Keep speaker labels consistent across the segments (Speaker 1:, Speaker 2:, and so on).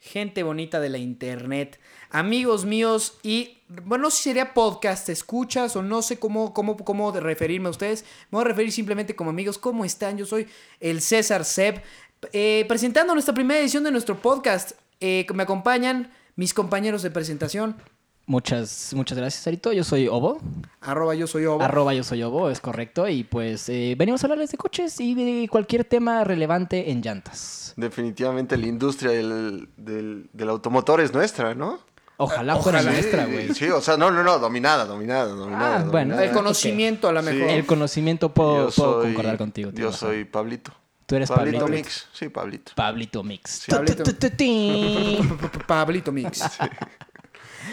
Speaker 1: gente bonita de la internet, amigos míos y, bueno, no sé si sería podcast, escuchas o no sé cómo, cómo, cómo referirme a ustedes, me voy a referir simplemente como amigos, ¿cómo están? Yo soy el César Seb, eh, presentando nuestra primera edición de nuestro podcast. Eh, me acompañan mis compañeros de presentación,
Speaker 2: Muchas, muchas gracias, Sarito. Yo soy Obo.
Speaker 1: arroba yo soy Ovo.
Speaker 2: Arroba yo soy Obo, es correcto. Y pues eh, venimos a hablarles de coches y de cualquier tema relevante en llantas.
Speaker 3: Definitivamente la industria del, del, del automotor es nuestra, ¿no?
Speaker 2: Ojalá, fuera
Speaker 3: Sí,
Speaker 2: nuestra, güey.
Speaker 3: Sí, o sea, no, no, no, dominada, dominada, dominada.
Speaker 2: Ah, bueno,
Speaker 3: dominada.
Speaker 1: el conocimiento a lo
Speaker 3: Sí.
Speaker 1: mejor.
Speaker 2: El conocimiento
Speaker 3: Yo
Speaker 2: puedo, puedo
Speaker 3: soy-
Speaker 2: concordar contigo.
Speaker 3: Yo
Speaker 2: tienes razón.
Speaker 3: soy Pablito.
Speaker 2: Tú eres
Speaker 3: Pablito,
Speaker 2: Pablito.
Speaker 3: Mix. Sí, Pablito.
Speaker 2: Pablito Mix.
Speaker 3: Sí.
Speaker 2: Tu,
Speaker 1: Pablito.
Speaker 2: tu, tu, tu, ti.
Speaker 1: Pablito Mix.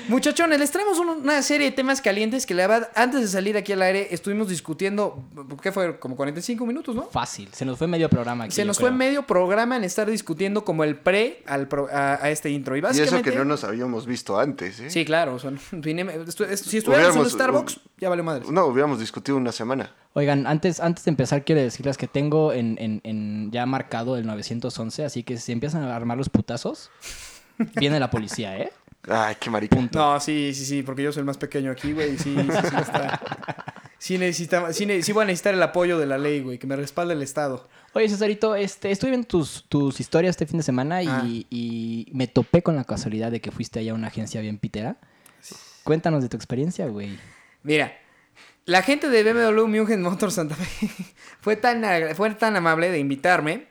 Speaker 1: Muchachones, les traemos un- una serie de temas calientes que la verdad, antes de salir aquí al aire, estuvimos discutiendo, ¿qué fue? Como 45 minutos, ¿no?
Speaker 2: Fácil. Se nos fue medio programa aquí.
Speaker 1: Se
Speaker 2: yo
Speaker 1: nos
Speaker 2: creo.
Speaker 1: fue medio programa en estar discutiendo como el pre al pro- a, a este intro. Y
Speaker 3: Y eso
Speaker 1: básicamente...
Speaker 3: que no nos habíamos visto antes, ¿eh?
Speaker 1: Sí, claro. o sea, vine- estu- estu- si estuviéramos en un
Speaker 3: Hubiéramos-
Speaker 1: Starbucks, ya vale madre.
Speaker 3: No, hubiéramos discutido una semana.
Speaker 2: Oigan, antes, antes de empezar, quiero decirles que tengo en, en- en ya marcado el 911. Así que si empiezan a armar los putazos, viene la policía, ¿eh?
Speaker 3: Ay, qué marica.
Speaker 1: No, sí, sí, sí, porque yo soy el más pequeño aquí, güey. y Sí, sí, sí, está- sí, necesitaba- sí, ne- sí voy a necesitar el apoyo de la ley, güey, que me respalde el Estado.
Speaker 2: Oye, Cesarito, este, estuve viendo tus, tus historias este fin de semana y,
Speaker 1: Ah.
Speaker 2: y me topé con la casualidad de que fuiste allá a una agencia bien pitera. Cuéntanos de tu experiencia, güey.
Speaker 1: Mira, la gente de BMW München Motor Santa Fe fue tan, agra- fue tan amable de invitarme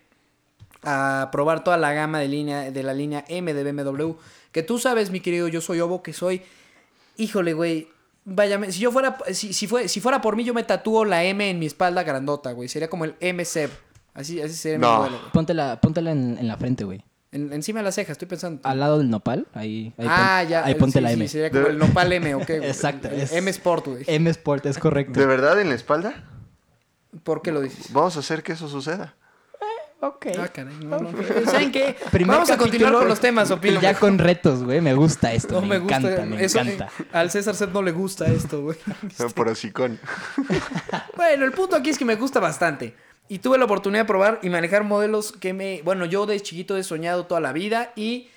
Speaker 1: a probar toda la gama de, línea, de la línea M de BMW. Que tú sabes, mi querido, yo soy Obo, que soy. Híjole, güey. Vaya, me- si yo fuera, si, si, fue, si fuera por mí, yo me tatúo la M en mi espalda grandota, güey. Sería como el M-Seb. Así, así sería mi
Speaker 3: No.
Speaker 1: modelo, güey.
Speaker 2: Póntela, póntela en, en la frente, güey.
Speaker 1: En- encima de las cejas, estoy pensando.
Speaker 2: Al lado del nopal, ahí, ahí,
Speaker 1: ah,
Speaker 2: pon-
Speaker 1: ya.
Speaker 2: ahí
Speaker 1: eh,
Speaker 2: ponte
Speaker 1: sí,
Speaker 2: la
Speaker 1: sí,
Speaker 2: M.
Speaker 1: sería como el Nopal M, ¿ok? güey?
Speaker 2: Exacto,
Speaker 1: El- el
Speaker 2: es-
Speaker 1: M Sport, güey.
Speaker 2: M Sport, es correcto.
Speaker 3: ¿De verdad en la espalda?
Speaker 1: ¿Por qué lo dices?
Speaker 3: Vamos a hacer que eso suceda.
Speaker 2: Ok.
Speaker 1: Ah, caray, no, no. ¿Saben qué?
Speaker 2: Primer
Speaker 1: Vamos a continuar
Speaker 2: capítulo
Speaker 1: con los temas, opino.
Speaker 2: Ya con retos, güey. Me gusta esto.
Speaker 1: No me
Speaker 2: me,
Speaker 1: gusta. eh,
Speaker 2: encanta, me
Speaker 1: eso-
Speaker 2: encanta.
Speaker 1: al César Set no le gusta esto, güey.
Speaker 2: Este-
Speaker 3: Por hocicón.
Speaker 1: Bueno, el punto aquí es que me gusta bastante. Y tuve la oportunidad de probar y manejar modelos que me. Bueno, yo de chiquito he soñado toda la vida. Y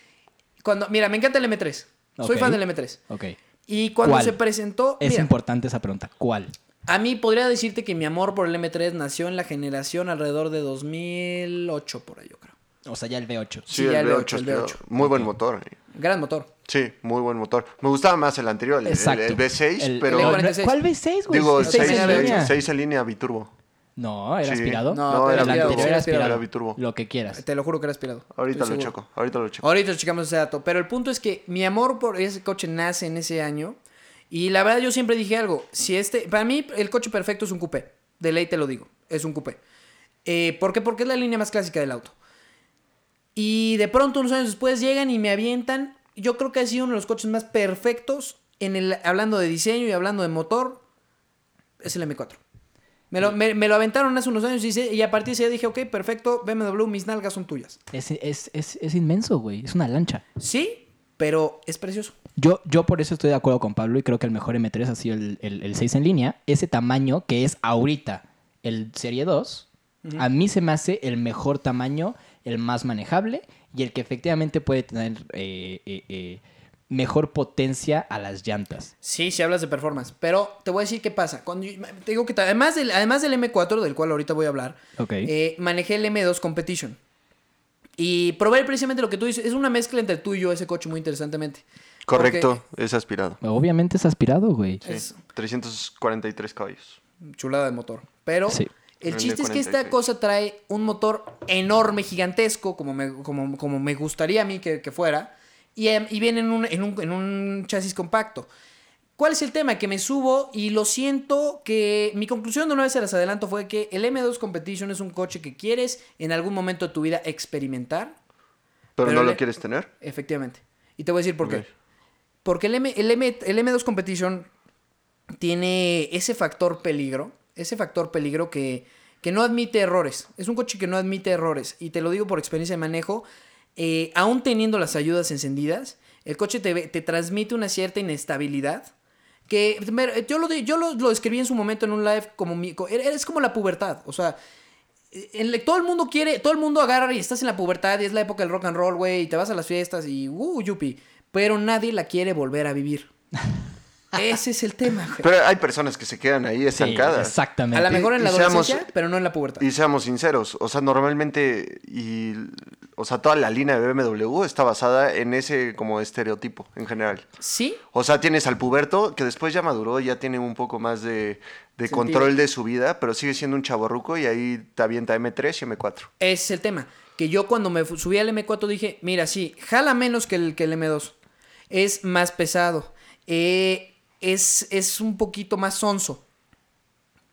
Speaker 1: cuando. Mira, me encanta el M3. Soy
Speaker 2: Ok.
Speaker 1: fan del M3.
Speaker 2: Ok.
Speaker 1: Y cuando
Speaker 2: ¿Cuál?
Speaker 1: se presentó.
Speaker 2: Es
Speaker 1: mira,
Speaker 2: importante esa pregunta. ¿Cuál?
Speaker 1: a mí podría decirte que mi amor por el M3 nació en la generación alrededor de 2008, por ahí, yo creo.
Speaker 2: O sea, ya el V8.
Speaker 3: Sí,
Speaker 1: ya
Speaker 3: el
Speaker 1: el
Speaker 3: V8.
Speaker 1: V8,
Speaker 3: es
Speaker 1: el
Speaker 3: peor.
Speaker 1: V8.
Speaker 3: Muy buen motor. eh.
Speaker 1: Gran motor.
Speaker 3: Sí, muy buen motor. Me gustaba más el anterior, el, el-
Speaker 2: Exacto.
Speaker 3: el V6,
Speaker 2: El-
Speaker 3: pero...
Speaker 1: el-
Speaker 2: ¿Cuál V6, güey?
Speaker 3: digo, el
Speaker 2: Seis
Speaker 3: 6
Speaker 1: seis
Speaker 2: en
Speaker 3: en,
Speaker 1: de-
Speaker 2: línea.
Speaker 3: línea. seis en línea biturbo.
Speaker 2: No, era
Speaker 3: Sí.
Speaker 2: aspirado.
Speaker 1: No,
Speaker 3: No,
Speaker 1: era
Speaker 2: el
Speaker 3: era
Speaker 1: aspirado.
Speaker 2: anterior era aspirado.
Speaker 3: Era biturbo.
Speaker 2: Lo que quieras.
Speaker 1: Te lo juro que era aspirado.
Speaker 3: Ahorita
Speaker 1: Estoy
Speaker 3: lo
Speaker 1: seguro.
Speaker 3: checo, ahorita lo checo.
Speaker 1: Ahorita checamos ese dato. Pero el punto es que mi amor por ese coche nace en ese año. Y la verdad, yo siempre dije algo. Si este. Para mí, el coche perfecto es un coupé. De ley te lo digo. Es un coupé. Eh, ¿Por qué? Porque es la línea más clásica del auto. Y de pronto, unos años después, llegan y me avientan. Yo creo que ha sido uno de los coches más perfectos. En el, hablando de diseño y hablando de motor. Es el M4. Me lo, me- me lo aventaron hace unos años y, se- y a partir de ese día dije, ok, perfecto, BMW, mis nalgas son tuyas.
Speaker 2: Es, es, es, es inmenso, güey. Es una lancha.
Speaker 1: Sí, pero es precioso.
Speaker 2: Yo, yo por eso estoy de acuerdo con Pablo y creo que el mejor M3 ha sido el, el, 6 en línea. Ese tamaño que es ahorita el Serie 2, a mí se me hace el mejor tamaño, el más manejable y el que efectivamente puede tener eh, eh, eh, mejor potencia a las llantas.
Speaker 1: Sí, si hablas de performance. Pero te voy a decir qué pasa. Cuando yo- te digo que ta- además del, además del M4, del cual ahorita voy a hablar,
Speaker 2: Ok.
Speaker 1: eh, manejé el M2 Competition. Y probé precisamente lo que tú dices. Es una mezcla entre tú y yo ese coche muy interesantemente.
Speaker 3: Correcto, es aspirado.
Speaker 2: Obviamente es aspirado, güey.
Speaker 1: Porque
Speaker 3: Sí, 343 caballos.
Speaker 1: Es chulada de motor. Pero
Speaker 2: Sí.
Speaker 1: el
Speaker 3: El
Speaker 1: chiste es que esta
Speaker 3: 46.
Speaker 1: cosa trae un motor enorme, gigantesco, como me, como, como me gustaría a mí que, que fuera. Y, em, y viene en un, en un- en un chasis compacto. ¿Cuál es el tema? Que me subo y lo siento que mi conclusión de una vez se las adelanto fue que el M2 Competition es un coche que quieres en algún momento de tu vida experimentar.
Speaker 3: ¿Pero,
Speaker 1: Pero
Speaker 3: no
Speaker 1: le-
Speaker 3: lo quieres tener?
Speaker 1: Efectivamente. Y te voy a decir por
Speaker 3: Ok.
Speaker 1: qué. Porque el, M, el, M, el M2 Competition tiene ese factor peligro, ese factor peligro que, que no admite errores. Es un coche que no admite errores. Y te lo digo por experiencia de manejo, eh, aún teniendo las ayudas encendidas, el coche te, ve- te transmite una cierta inestabilidad. Que e, me- yo, lo, di- yo lo, lo escribí en su momento en un live como mi, co- era- es como la pubertad. O sea, en la- todo el mundo quiere, todo el mundo agarra y estás en la pubertad y es la época del rock and roll, güey, y te vas a las fiestas y uh, yupi. Pero nadie la quiere volver a vivir. Ese es el tema, güey.
Speaker 3: Pero hay personas que se quedan ahí
Speaker 2: Sí,
Speaker 3: estancadas.
Speaker 2: exactamente.
Speaker 1: A lo mejor en la
Speaker 3: y seamos-
Speaker 1: adolescencia, pero no en la pubertad.
Speaker 3: Y seamos sinceros, o sea, normalmente, y, o sea, toda la línea de BMW está basada en ese como estereotipo en general.
Speaker 1: Sí,
Speaker 3: O sea, tienes al puberto que después ya maduró, ya tiene un poco más de, de
Speaker 1: Sentido.
Speaker 3: control de su vida, pero sigue siendo un chaborruco y ahí te avienta M3 y M4.
Speaker 1: ese es el tema. Que yo cuando me fu- subí al M4 dije, mira, sí, jala menos que el, que el M2. Es más pesado. Eh, es, es un poquito más sonso.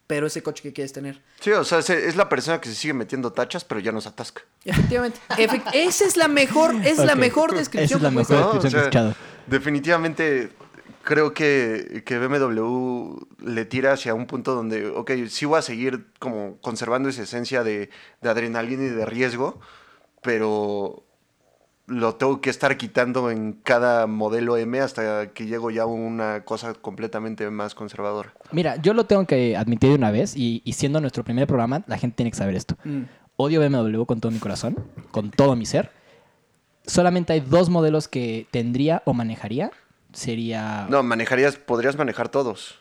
Speaker 1: Pero ese coche que quieres tener.
Speaker 3: Sí, o sea, se- es la persona que se sigue metiendo tachas, pero ya nos atasca.
Speaker 1: Efectivamente. Efect- esa es la mejor, es la
Speaker 2: Ok.
Speaker 1: mejor
Speaker 2: Esa
Speaker 1: descripción.
Speaker 2: es la
Speaker 1: que puedes
Speaker 2: mejor
Speaker 1: dar.
Speaker 3: ¿no?
Speaker 2: descripción que he escuchado.
Speaker 3: Definitivamente creo que, que BMW le tira hacia un punto donde, ok, sí va a seguir como conservando esa esencia de, de adrenalina y de riesgo, pero lo tengo que estar quitando en cada modelo M hasta que llego ya a una cosa completamente más conservadora.
Speaker 2: Mira, yo lo tengo que admitir de una vez y, y siendo nuestro primer programa, la gente tiene que saber esto.
Speaker 1: Mm.
Speaker 2: Odio BMW con todo mi corazón, con todo mi ser. Solamente hay dos modelos que tendría o manejaría. Sería...
Speaker 3: No, manejarías, podrías manejar todos.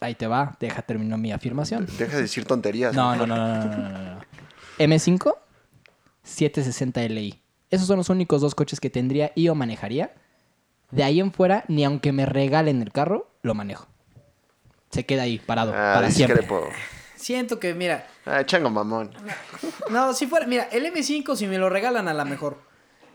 Speaker 2: Ahí te va, deja terminó mi afirmación.
Speaker 3: Deja de decir tonterías.
Speaker 2: No, no, no, no, no, no, no, no. M5, 760 Li. Esos son los únicos dos coches que tendría y o manejaría. De ahí en fuera, ni aunque me regalen el carro, lo manejo. Se queda ahí, parado,
Speaker 3: Ah,
Speaker 2: para siempre.
Speaker 3: discrepo.
Speaker 1: Siento que, mira,
Speaker 3: Ah, chango mamón.
Speaker 1: No, si fuera, mira, el M5 si me lo regalan a la mejor.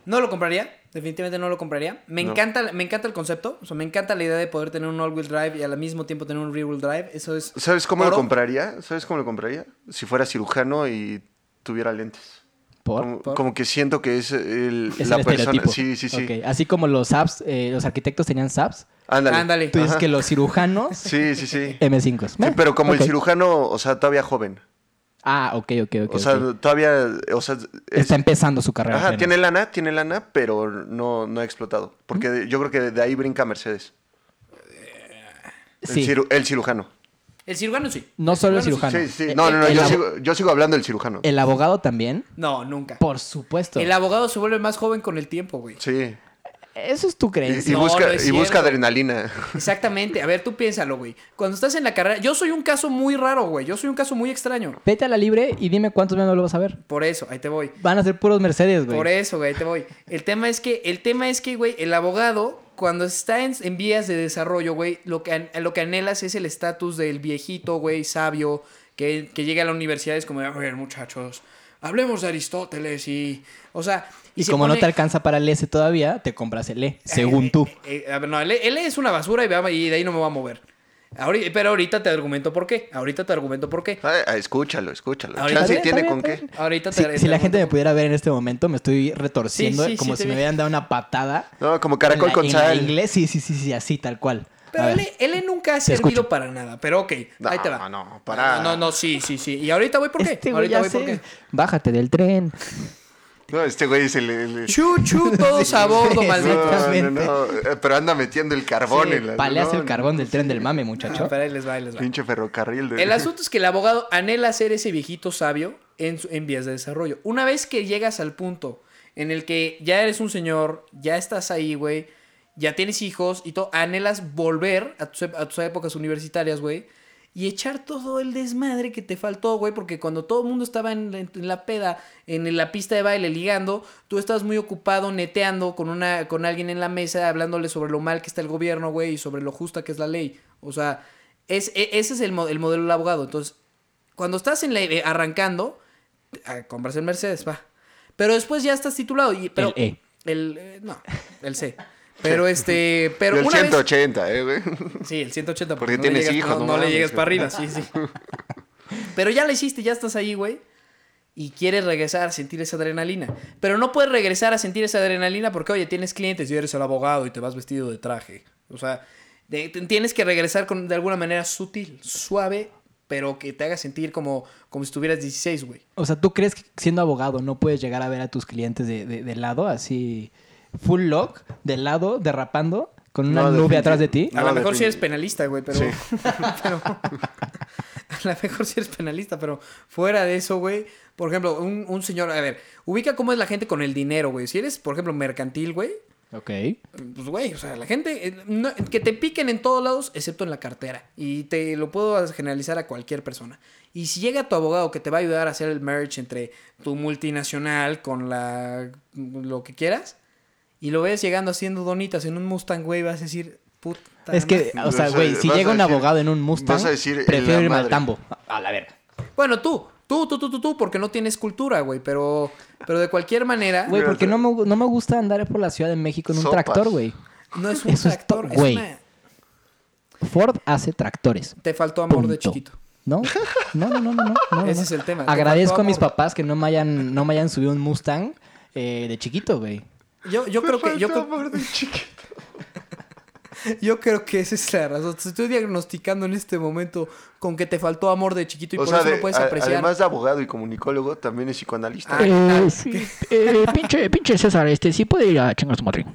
Speaker 1: No lo compraría, definitivamente no lo compraría. Me
Speaker 3: No.
Speaker 1: encanta, me encanta el concepto, o sea, me encanta la idea de poder tener un all-wheel drive y al mismo tiempo tener un rear-wheel drive. Eso es.
Speaker 3: ¿Sabes cómo lo
Speaker 1: oro.
Speaker 3: compraría? ¿Sabes cómo lo compraría? Si fuera cirujano y tuviera lentes.
Speaker 2: ¿Por?
Speaker 3: Como, como que siento que es el-
Speaker 2: Es
Speaker 3: la
Speaker 2: el
Speaker 3: persona.
Speaker 2: estereotipo.
Speaker 3: Sí, sí, sí.
Speaker 2: Ok, Así como los apps, eh, los arquitectos tenían SAPs,
Speaker 3: Ándale.
Speaker 1: Ándale.
Speaker 2: tú dices
Speaker 3: Ajá.
Speaker 2: que los cirujanos,
Speaker 3: Sí, sí, sí.
Speaker 2: M5.
Speaker 3: Sí, pero como el cirujano, o sea, todavía joven.
Speaker 2: Ah, ok, ok, ok.
Speaker 3: o sea,
Speaker 2: ok.
Speaker 3: todavía. O sea, es-
Speaker 2: Está empezando su carrera.
Speaker 3: ajá,
Speaker 2: apenas.
Speaker 3: tiene lana, tiene lana, pero no, no ha explotado. Porque de- yo creo que de ahí brinca Mercedes. El,
Speaker 2: Sí,
Speaker 3: ciru- el cirujano.
Speaker 1: El cirujano sí.
Speaker 2: no solo el
Speaker 1: cirujano
Speaker 2: cirujano.
Speaker 3: Sí, sí.
Speaker 2: Eh,
Speaker 3: No, no, no.
Speaker 2: el
Speaker 3: Yo
Speaker 2: abo-
Speaker 3: sigo, yo sigo hablando del cirujano.
Speaker 2: El abogado también,
Speaker 1: No, nunca.
Speaker 2: por supuesto.
Speaker 1: El abogado se vuelve más joven con el tiempo, güey.
Speaker 3: Sí.
Speaker 2: Eso es tu creencia.
Speaker 3: Y, y
Speaker 1: No,
Speaker 3: busca,
Speaker 1: no es
Speaker 3: y busca
Speaker 1: cierto.
Speaker 3: adrenalina.
Speaker 1: Exactamente. A ver, tú piénsalo, güey. Cuando estás en la carrera, yo soy un caso muy raro, güey. Yo soy un caso muy extraño.
Speaker 2: Vete a la libre y dime cuántos menos lo vas a ver.
Speaker 1: Por eso, ahí te voy.
Speaker 2: Van a ser puros Mercedes, güey.
Speaker 1: Por e- eso, güey, te voy. El tema es que, el tema es que, güey, el abogado, cuando está en, en vías de desarrollo, güey, lo que, an- lo que anhelas es el estatus del viejito, güey, sabio, que, que llega a la universidad y es como, a ver, muchachos, hablemos de Aristóteles y. O sea.
Speaker 2: Y
Speaker 1: se
Speaker 2: como no
Speaker 1: pone-
Speaker 2: te alcanza para el S todavía, te compras el E, según tú.
Speaker 1: Eh, eh, a ver, no, él, él es una basura y, va- y de ahí no me va a mover. Ahori- pero ahorita te argumento por qué. Ahorita te argumento por qué.
Speaker 3: Ah, ah, escúchalo, escúchalo.
Speaker 1: Ahorita-
Speaker 3: Chance
Speaker 2: Está bien,
Speaker 3: tiene
Speaker 2: está
Speaker 3: con
Speaker 2: bien,
Speaker 3: qué.
Speaker 2: está bien.
Speaker 1: Ahorita te
Speaker 2: Si, si la gente me
Speaker 1: argumento por-
Speaker 2: pudiera ver en este momento, me estoy retorciendo
Speaker 1: Sí, sí,
Speaker 2: como
Speaker 1: sí,
Speaker 2: si
Speaker 1: te
Speaker 2: me
Speaker 1: vi.
Speaker 2: hubieran dado una patada.
Speaker 3: No, como
Speaker 2: en
Speaker 3: caracol
Speaker 2: la-
Speaker 3: con
Speaker 2: en la
Speaker 3: sal.
Speaker 2: inglés, sí, sí, sí, sí, así, tal cual.
Speaker 1: Pero
Speaker 2: A ver,
Speaker 1: él, él nunca ha servido
Speaker 2: escucho.
Speaker 1: para nada. Pero ok,
Speaker 3: No,
Speaker 1: ahí te va.
Speaker 3: no, para.
Speaker 1: No, no, no, sí, sí, sí. Y ahorita voy por qué.
Speaker 2: este güey
Speaker 1: ahorita
Speaker 2: ya
Speaker 1: voy por
Speaker 2: sé.
Speaker 1: qué.
Speaker 2: Bájate del tren.
Speaker 3: No, este güey es el. el- el-
Speaker 1: Chu, chu, todos a bordo,
Speaker 2: sí,
Speaker 3: No,
Speaker 1: maldito.
Speaker 3: no,
Speaker 2: Exactamente.
Speaker 3: no, eh, pero anda metiendo el carbón
Speaker 2: Sí,
Speaker 3: en la.
Speaker 2: paleas
Speaker 3: no,
Speaker 2: el carbón del tren del mame, muchacho.
Speaker 1: Ah, Pero ahí les va, ahí les va.
Speaker 3: Pinche ferrocarril. De...
Speaker 1: El asunto es que el abogado anhela ser ese viejito sabio en, su- en vías de desarrollo. Una vez que llegas al punto en el que ya eres un señor, ya estás ahí, güey, ya tienes hijos y todo, anhelas volver a tus, ep- a tus épocas universitarias, güey, y echar todo el desmadre que te faltó, güey, porque cuando todo el mundo estaba en la, en la peda, en la pista de baile ligando, tú estabas muy ocupado neteando con, una, con alguien en la mesa, hablándole sobre lo mal que está el gobierno, güey, y sobre lo justa que es la ley. O sea, es, e- ese es el, mo- el modelo del abogado. Entonces, cuando estás en la- eh, arrancando, ah, compras el Mercedes, va. Pero después ya estás titulado. Y, pero,
Speaker 2: El E.
Speaker 1: el, eh, no, el C. Pero este. Pero
Speaker 3: Del
Speaker 1: una vez-
Speaker 3: 180, eh, güey.
Speaker 1: Sí, el 180.
Speaker 3: Porque
Speaker 1: no le
Speaker 3: tienes
Speaker 1: llegas- no,
Speaker 3: hijos, no
Speaker 1: no le
Speaker 3: mames,
Speaker 1: llegues
Speaker 3: güey.
Speaker 1: para arriba, sí, sí. Pero ya lo hiciste, ya estás ahí, güey. Y quieres regresar a sentir esa adrenalina. Pero no puedes regresar a sentir esa adrenalina porque, oye, tienes clientes y eres el abogado y te vas vestido de traje. O sea, de- te- tienes que regresar con, de alguna manera sutil, suave, pero que te haga sentir como, como si tuvieras 16, güey.
Speaker 2: O sea, ¿tú crees que siendo abogado no puedes llegar a ver a tus clientes de, de- de lado, así full lock, de lado, derrapando, con una
Speaker 3: No,
Speaker 2: nube atrás de ti?
Speaker 3: definitiv-
Speaker 1: A
Speaker 3: No,
Speaker 1: lo mejor si
Speaker 3: definitiv-
Speaker 1: eres penalista, güey, pero.
Speaker 3: Sí.
Speaker 1: pero- la mejor si eres penalista, pero fuera de eso, güey. Por ejemplo, un, un señor, a ver, ubica cómo es la gente con el dinero, güey. Si eres, por ejemplo, mercantil, güey,
Speaker 2: Ok.
Speaker 1: pues, güey, o sea, la gente, eh, no- que te piquen en todos lados, excepto en la cartera. Y te lo puedo generalizar a cualquier persona. Y si llega tu abogado que te va a ayudar a hacer el merge entre tu multinacional con la lo que quieras, y lo ves llegando haciendo donitas en un Mustang, güey, vas a decir, puta.
Speaker 2: Es que,
Speaker 1: madre".
Speaker 2: o sea,
Speaker 3: Vas a-
Speaker 2: güey, si
Speaker 3: vas
Speaker 2: llega
Speaker 3: a
Speaker 2: un
Speaker 3: decir-
Speaker 2: abogado en un
Speaker 3: vas
Speaker 2: Mustang,
Speaker 3: a decir, en
Speaker 2: prefiero
Speaker 3: la
Speaker 2: irme al
Speaker 3: madre.
Speaker 2: tambo. A la verga.
Speaker 1: Bueno, tú, tú, tú, tú, tú, tú, porque no tienes cultura, güey, pero, pero de cualquier manera,
Speaker 2: Güey,
Speaker 3: Mira,
Speaker 2: porque
Speaker 3: te-
Speaker 2: no me, no me gusta andar por la Ciudad de México en un
Speaker 3: Sopas.
Speaker 2: tractor, güey.
Speaker 1: no es un
Speaker 2: eso es
Speaker 1: tractor,
Speaker 2: to-
Speaker 1: es
Speaker 2: güey.
Speaker 1: una-
Speaker 2: Ford hace tractores.
Speaker 1: Te faltó amor de
Speaker 2: Punto.
Speaker 1: chiquito.
Speaker 2: No, no, no, no, no. no, no,
Speaker 1: Ese
Speaker 2: no.
Speaker 1: es el tema. Te
Speaker 2: Agradezco
Speaker 1: faltó
Speaker 2: a mis
Speaker 1: amor.
Speaker 2: papás que no me hayan, no me hayan subido un Mustang eh, de chiquito, güey.
Speaker 1: Yo, yo
Speaker 3: Me
Speaker 1: creo que yo
Speaker 3: faltó
Speaker 1: creo-
Speaker 3: amor de chiquito.
Speaker 1: Yo creo que esa es la razón. Te estoy diagnosticando en este momento con que te faltó amor de chiquito y
Speaker 3: O
Speaker 1: por
Speaker 3: sea,
Speaker 1: eso
Speaker 3: de-
Speaker 1: no puedes
Speaker 3: a-
Speaker 1: apreciar.
Speaker 3: además de abogado y comunicólogo, también es psicoanalista.
Speaker 1: Ah, claro.
Speaker 2: eh, pinche, César, este sí puede ir a chingar su madre.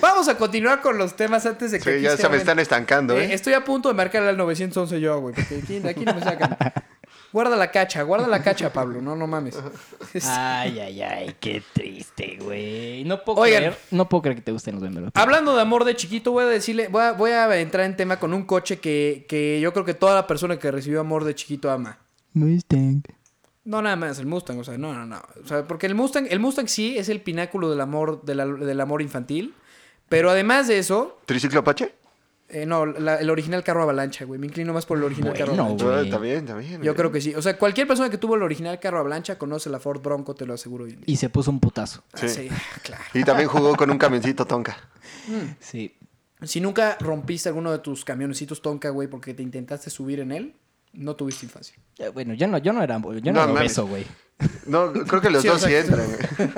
Speaker 1: Vamos a continuar con los temas antes de que.
Speaker 3: Sí,
Speaker 1: aquí
Speaker 3: ya
Speaker 1: se
Speaker 3: se me
Speaker 1: abren.
Speaker 3: están estancando,
Speaker 1: Eh,
Speaker 3: ¿eh?
Speaker 1: estoy a punto de marcar al 911 yo, güey, porque aquí, de aquí no me sacan. Guarda la cacha, guarda la cacha, Pablo, no, no mames. Este,
Speaker 2: Ay, ay, ay, qué triste, güey. No puedo
Speaker 1: Oigan. Ah.
Speaker 2: creer, no puedo creer que te gusten los venderos.
Speaker 1: Hablando de amor de chiquito, voy a decirle, voy a, voy a entrar en tema con un coche que, que yo creo que toda la persona que recibió amor de chiquito ama.
Speaker 2: Mustang.
Speaker 1: No, nada más, el Mustang, o sea, no, no, no. O sea, porque el Mustang, el Mustang sí es el pináculo del amor, del, al- del amor infantil. Pero además de eso,
Speaker 3: ¿Triciclo Apache?
Speaker 1: eh, no, la- el original carro avalancha, güey. Me inclino más por el original carro
Speaker 2: Bueno,
Speaker 1: avalancha.
Speaker 3: Ah,
Speaker 2: Güey.
Speaker 3: También, también.
Speaker 1: Yo creo que sí. O sea, cualquier persona que tuvo el original carro avalancha conoce la Ford Bronco, te lo aseguro. hoy en día.
Speaker 2: Y se puso un putazo.
Speaker 1: Ah,
Speaker 3: Sí.
Speaker 1: sí, claro.
Speaker 3: Y también jugó con un camioncito tonka.
Speaker 2: Sí.
Speaker 1: Si nunca rompiste alguno de tus camionecitos Tonka, güey, porque te intentaste subir en él, no tuviste infancia.
Speaker 2: Eh, Bueno, yo no, yo no era, yo no,
Speaker 3: No
Speaker 2: era
Speaker 3: mames.
Speaker 2: obeso, güey.
Speaker 3: No, creo que los
Speaker 1: Sí, o
Speaker 3: dos
Speaker 1: sea,
Speaker 3: sí
Speaker 1: que-
Speaker 3: entran. güey.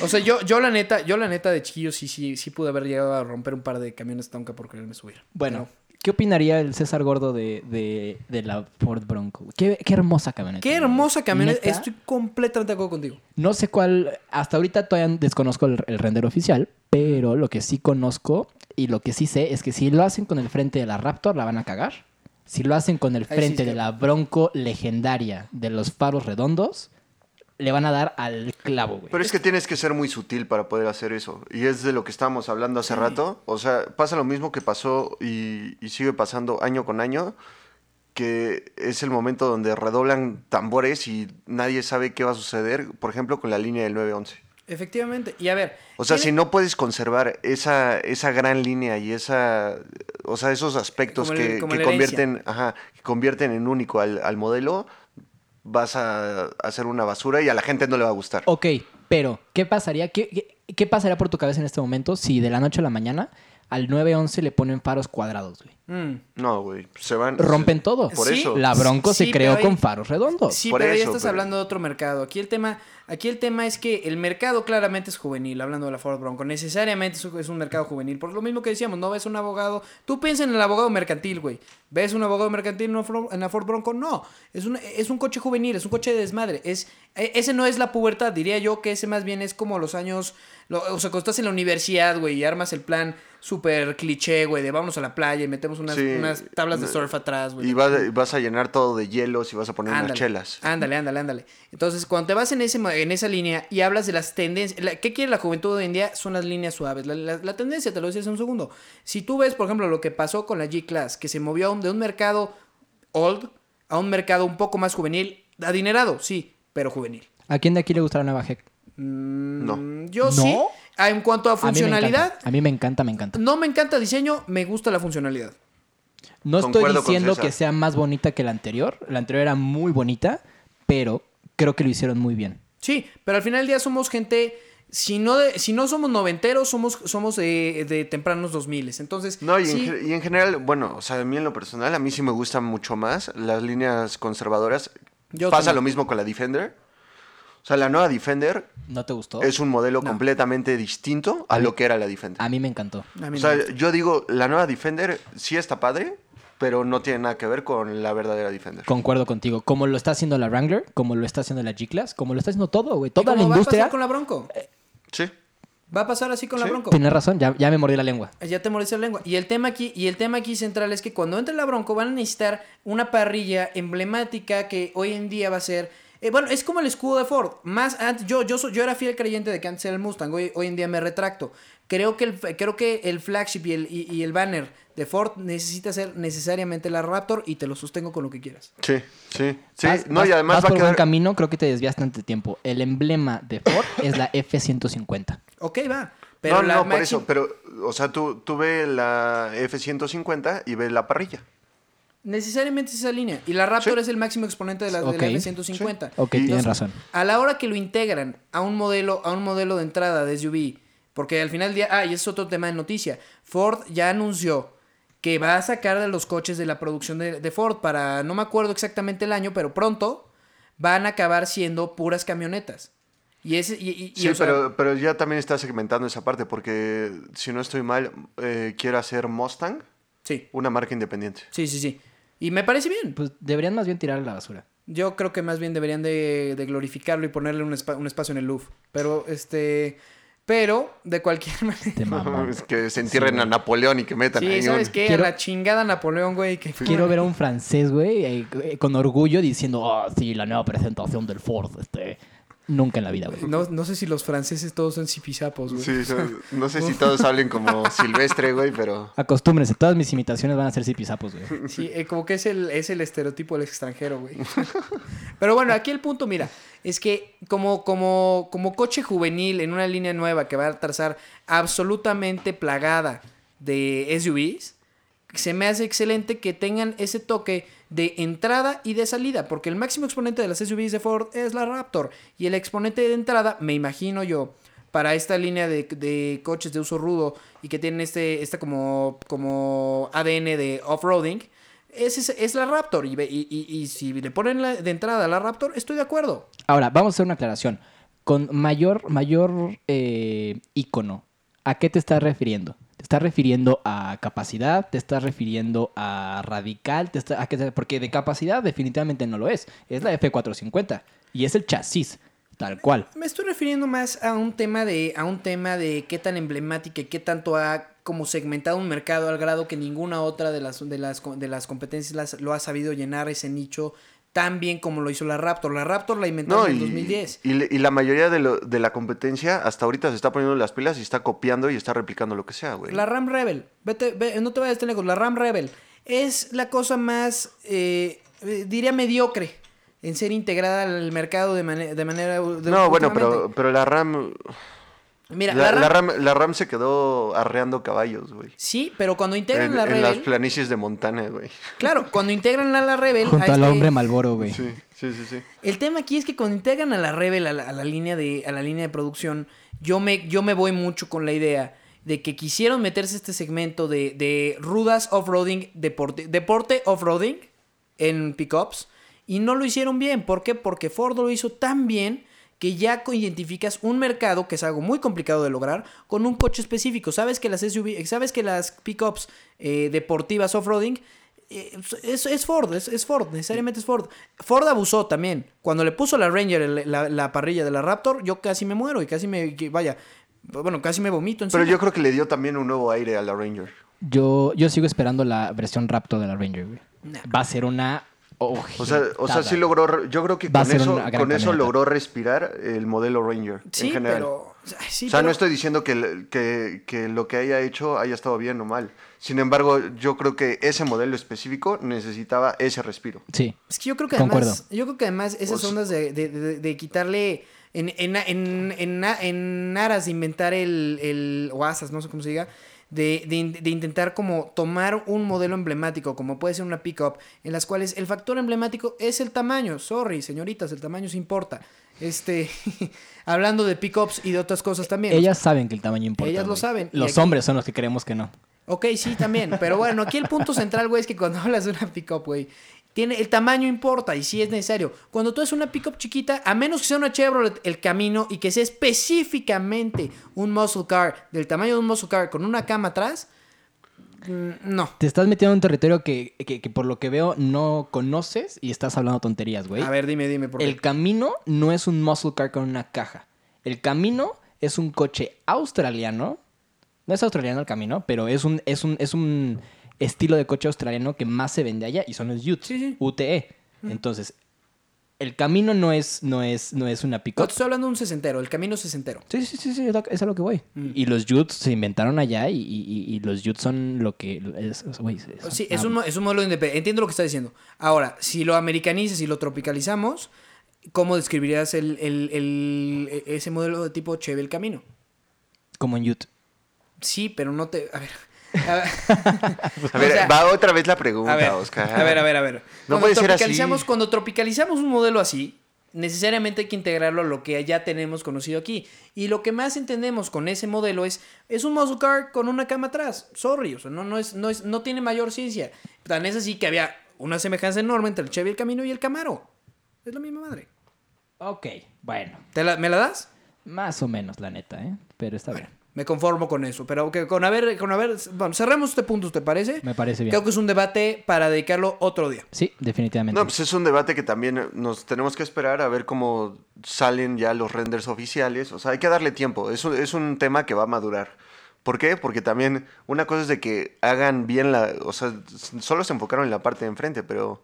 Speaker 1: O sea, yo, yo la neta, yo la neta de chiquillo sí, sí, sí pude haber llegado a romper un par de camiones Tonka por quererme subir.
Speaker 2: Bueno,
Speaker 1: Pero-
Speaker 2: ¿qué opinaría el César Gordo de, de, de la Ford Bronco? Qué, qué hermosa camioneta.
Speaker 1: Qué
Speaker 2: güey.
Speaker 1: hermosa camioneta.
Speaker 2: Neta,
Speaker 1: Estoy completamente de acuerdo contigo.
Speaker 2: No sé cuál, hasta ahorita todavía desconozco el, el render oficial, pero lo que sí conozco y lo que sí sé es que si lo hacen con el frente de la Raptor, la van a cagar. Si lo hacen con el
Speaker 1: sí
Speaker 2: frente de
Speaker 1: está.
Speaker 2: la Bronco legendaria de los faros redondos, le van a dar al clavo, güey.
Speaker 3: Pero es que tienes que ser muy sutil para poder hacer eso. Y es de lo que estábamos hablando hace rato. O sea, pasa lo mismo que pasó y, y sigue pasando año con año, que es el momento donde redoblan tambores y nadie sabe qué va a suceder, por ejemplo, con la línea del 911.
Speaker 1: Efectivamente. Y a ver.
Speaker 3: O sea, si
Speaker 1: tiene-
Speaker 3: no puedes conservar esa, esa gran línea y esa, o sea, esos aspectos
Speaker 1: Como el-
Speaker 3: que,
Speaker 1: como
Speaker 3: que
Speaker 1: la herencia.
Speaker 3: convierten, ajá, que convierten en único al, al modelo, vas a hacer una basura y a la gente no le va a gustar.
Speaker 2: Ok, pero ¿qué pasaría? ¿Qué, qué, qué pasaría por tu cabeza en este momento si de la noche a la mañana al 911 le ponen faros cuadrados, güey?
Speaker 1: Mm.
Speaker 3: No, güey, se van.
Speaker 2: Rompen todo.
Speaker 3: Por
Speaker 1: Sí.
Speaker 3: eso.
Speaker 2: La Bronco
Speaker 1: Sí,
Speaker 2: se
Speaker 1: pero
Speaker 2: creó
Speaker 1: ahí-
Speaker 2: con faros redondos.
Speaker 1: Sí,
Speaker 3: Por
Speaker 1: pero ya
Speaker 3: eso,
Speaker 1: estás
Speaker 3: pero-
Speaker 1: hablando de otro mercado. Aquí el tema, aquí el tema es que el mercado claramente es juvenil, hablando de la Ford Bronco. Necesariamente es un- es un mercado juvenil. Por lo mismo que decíamos, no ves un abogado. Tú piensa en el abogado mercantil, güey. ¿Ves un abogado mercantil en una Ford, en la Ford Bronco? No. Es un, es un coche juvenil, es un coche de desmadre. Es, e- ese no es la pubertad, diría yo que ese más bien es como los años. lo- o sea, cuando estás en la universidad, güey, y armas el plan súper cliché, güey, de vámonos a la playa y metemos unas,
Speaker 3: Sí.
Speaker 1: unas tablas de surf atrás, güey.
Speaker 3: Y vas, y vas a llenar todo de hielos y vas a poner unas
Speaker 1: Ándale, Ah,
Speaker 3: chelas.
Speaker 1: Ándale, ándale, ándale. Entonces, cuando te vas en, ese, ma- en esa línea y hablas de las tendencias, la- ¿qué quiere la juventud hoy en día? Son las líneas suaves. La, la- la tendencia, te lo decía hace un segundo. Si tú ves, por ejemplo, lo que pasó con la G-Class, que se movió a un- de un mercado old a un mercado un poco más juvenil, adinerado, sí, pero juvenil. Mm,
Speaker 2: ¿A quién de aquí le gusta la nueva GEC?
Speaker 3: No.
Speaker 1: Yo
Speaker 2: ¿No?
Speaker 1: sí, ah, en cuanto a
Speaker 2: A mí me
Speaker 1: funcionalidad,
Speaker 2: encanta, A mí me encanta, me encanta.
Speaker 1: no me encanta el diseño, me gusta la funcionalidad.
Speaker 2: No estoy
Speaker 3: Concuerdo con
Speaker 2: diciendo
Speaker 3: César.
Speaker 2: que sea más bonita que la anterior. La anterior era muy bonita, pero creo que lo hicieron muy bien.
Speaker 1: Sí, pero al final del día somos gente. Si no, de- si no somos noventeros, somos, somos de, de tempranos 2000. Entonces,
Speaker 3: No, y,
Speaker 1: sí,
Speaker 3: en, ge- y en general, bueno, o sea, a mí en lo personal, a mí sí me gustan mucho más las líneas conservadoras.
Speaker 1: Yo
Speaker 3: Pasa
Speaker 1: también.
Speaker 3: lo mismo con la Defender. O sea, la nueva Defender
Speaker 2: ¿No te gustó?
Speaker 3: es un modelo completamente distinto a lo que era la Defender.
Speaker 2: A mí me encantó.
Speaker 1: a
Speaker 3: O
Speaker 1: mí no.
Speaker 3: sea, yo digo, la nueva Defender sí está padre, pero no tiene nada que ver con la verdadera Defender.
Speaker 2: Concuerdo contigo. Como lo está haciendo la Wrangler, como lo está haciendo la G-Class, como lo está haciendo todo, güey.
Speaker 1: ¿Y
Speaker 2: Toda la
Speaker 1: cómo va a pasar
Speaker 2: industria.
Speaker 1: con la Bronco?
Speaker 3: Sí.
Speaker 1: Va a pasar así con la
Speaker 3: Sí.
Speaker 1: Bronco.
Speaker 2: Tienes razón, ya, ya me mordí la lengua.
Speaker 1: Ya te moriste la lengua. Y el tema aquí, y el tema aquí central es que cuando entre la Bronco van a necesitar una parrilla emblemática que hoy en día va a ser. eh, bueno, es como el escudo de Ford. Más antes, yo, yo, so- yo era fiel creyente de que antes era el Mustang. Hoy, hoy en día me retracto. Creo que el, creo que el flagship y el, y- y el banner de Ford necesita ser necesariamente la Raptor y te lo sostengo con lo que quieras.
Speaker 3: Sí, sí. Sí,
Speaker 2: Vas-
Speaker 3: no,
Speaker 2: vas-
Speaker 3: y además
Speaker 2: vas
Speaker 3: va
Speaker 2: por
Speaker 3: a
Speaker 2: buen
Speaker 3: quedar.
Speaker 2: camino, creo que te desviaste ante tiempo. El emblema de Ford es la F-150.
Speaker 1: Ok, va. Pero
Speaker 3: no,
Speaker 1: la
Speaker 3: no, por
Speaker 1: máxima-
Speaker 3: eso. Pero, o sea, tú, tú ve la F-150 y ve la parrilla.
Speaker 1: Necesariamente es esa línea. Y la Raptor
Speaker 3: Sí.
Speaker 1: es el máximo exponente de la, de la
Speaker 2: Ok.
Speaker 1: F-150.
Speaker 2: Ok,
Speaker 3: Y-
Speaker 2: tienen
Speaker 3: Entonces,
Speaker 2: razón.
Speaker 1: A la hora que lo integran a un modelo, a un modelo de entrada de SUV, porque al final del día, ah, y ese es otro tema de noticia, Ford ya anunció que va a sacar de los coches de la producción de, de Ford para, no me acuerdo exactamente el año, pero pronto van a acabar siendo puras camionetas. Y ese, y, y- y,
Speaker 3: Sí,
Speaker 1: o sea,
Speaker 3: pero, pero ya también está segmentando esa parte porque, si no estoy mal, eh, quiere hacer Mustang
Speaker 1: sí,
Speaker 3: una marca independiente.
Speaker 1: sí, sí, sí. Y me parece bien.
Speaker 2: Pues deberían más bien tirar a la basura.
Speaker 1: Yo creo que más bien deberían de, de glorificarlo y ponerle un, espa- un espacio en el Louvre. Pero, este, pero, de cualquier manera.
Speaker 2: Te mamón.
Speaker 3: Es que se entierren a Napoleón y que metan
Speaker 1: Sí,
Speaker 3: ahí
Speaker 1: ¿sabes
Speaker 3: un-
Speaker 1: qué?
Speaker 2: Quiero-
Speaker 1: A la chingada Napoleón, güey. Que...
Speaker 2: Quiero ver a un francés, güey, eh, eh, con orgullo diciendo, ah, sí, la nueva presentación del Ford, este... Nunca en la vida, güey.
Speaker 1: No, no sé si los franceses todos son cipizapos, güey.
Speaker 3: Sí, o sea, no sé si todos hablen como Silvestre, güey, pero...
Speaker 2: Acostúmbrense, todas mis imitaciones van a ser zipisapos, güey.
Speaker 1: Sí, eh, como que es el, es el estereotipo del extranjero, güey. Pero bueno, aquí el punto, mira, es que como, como, como coche juvenil en una línea nueva que va a trazar absolutamente plagada de SUVs, se me hace excelente que tengan ese toque de entrada y de salida, porque el máximo exponente de las SUVs de Ford es la Raptor, y el exponente de entrada, me imagino yo, para esta línea de, de coches de uso rudo y que tienen este, esta como, como ADN de off-roading, es, es, es la Raptor, y, ve- y, y- y si le ponen la- de entrada la Raptor, estoy de acuerdo.
Speaker 2: Ahora, vamos a hacer una aclaración. Con mayor, mayor eh, ícono, ¿a qué te estás refiriendo? ¿Te estás refiriendo a capacidad? ¿Te estás refiriendo a radical? ¿Te está- a qué te- porque de capacidad definitivamente no lo es. Es la F450 y es el chasis, tal cual.
Speaker 1: Me estoy refiriendo más a un tema de, a un tema de qué tan emblemática y qué tanto ha como segmentado un mercado al grado que ninguna otra de las, de las, co- de las competencias las- lo ha sabido llenar ese nicho tan bien como lo hizo la Raptor. La Raptor la inventaron
Speaker 3: No,
Speaker 1: en
Speaker 3: y,
Speaker 1: 2010.
Speaker 3: y le- y la mayoría de, lo- de la competencia hasta ahorita se está poniendo las pilas y está copiando y está replicando lo que sea, güey.
Speaker 1: La Ram Rebel. Vete, ve- no te vayas tan lejos. La Ram Rebel es la cosa más, eh, eh, diría, mediocre en ser integrada al mercado de, mane- de manera... de-
Speaker 3: No, bueno, pero,
Speaker 1: últimamente.
Speaker 3: pero la RAM...
Speaker 1: Mira,
Speaker 3: la,
Speaker 1: la
Speaker 3: la
Speaker 1: Ram-
Speaker 3: RAM, la RAM se quedó arreando caballos, güey.
Speaker 1: Sí, pero cuando
Speaker 3: En,
Speaker 1: integran la
Speaker 3: en las
Speaker 1: Rebel...
Speaker 3: planicies de Montana, güey.
Speaker 1: Claro, cuando integran a la Rebel. a
Speaker 2: Junto al
Speaker 1: este-
Speaker 2: hombre Malboro, güey.
Speaker 3: Sí, sí, sí, sí.
Speaker 1: El tema aquí es que cuando integran a la Rebel a la, a la línea, de, a la línea de producción, yo me, yo me voy mucho con la idea de que quisieron meterse este segmento de, de rudas off-roading, deporte, deporte off-roading en pickups y no lo hicieron bien. ¿Por qué? Porque Ford lo hizo tan bien que ya co- identificas un mercado, que es algo muy complicado de lograr, con un coche específico. Sabes que las SUV, sabes que las pickups eh, deportivas off-roading eh, es, es Ford, es, es Ford, necesariamente es Ford. Ford abusó también. Cuando le puso la Ranger el- la, la parrilla de la Raptor, yo casi me muero y casi me. que- Vaya, bueno, casi me vomito.
Speaker 3: Pero
Speaker 1: encima.
Speaker 3: yo creo que le dio también un nuevo aire a la Ranger.
Speaker 2: Yo, yo sigo esperando la versión Raptor de la Ranger, güey.
Speaker 1: Nah.
Speaker 2: Va a ser una...
Speaker 3: O sea, o sea, sí logró... re- Yo creo que
Speaker 2: Va a
Speaker 3: con
Speaker 2: ser
Speaker 3: eso,
Speaker 2: una gran
Speaker 3: con eso
Speaker 2: camioneta.
Speaker 3: logró respirar el modelo Ranger
Speaker 1: Sí,
Speaker 3: en general.
Speaker 1: pero. ay, sí,
Speaker 3: o sea,
Speaker 1: pero-
Speaker 3: no estoy diciendo que, el- que- que lo que haya hecho haya estado bien o mal. Sin embargo, yo creo que ese modelo específico necesitaba ese respiro.
Speaker 2: Sí.
Speaker 1: Es que yo creo que
Speaker 2: Concuerdo.
Speaker 1: además, yo creo que además esas
Speaker 3: Pues-
Speaker 1: ondas de, de- de- de quitarle en, en, en, en, en aras de inventar el, el o asas, no sé cómo se diga, de, de in- de intentar como tomar un modelo emblemático, como puede ser una pickup, en las cuales el factor emblemático es el tamaño. Sorry, señoritas, el tamaño se importa. Este, hablando de pickups y de otras cosas también.
Speaker 2: Ellas saben que el tamaño importa.
Speaker 1: Ellas lo
Speaker 2: güey.
Speaker 1: saben. Y
Speaker 2: Los
Speaker 1: aquí-
Speaker 2: hombres son los que creemos que no.
Speaker 1: Ok, sí, también. Pero bueno, aquí el punto central, güey, es que cuando hablas de una pickup, güey, tiene, el tamaño importa y sí es necesario. Cuando tú es una pickup chiquita, a menos que sea una Chevrolet el camino y que sea específicamente un muscle car, del tamaño de un muscle car, con una cama atrás, mm, no.
Speaker 2: Te estás metiendo en un territorio que, que- que por lo que veo no conoces y estás hablando tonterías, güey.
Speaker 1: A ver, dime, dime por qué.
Speaker 2: El camino no es un muscle car con una caja. El camino Es un coche australiano. No es australiano el camino, pero es un, es un, es un estilo de coche australiano que más se vende allá y son los UTE.
Speaker 1: Sí, sí.
Speaker 2: UTE. E. Entonces, el camino no es, no es, no es una
Speaker 1: No,
Speaker 2: pick-up.
Speaker 1: te estoy hablando de un sesentero, el camino sesentero.
Speaker 2: Sí, sí, sí, sí, es a- es a lo que voy.
Speaker 1: Mm.
Speaker 2: Y los Jutes se inventaron allá y, y- y- y los Jutes son lo que... Es, es- güey, es-
Speaker 1: Sí, es
Speaker 2: ah,
Speaker 1: un, mo- es un modelo independiente. Entiendo lo que está diciendo. Ahora, si lo americanizas y lo tropicalizamos, ¿cómo describirías el, el- el- e- ese modelo de tipo Chevy el camino?
Speaker 2: Como en Jute.
Speaker 1: Sí, pero no te. A ver. A ver,
Speaker 3: Pues, A ver,
Speaker 1: O sea,
Speaker 3: va otra vez la
Speaker 1: a
Speaker 3: pregunta,
Speaker 1: ver,
Speaker 3: Oscar.
Speaker 1: a ver, a ver, a ver.
Speaker 3: No
Speaker 1: Cuando
Speaker 3: puede ser así.
Speaker 1: tropicalizamos- Cuando tropicalizamos un modelo así, necesariamente hay que integrarlo a lo que ya tenemos conocido aquí. Y lo que más entendemos con ese modelo es, es un muscle car con una cama atrás. Sorry, o sea, no, no, es, no, es, no tiene mayor ciencia. Tan es así que había una semejanza enorme entre el Chevy, el Camino y el Camaro. Es la misma madre.
Speaker 2: Ok, bueno.
Speaker 1: ¿Te la- ¿Me la das?
Speaker 2: Más o menos, la neta, ¿eh? Pero está bien.
Speaker 1: Me conformo con eso, pero que con haber, con haber, bueno, cerramos este punto, ¿te parece?
Speaker 2: Me parece bien.
Speaker 1: Creo que es un debate para dedicarlo otro día.
Speaker 2: Sí, definitivamente.
Speaker 3: No, pues es un debate que también nos tenemos que esperar a ver cómo salen ya los renders oficiales. O sea, hay que darle tiempo. Es un, es un tema que va a madurar. ¿Por qué? Porque también una cosa es de que hagan bien la... O sea, s- solo se enfocaron en la parte de enfrente, pero...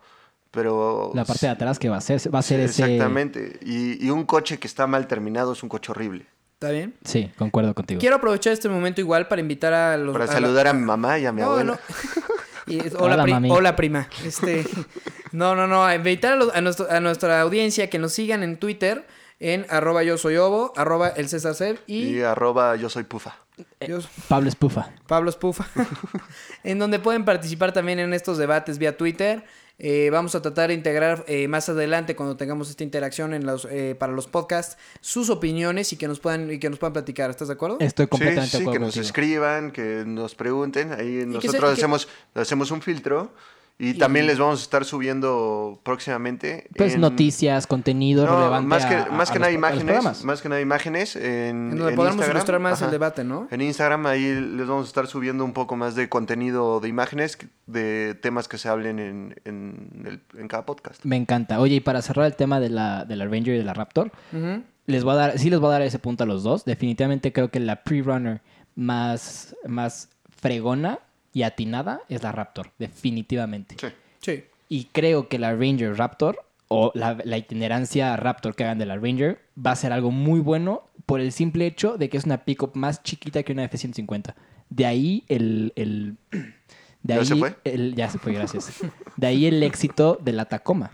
Speaker 3: pero
Speaker 2: la parte de atrás que va a ser, va a ser ese...
Speaker 3: pues, Exactamente. Y, y un coche que está mal terminado es un coche horrible.
Speaker 1: ¿Está bien?
Speaker 2: Sí, concuerdo contigo.
Speaker 1: Quiero aprovechar este momento igual para invitar a los...
Speaker 3: Para
Speaker 1: a la-
Speaker 3: saludar a mi mamá y a mi
Speaker 1: No,
Speaker 3: abuela.
Speaker 1: no. Y es-
Speaker 2: Hola,
Speaker 1: hola, pri-
Speaker 2: mami.
Speaker 1: hola, prima. Este, no, no, no. A invitar a, los- a nuestro- a nuestra audiencia que nos sigan en Twitter en arroba yo soy obo, arroba el César Cel y
Speaker 3: Y arroba yo soy pufa.
Speaker 1: yo-
Speaker 2: Pablo Espufa.
Speaker 1: Pablo Spufa, en donde pueden participar también en estos debates vía Twitter. Eh, vamos a tratar de integrar eh, más adelante cuando tengamos esta interacción en los, eh, para los podcasts sus opiniones y que nos puedan y que nos puedan platicar. ¿Estás de acuerdo?
Speaker 2: Estoy completamente de
Speaker 3: sí, sí, que
Speaker 2: acuerdo
Speaker 3: nos
Speaker 2: contigo.
Speaker 3: escriban, que nos pregunten. Ahí
Speaker 1: que se-
Speaker 3: nosotros
Speaker 1: y que-
Speaker 3: hacemos, hacemos un filtro y, también les vamos a estar subiendo próximamente.
Speaker 2: Pues
Speaker 3: en-
Speaker 2: noticias, contenido
Speaker 3: No,
Speaker 2: relevante
Speaker 3: más que,
Speaker 2: a- a-
Speaker 3: más que
Speaker 2: a
Speaker 3: nada
Speaker 2: los- a los
Speaker 3: imágenes.
Speaker 2: programas.
Speaker 3: Más que nada imágenes. En,
Speaker 1: En donde
Speaker 3: en
Speaker 1: podamos
Speaker 3: Instagram,
Speaker 1: ilustrar más
Speaker 3: ajá.
Speaker 1: el debate, ¿no?
Speaker 3: En Instagram ahí les vamos a estar subiendo un poco más de contenido de imágenes, que- de temas que se hablen en, en el- en cada podcast.
Speaker 2: Me encanta. Oye, y para cerrar el tema de la, de la Ranger y de la Raptor,
Speaker 1: Ujú.
Speaker 2: les voy a dar, sí les voy a dar ese punto a los dos. Definitivamente creo que la pre-runner más, más fregona y atinada es la Raptor. Definitivamente.
Speaker 3: Sí.
Speaker 1: Sí.
Speaker 2: Y creo que la Ranger Raptor o la, la itinerancia Raptor que hagan de la Ranger va a ser algo muy bueno por el simple hecho de que es una pickup más chiquita que una F-150. De ahí el... el- de
Speaker 3: ¿Ya
Speaker 2: ahí
Speaker 3: se fue?
Speaker 2: el- ya se fue, gracias. De ahí el éxito de la Tacoma,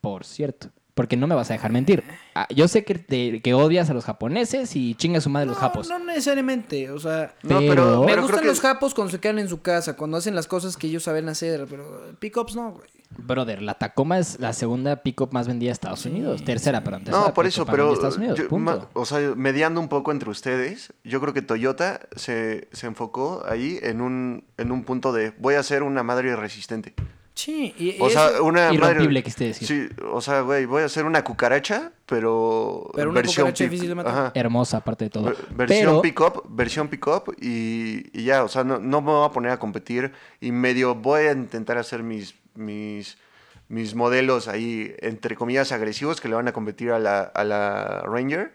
Speaker 2: por cierto. Porque no me vas a dejar mentir. Ah, Yo sé que, te- que odias a los japoneses y chinga su madre los
Speaker 1: No,
Speaker 2: japos.
Speaker 1: No necesariamente, o sea...
Speaker 3: No, pero,
Speaker 2: Pero-
Speaker 1: Me
Speaker 3: pero
Speaker 1: gustan
Speaker 3: creo
Speaker 1: los
Speaker 3: que
Speaker 1: japos cuando se quedan en su casa, cuando hacen las cosas que ellos saben hacer, pero eh, pickups no, güey.
Speaker 2: Brother, la Tacoma es la segunda pickup más vendida de Estados Unidos. Tercera, perdón. tercera
Speaker 3: No, por
Speaker 2: pickup más
Speaker 3: eso,
Speaker 2: vendida
Speaker 3: pero.
Speaker 2: de Estados Unidos,
Speaker 3: yo-
Speaker 2: punto.
Speaker 3: ma- o sea, mediando un poco entre ustedes, yo creo que Toyota se, se enfocó ahí en un, en un punto de voy a hacer una madre resistente.
Speaker 1: Sí, y, y
Speaker 3: O sea,
Speaker 1: eso-
Speaker 3: una
Speaker 2: Irrompible,
Speaker 3: madre.
Speaker 2: quisiste decir.
Speaker 3: Sí, o sea, güey, voy a hacer una cucaracha, pero.
Speaker 1: Pero una cucaracha
Speaker 3: pick-
Speaker 1: difícil de matar.
Speaker 3: ajá.
Speaker 2: Hermosa, aparte de todo.
Speaker 3: Ver- Versión
Speaker 2: pero,
Speaker 3: pick-up, versión pick-up y, y ya, o sea, no, no me voy a poner a competir y medio voy a intentar hacer mis, mis, mis modelos ahí, entre comillas, agresivos que le van a competir a la, a la Ranger,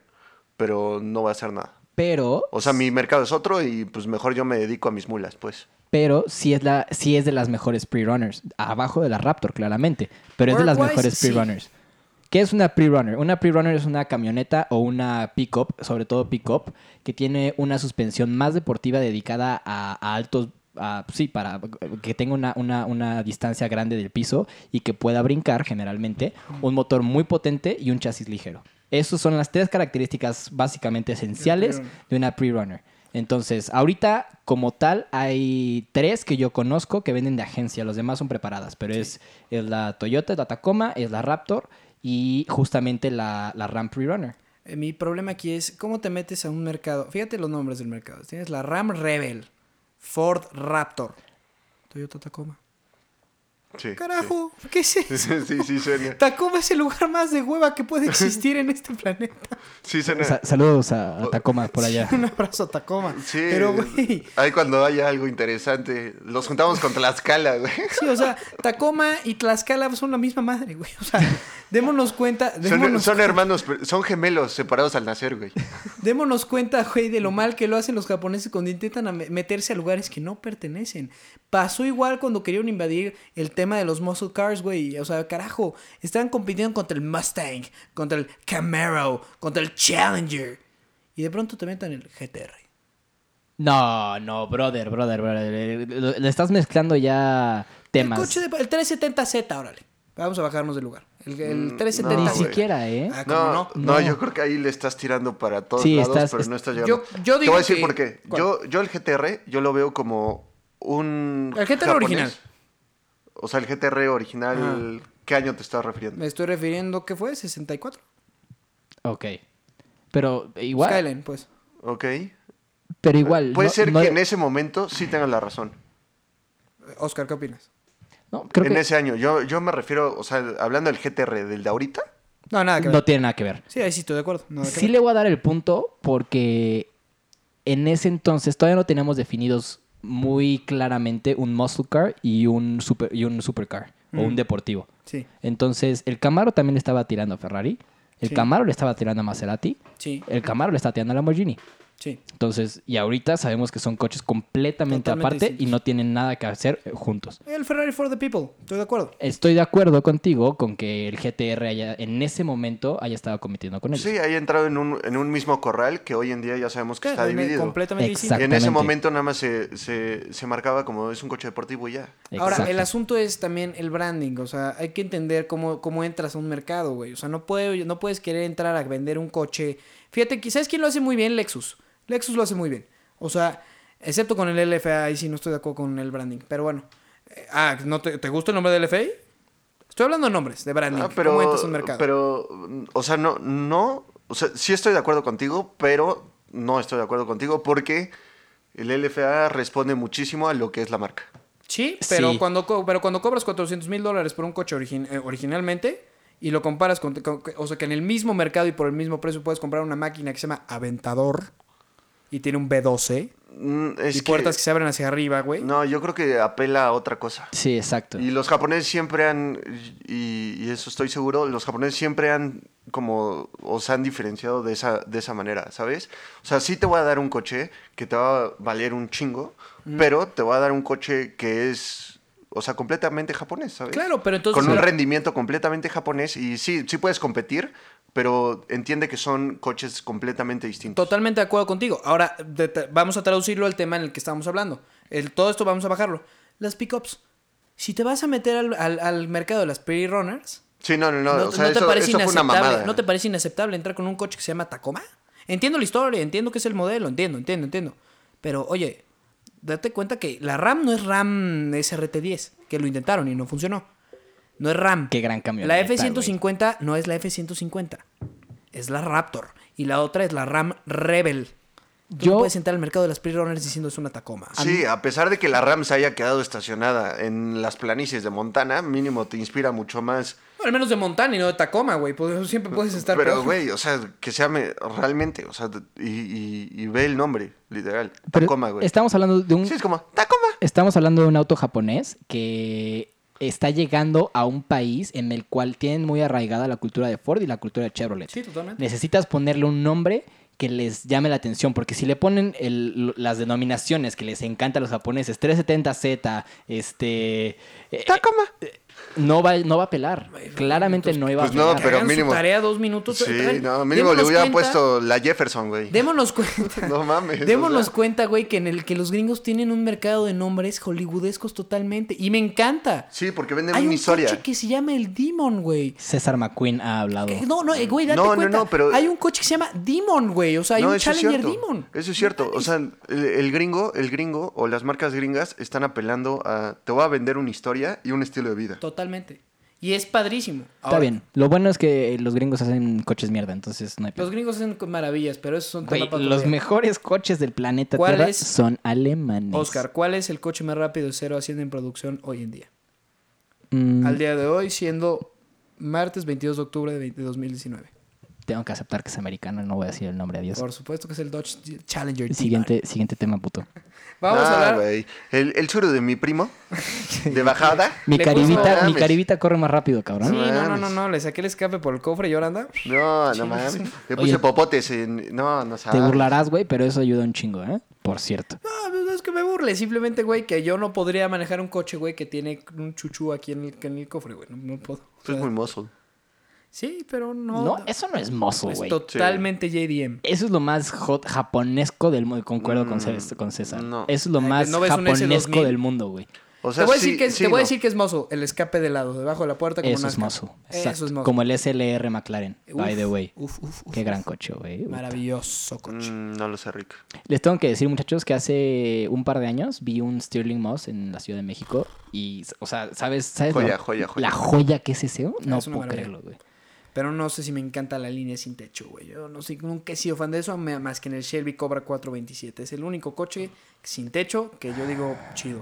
Speaker 3: pero no va a hacer nada.
Speaker 2: pero,
Speaker 3: O sea, mi mercado es otro y pues mejor yo me dedico a mis mulas, pues.
Speaker 2: pero sí es, la, sí es de las mejores pre-runners. Abajo de la Raptor, claramente. Pero es de las
Speaker 1: Work-wise,
Speaker 2: mejores
Speaker 1: sí.
Speaker 2: pre-runners. ¿Qué es una pre-runner? Una pre-runner es una camioneta o una pick-up, sobre todo pick-up, que tiene una suspensión más deportiva dedicada a, a altos... a- sí, para que tenga una, una- una distancia grande del piso y que pueda brincar generalmente, un motor muy potente y un chasis ligero. Esas son las tres características básicamente esenciales de una pre-runner. Entonces, ahorita como tal hay tres que yo conozco que venden de agencia, los demás son preparadas, pero es, es la Toyota, es la Tacoma, es la Raptor y justamente la, la Ram Pre-Runner.
Speaker 1: Eh, Mi problema aquí es cómo te metes a un mercado. Fíjate los nombres del mercado. Tienes la Ram Rebel, Ford Raptor, Toyota Tacoma.
Speaker 3: Sí,
Speaker 1: Carajo, ¿qué es
Speaker 3: Sí,
Speaker 1: eso?
Speaker 3: sí, sí, sí suena.
Speaker 1: Tacoma es el lugar más de hueva que puede existir en este planeta.
Speaker 3: Sí suena.
Speaker 2: Sa- saludos a,
Speaker 3: Oh.
Speaker 2: a Tacoma por allá.
Speaker 1: Un abrazo a Tacoma.
Speaker 3: Sí.
Speaker 1: Pero, güey,
Speaker 3: Ahí cuando haya algo interesante. Los juntamos con Tlaxcala, güey.
Speaker 1: sí, o sea, Tacoma y Tlaxcala son la misma madre, güey. O sea, démonos cuenta,
Speaker 3: Son,
Speaker 1: démonos,
Speaker 3: son hermanos, pero- son gemelos separados al nacer, güey.
Speaker 1: démonos cuenta, güey, de lo mal que lo hacen los japoneses cuando intentan a me- meterse a lugares que no pertenecen. Pasó igual cuando querían invadir el tema de los muscle cars, güey. O sea, carajo, estaban compitiendo contra el Mustang, contra el Camaro, contra el Challenger. Y de pronto te metan el GTR.
Speaker 2: No, no, brother, brother, brother. Le- Le le estás mezclando ya temas.
Speaker 1: El coche de- el 370Z, órale. Vamos a bajarnos del lugar. El, el
Speaker 2: Ni
Speaker 1: 370.
Speaker 3: No, güey.
Speaker 2: siquiera, ¿eh?
Speaker 1: Ah, ¿cómo
Speaker 3: No,
Speaker 1: no?
Speaker 3: no,
Speaker 2: No.
Speaker 3: yo creo que ahí le estás tirando para todos
Speaker 2: Sí,
Speaker 3: lados,
Speaker 2: estás-
Speaker 3: pero no estás llegando.
Speaker 1: Yo- yo
Speaker 3: Te
Speaker 1: digo
Speaker 3: voy a decir
Speaker 1: que-
Speaker 3: por qué.
Speaker 1: ¿Cuál?
Speaker 3: Yo, yo el GTR, yo lo veo como un.
Speaker 1: El GTR
Speaker 3: japonés.
Speaker 1: original.
Speaker 3: O sea, el GTR original, ¿qué año te estás refiriendo?
Speaker 1: Me estoy refiriendo, ¿qué fue? 64.
Speaker 2: Ok. Pero igual.
Speaker 1: Skyline, pues.
Speaker 3: Ok.
Speaker 2: Pero igual.
Speaker 3: Puede
Speaker 2: no-
Speaker 3: ser
Speaker 2: no-
Speaker 3: que en e- ese momento sí tengan la razón.
Speaker 1: Oscar, ¿qué opinas?
Speaker 2: no, creo
Speaker 3: en
Speaker 2: que
Speaker 3: ese año. Yo, yo me refiero, o sea, hablando del GTR, del de ahorita.
Speaker 1: No, nada que ver.
Speaker 2: no tiene nada que ver.
Speaker 1: Sí, ahí sí estoy de acuerdo. Nada que
Speaker 2: Sí
Speaker 1: ver.
Speaker 2: le voy a dar el punto porque en ese entonces todavía no teníamos definidos muy claramente un muscle car y un super y un supercar o
Speaker 1: Mm.
Speaker 2: un deportivo.
Speaker 1: Sí,
Speaker 2: Entonces, el Camaro también le estaba tirando a Ferrari, el
Speaker 1: Sí.
Speaker 2: Camaro le estaba tirando a Maserati,
Speaker 1: sí,
Speaker 2: el Camaro le estaba tirando a Lamborghini.
Speaker 1: sí.
Speaker 2: Entonces, y ahorita sabemos que son coches completamente
Speaker 1: Totalmente
Speaker 2: aparte y
Speaker 1: distintos.
Speaker 2: no tienen nada que hacer eh, juntos.
Speaker 1: El Ferrari for the people. Estoy de acuerdo.
Speaker 2: Estoy de acuerdo contigo con que el GTR haya- en ese momento haya estado compitiendo con ellos.
Speaker 3: Sí, ahí entrado en un, en un mismo corral que hoy en día ya sabemos que está
Speaker 1: Claro, me-
Speaker 3: dividido.
Speaker 1: Completamente
Speaker 2: Exacto.
Speaker 1: distinto.
Speaker 3: Y en ese
Speaker 2: Exactamente.
Speaker 3: momento nada más se, se, se marcaba como es un coche deportivo y ya.
Speaker 1: Ahora,
Speaker 2: Exacto.
Speaker 1: el asunto es también el branding, o sea, hay que entender cómo, cómo entras a un mercado, güey. O sea, no, puede, no puedes querer entrar a vender un coche. Fíjate, quizás quién lo hace muy bien, Lexus. Lexus lo hace muy bien. O sea, excepto con el LFA, ahí sí no estoy de acuerdo con el branding. Pero bueno. Eh, ah, ¿no te, ¿te gusta el nombre del LFA? Estoy hablando de nombres, de branding.
Speaker 3: Ah, pero,
Speaker 1: ¿Cómo entras a un mercado?
Speaker 3: pero, o sea, no, no, o sea, sí estoy de acuerdo contigo, pero no estoy de acuerdo contigo porque el LFA responde muchísimo a lo que es la marca.
Speaker 1: Sí, pero,
Speaker 2: Sí.
Speaker 1: Cuando, co- pero cuando cobras 400 mil dólares por un coche origin- eh, originalmente y lo comparas con, con- O sea, que en el mismo mercado y por el mismo precio puedes comprar una máquina que se llama Aventador y tiene un B12
Speaker 3: Mm,
Speaker 1: y
Speaker 3: Es que-
Speaker 1: puertas que se abren hacia arriba, güey.
Speaker 3: No, yo creo que apela a otra cosa.
Speaker 2: Sí, exacto.
Speaker 3: Y los japoneses siempre han, y, y eso estoy seguro, los japoneses siempre han como, os han diferenciado de esa, de esa manera, ¿sabes? O sea, sí te voy a dar un coche que te va a valer un chingo,
Speaker 1: Mm.
Speaker 3: pero te va a dar un coche que es, o sea, completamente japonés, ¿sabes?
Speaker 1: Claro, pero entonces-
Speaker 3: Con un
Speaker 1: pero-
Speaker 3: rendimiento completamente japonés y sí, sí puedes competir, pero entiende que son coches completamente distintos.
Speaker 1: Totalmente de acuerdo contigo. Ahora de- te- vamos a traducirlo al tema en el que estábamos hablando. El, todo esto vamos a bajarlo. Las pickups. Si te vas a meter al, al- al mercado de las pre runners,
Speaker 3: Sí, no, no, no,
Speaker 1: no,
Speaker 3: o sea,
Speaker 1: no te
Speaker 3: eso,
Speaker 1: parece
Speaker 3: eso fue una
Speaker 1: inaceptable.
Speaker 3: mamada.
Speaker 1: ¿No te parece inaceptable entrar con un coche que se llama Tacoma? Entiendo la historia, entiendo que es el modelo, entiendo, entiendo, entiendo. Pero, oye, date cuenta que la RAM no es RAM SRT10, que lo intentaron y no funcionó. No es RAM.
Speaker 2: Qué gran cambio.
Speaker 1: La F-150 no es la F-150, es la Raptor. Y la otra es la RAM Rebel. Tú no
Speaker 2: Yo-
Speaker 1: puedes entrar al mercado de las pre-runners diciendo es una Tacoma.
Speaker 3: Sí, a pesar de que la RAM se haya quedado estacionada en las planicies de Montana, mínimo te inspira mucho más.
Speaker 1: Al menos de Montana y no de Tacoma, güey. pues, Siempre puedes estar...
Speaker 3: Pero,
Speaker 1: peor.
Speaker 3: güey, o sea, que se llame realmente, o sea, y, y- y ve el nombre, literal.
Speaker 2: Pero
Speaker 3: Tacoma, güey.
Speaker 2: Estamos hablando de un
Speaker 3: Sí, es como, Tacoma.
Speaker 2: estamos hablando de un auto japonés que está llegando a un país en el cual tienen muy arraigada la cultura de Ford y la cultura de Chevrolet.
Speaker 1: Sí, totalmente.
Speaker 2: Necesitas ponerle un nombre que les llame la atención, porque si le ponen el- lo- las denominaciones que les encantan a los japoneses, 370Z, este... eh,
Speaker 3: Tacoma.
Speaker 2: no, va, no va a pelar. Claramente no iba a
Speaker 3: Pues no,
Speaker 2: pelar.
Speaker 1: Que
Speaker 3: pero
Speaker 1: hagan su
Speaker 3: mínimo-
Speaker 1: tarea dos minutos.
Speaker 3: Sí,
Speaker 1: Ay,
Speaker 3: no, mínimo le
Speaker 1: démonos
Speaker 3: hubiera
Speaker 1: cuenta-
Speaker 3: puesto la Jefferson, güey.
Speaker 1: Démonos cuenta.
Speaker 3: No mames, o
Speaker 1: Démonos
Speaker 3: sea.
Speaker 1: cuenta, güey, que en el que los gringos tienen un mercado de nombres hollywoodescos totalmente. Y me encanta.
Speaker 3: Sí, porque venden
Speaker 1: Hay
Speaker 3: una
Speaker 1: un
Speaker 3: historia.
Speaker 1: coche que se llama el Demon, güey.
Speaker 2: César McQueen ha hablado.
Speaker 1: Eh, No, no, eh, güey, date
Speaker 3: No, no,
Speaker 1: cuenta.
Speaker 3: no, pero-
Speaker 1: Hay un coche que se llama Demon, güey. O sea, hay
Speaker 3: No,
Speaker 1: un
Speaker 3: eso es
Speaker 1: Challenger
Speaker 3: cierto.
Speaker 1: Demon.
Speaker 3: Eso es cierto. O sea, el, el gringo, el gringo o las marcas gringas están apelando a te voy a vender una historia y un estilo de vida.
Speaker 1: Totalmente. Y es padrísimo.
Speaker 2: Está
Speaker 1: Ahora,
Speaker 2: bien. Lo bueno es que los gringos hacen coches mierda, entonces no hay
Speaker 1: Los
Speaker 2: pedo.
Speaker 1: gringos hacen maravillas, pero esos son
Speaker 2: Güey,
Speaker 1: tema para otro
Speaker 2: los
Speaker 1: día.
Speaker 2: mejores coches del planeta
Speaker 1: ¿Cuál
Speaker 2: Tierra
Speaker 1: es?
Speaker 2: son alemanes.
Speaker 1: Oscar, ¿cuál es el coche más rápido de cero haciendo en producción hoy en día?
Speaker 2: Mm,
Speaker 1: al día de hoy, siendo martes 22 de octubre de 20 2019.
Speaker 2: Tengo que aceptar que es americano, no voy a decir el nombre, adiós.
Speaker 1: Por supuesto que es el Dodge Challenger.
Speaker 2: Siguiente, siguiente tema, puto.
Speaker 1: Vamos a
Speaker 3: Nah,
Speaker 1: hablar.
Speaker 3: Ah, güey. El, el suru de mi primo, de bajada.
Speaker 2: Mi
Speaker 1: Le
Speaker 2: caribita,
Speaker 3: puso-
Speaker 2: mi caribita corre más rápido, cabrón.
Speaker 1: Sí, no, no, no,
Speaker 3: mames.
Speaker 1: no, le saqué el escape por el cofre y ahora anda.
Speaker 3: No, no mames. Le puse
Speaker 2: Oye.
Speaker 3: popotes en. No, Ah, no
Speaker 2: Te
Speaker 3: sabes.
Speaker 2: burlarás, güey, pero eso ayuda un chingo, ¿eh? Por cierto.
Speaker 1: No, pues, no es que me burle, simplemente, güey, que yo no podría manejar un coche, güey, que tiene un chuchú aquí en el, en el cofre, güey. No, no puedo. O
Speaker 3: Tú
Speaker 1: sea,
Speaker 3: eres muy mozo.
Speaker 1: Sí, pero no.
Speaker 2: No, eso no es mozo,
Speaker 1: es
Speaker 2: güey.
Speaker 1: totalmente JDM.
Speaker 2: Eso es lo más hot japonesco del mundo. Concuerdo con, Cés- con César.
Speaker 3: no.
Speaker 2: Eso es lo
Speaker 1: Ay,
Speaker 2: más
Speaker 1: ¿no ves un S2000?
Speaker 2: japonesco del mundo, güey.
Speaker 3: O sea,
Speaker 1: te voy, a decir
Speaker 3: sí-
Speaker 1: que es,
Speaker 3: sí,
Speaker 1: te voy a
Speaker 3: no.
Speaker 1: decir que es mozo, el escape de lado, debajo de la puerta como
Speaker 2: Eso
Speaker 1: una
Speaker 2: es
Speaker 1: escapa.
Speaker 2: mozo.
Speaker 1: Eso
Speaker 2: Exacto.
Speaker 1: es mozo.
Speaker 2: Como el SLR McLaren, by
Speaker 1: Uf,
Speaker 2: the way.
Speaker 1: uf, uf, uf,
Speaker 2: Qué
Speaker 1: uf.
Speaker 2: gran coche, güey.
Speaker 1: Maravilloso coche.
Speaker 3: Mm, no lo sé, Rick.
Speaker 2: Les tengo que decir, muchachos, que hace un par de años vi un Sterling Moss en la Ciudad de México y, o sea, ¿sabes? sabes
Speaker 3: Joya,
Speaker 2: lo-
Speaker 3: joya, joya.
Speaker 2: La joya que es ese, güey? no
Speaker 1: Es una
Speaker 2: puedo
Speaker 1: maravilla.
Speaker 2: creerlo, güey.
Speaker 1: Pero no sé si me encanta la línea sin techo, güey. Yo no sé, nunca he sido fan de eso, me- más que en el Shelby Cobra 427. Es el único coche sin techo que yo digo chido.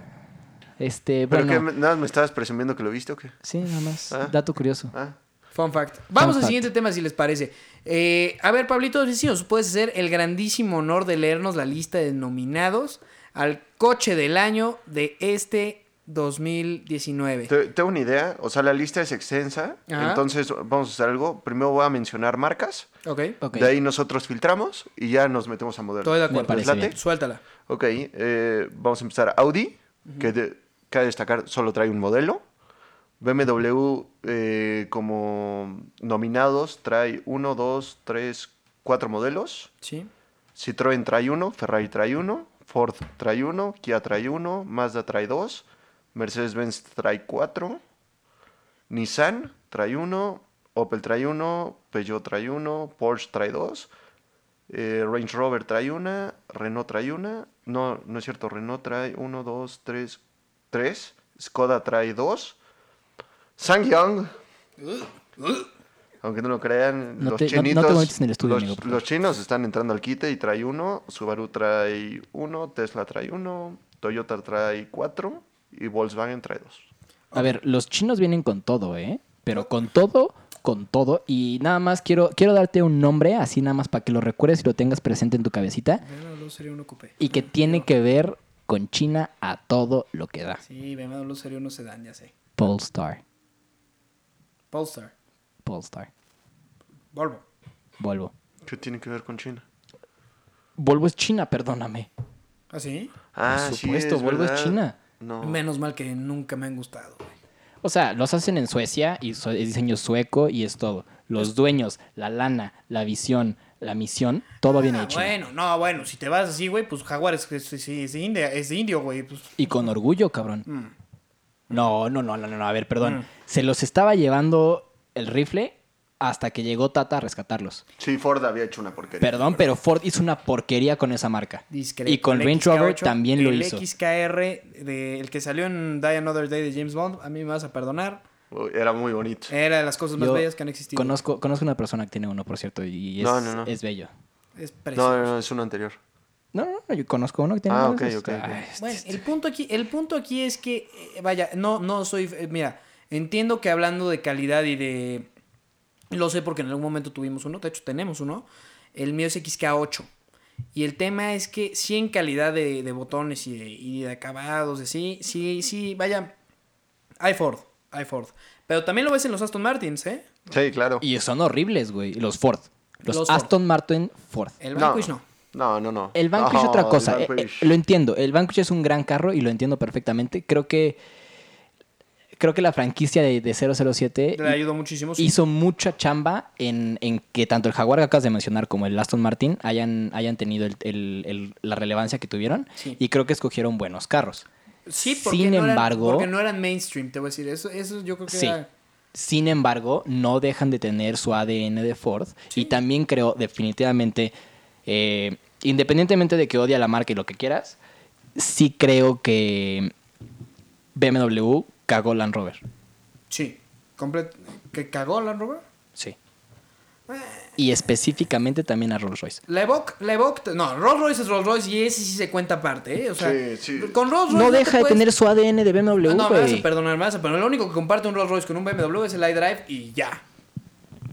Speaker 2: Este,
Speaker 3: ¿Pero
Speaker 2: bueno,
Speaker 3: qué? me- ¿Nada me estabas presumiendo que lo viste o qué?
Speaker 2: sí, nada más,
Speaker 3: Ah.
Speaker 2: dato curioso.
Speaker 3: Ah.
Speaker 1: Fun fact. Vamos al
Speaker 2: fact.
Speaker 1: siguiente tema, si les parece. Eh, a ver, Pablito, si nos puedes hacer el grandísimo honor de leernos la lista de nominados al coche del año de este 2019.
Speaker 3: Te- Tengo una idea, o sea, la lista es extensa,
Speaker 1: Ajá.
Speaker 3: entonces vamos a hacer algo. Primero voy a mencionar marcas,
Speaker 1: Ok,
Speaker 2: Ok.
Speaker 3: de ahí nosotros filtramos y ya nos metemos a modelos.
Speaker 1: estoy de
Speaker 2: Me
Speaker 1: acuerdo.
Speaker 2: parece
Speaker 3: ¿Les late?
Speaker 2: bien.
Speaker 1: Suéltala.
Speaker 3: Ok, eh, vamos a empezar. Audi, que de- cabe destacar, solo trae un modelo. BMW, eh, como nominados, trae uno, dos, tres, cuatro modelos.
Speaker 1: Sí.
Speaker 3: Citroën trae uno, Ferrari trae uno, Ford trae uno, Kia trae uno, Mazda trae dos, Mercedes-Benz trae cuatro, Nissan trae uno, Opel trae uno, Peugeot trae uno, Porsche trae dos, eh, Range Rover trae una, Renault trae una, no, no es cierto, Renault trae uno, dos, tres, tres, Skoda trae dos, Sangyong, aunque no lo crean,
Speaker 2: No
Speaker 3: los
Speaker 2: te- no- no te
Speaker 3: chinitos,
Speaker 2: metas en el estudio,
Speaker 3: los-
Speaker 2: amigo, por favor.
Speaker 3: los chinos están entrando al quite y trae uno, Subaru trae uno, Tesla trae uno, Toyota trae cuatro y Volkswagen trae dos.
Speaker 2: A ver, los chinos vienen con todo, ¿eh? Pero con todo, con todo. Y nada más quiero, quiero darte un nombre, así nada más para que lo recuerdes y lo tengas presente en tu cabecita.
Speaker 1: BMW Serie 1 Coupé.
Speaker 2: Y que tiene que ver con China a todo lo que da.
Speaker 1: Sí, BMW Serie 1 Sedan, ya sé.
Speaker 2: Polestar,
Speaker 1: Polestar.
Speaker 2: Polestar,
Speaker 1: Volvo.
Speaker 2: Volvo.
Speaker 3: ¿Qué tiene que ver con China?
Speaker 2: Volvo es China, perdóname.
Speaker 1: ¿Ah, sí?
Speaker 3: Ah,
Speaker 2: Por
Speaker 3: sí,
Speaker 2: supuesto,
Speaker 3: es
Speaker 2: Volvo es
Speaker 3: verdad.
Speaker 2: China.
Speaker 3: No.
Speaker 1: Menos mal que nunca me han gustado, güey.
Speaker 2: O sea, los hacen en Suecia y so- es diseño sueco y es todo. Los dueños, la lana, la visión, la misión, todo viene
Speaker 1: Ah,
Speaker 2: de China.
Speaker 1: bueno, no, bueno, si te vas así, güey, pues Jaguar es, es, es- es de India, es de indio, güey. Pues,
Speaker 2: Y con orgullo, cabrón. No, no, no, no, no, no, a ver, perdón.
Speaker 1: Mm.
Speaker 2: Se los estaba llevando el rifle hasta que llegó Tata a rescatarlos.
Speaker 3: Sí, Ford había hecho una porquería.
Speaker 2: Perdón, pero Ford hizo una porquería con esa marca.
Speaker 1: discreto.
Speaker 2: Y con
Speaker 1: El
Speaker 2: Range Rover
Speaker 1: XK8,
Speaker 2: también lo
Speaker 1: el
Speaker 2: hizo.
Speaker 1: XKR, de- el que salió en Die Another Day de James Bond, a mí me vas a perdonar,
Speaker 3: Uy, Era muy bonito.
Speaker 1: era de las cosas más
Speaker 2: Yo
Speaker 1: bellas que han existido.
Speaker 2: Conozco, conozco una persona que tiene uno, por cierto, y es,
Speaker 3: No, no, no.
Speaker 2: es bello.
Speaker 1: Es
Speaker 3: no,
Speaker 1: precioso.
Speaker 3: no, no, es uno anterior.
Speaker 2: No, no, no, yo conozco uno que tiene
Speaker 3: Ah,
Speaker 2: uno
Speaker 3: ok,
Speaker 2: de esos.
Speaker 3: ok, ok.
Speaker 2: Ay,
Speaker 1: Bueno, el punto aquí, el punto aquí es que, eh, vaya, no, no soy, eh, mira, entiendo que hablando de calidad y de, lo sé porque en algún momento tuvimos uno, de hecho tenemos uno, el mío es XK8. Y el tema es que sí en calidad de, de botones y de, y de acabados, de sí, sí, sí, vaya, hay Ford, hay Ford. Pero también lo ves en los Aston Martins, ¿eh?
Speaker 3: Sí, claro.
Speaker 2: Y son horribles, güey. Los Ford. Los,
Speaker 1: Los Ford.
Speaker 2: Aston Martin Ford.
Speaker 1: El Vanquish no.
Speaker 3: No, no, no.
Speaker 2: El Vanquish es
Speaker 3: No,
Speaker 2: otra
Speaker 3: Ah, el
Speaker 2: cosa. eh, eh,
Speaker 3: Vanquish.
Speaker 2: lo entiendo. El Vanquish es un gran carro y lo entiendo perfectamente. Creo que. Creo que la franquicia de, de 007
Speaker 1: Le ayudó muchísimo. sí.
Speaker 2: hizo mucha chamba en, en que tanto el Jaguar que acabas de mencionar como el Aston Martin hayan, hayan tenido el- el- el- la relevancia que tuvieron.
Speaker 1: Sí.
Speaker 2: Y creo que escogieron buenos carros.
Speaker 1: Sí, porque,
Speaker 2: sin
Speaker 1: no eran-
Speaker 2: embargo-
Speaker 1: porque no eran mainstream, te voy a decir. Eso, eso yo creo que
Speaker 2: Sí.
Speaker 1: era-
Speaker 2: Sin embargo, no dejan de tener su ADN de Ford. Y también creo, definitivamente, eh, independientemente de que odie a la marca y lo que quieras, sí creo que BMW cagó Land Rover.
Speaker 1: Sí, completo. ¿Que cagó Land Rover?
Speaker 2: Sí. y específicamente también a Rolls Royce.
Speaker 1: La Evoque, la Evoque, no, Rolls Royce es Rolls Royce y ese sí se cuenta aparte, ¿eh? O sea,
Speaker 3: Sí, sí.
Speaker 1: con Rolls Royce.
Speaker 2: No
Speaker 1: te
Speaker 2: deja de
Speaker 1: puedes-
Speaker 2: tener su ADN de BMW.
Speaker 1: No, me vas
Speaker 2: güey.
Speaker 1: a perdonar, me vas a perdonar. Lo único que comparte un Rolls Royce con un BMW es el iDrive y ya.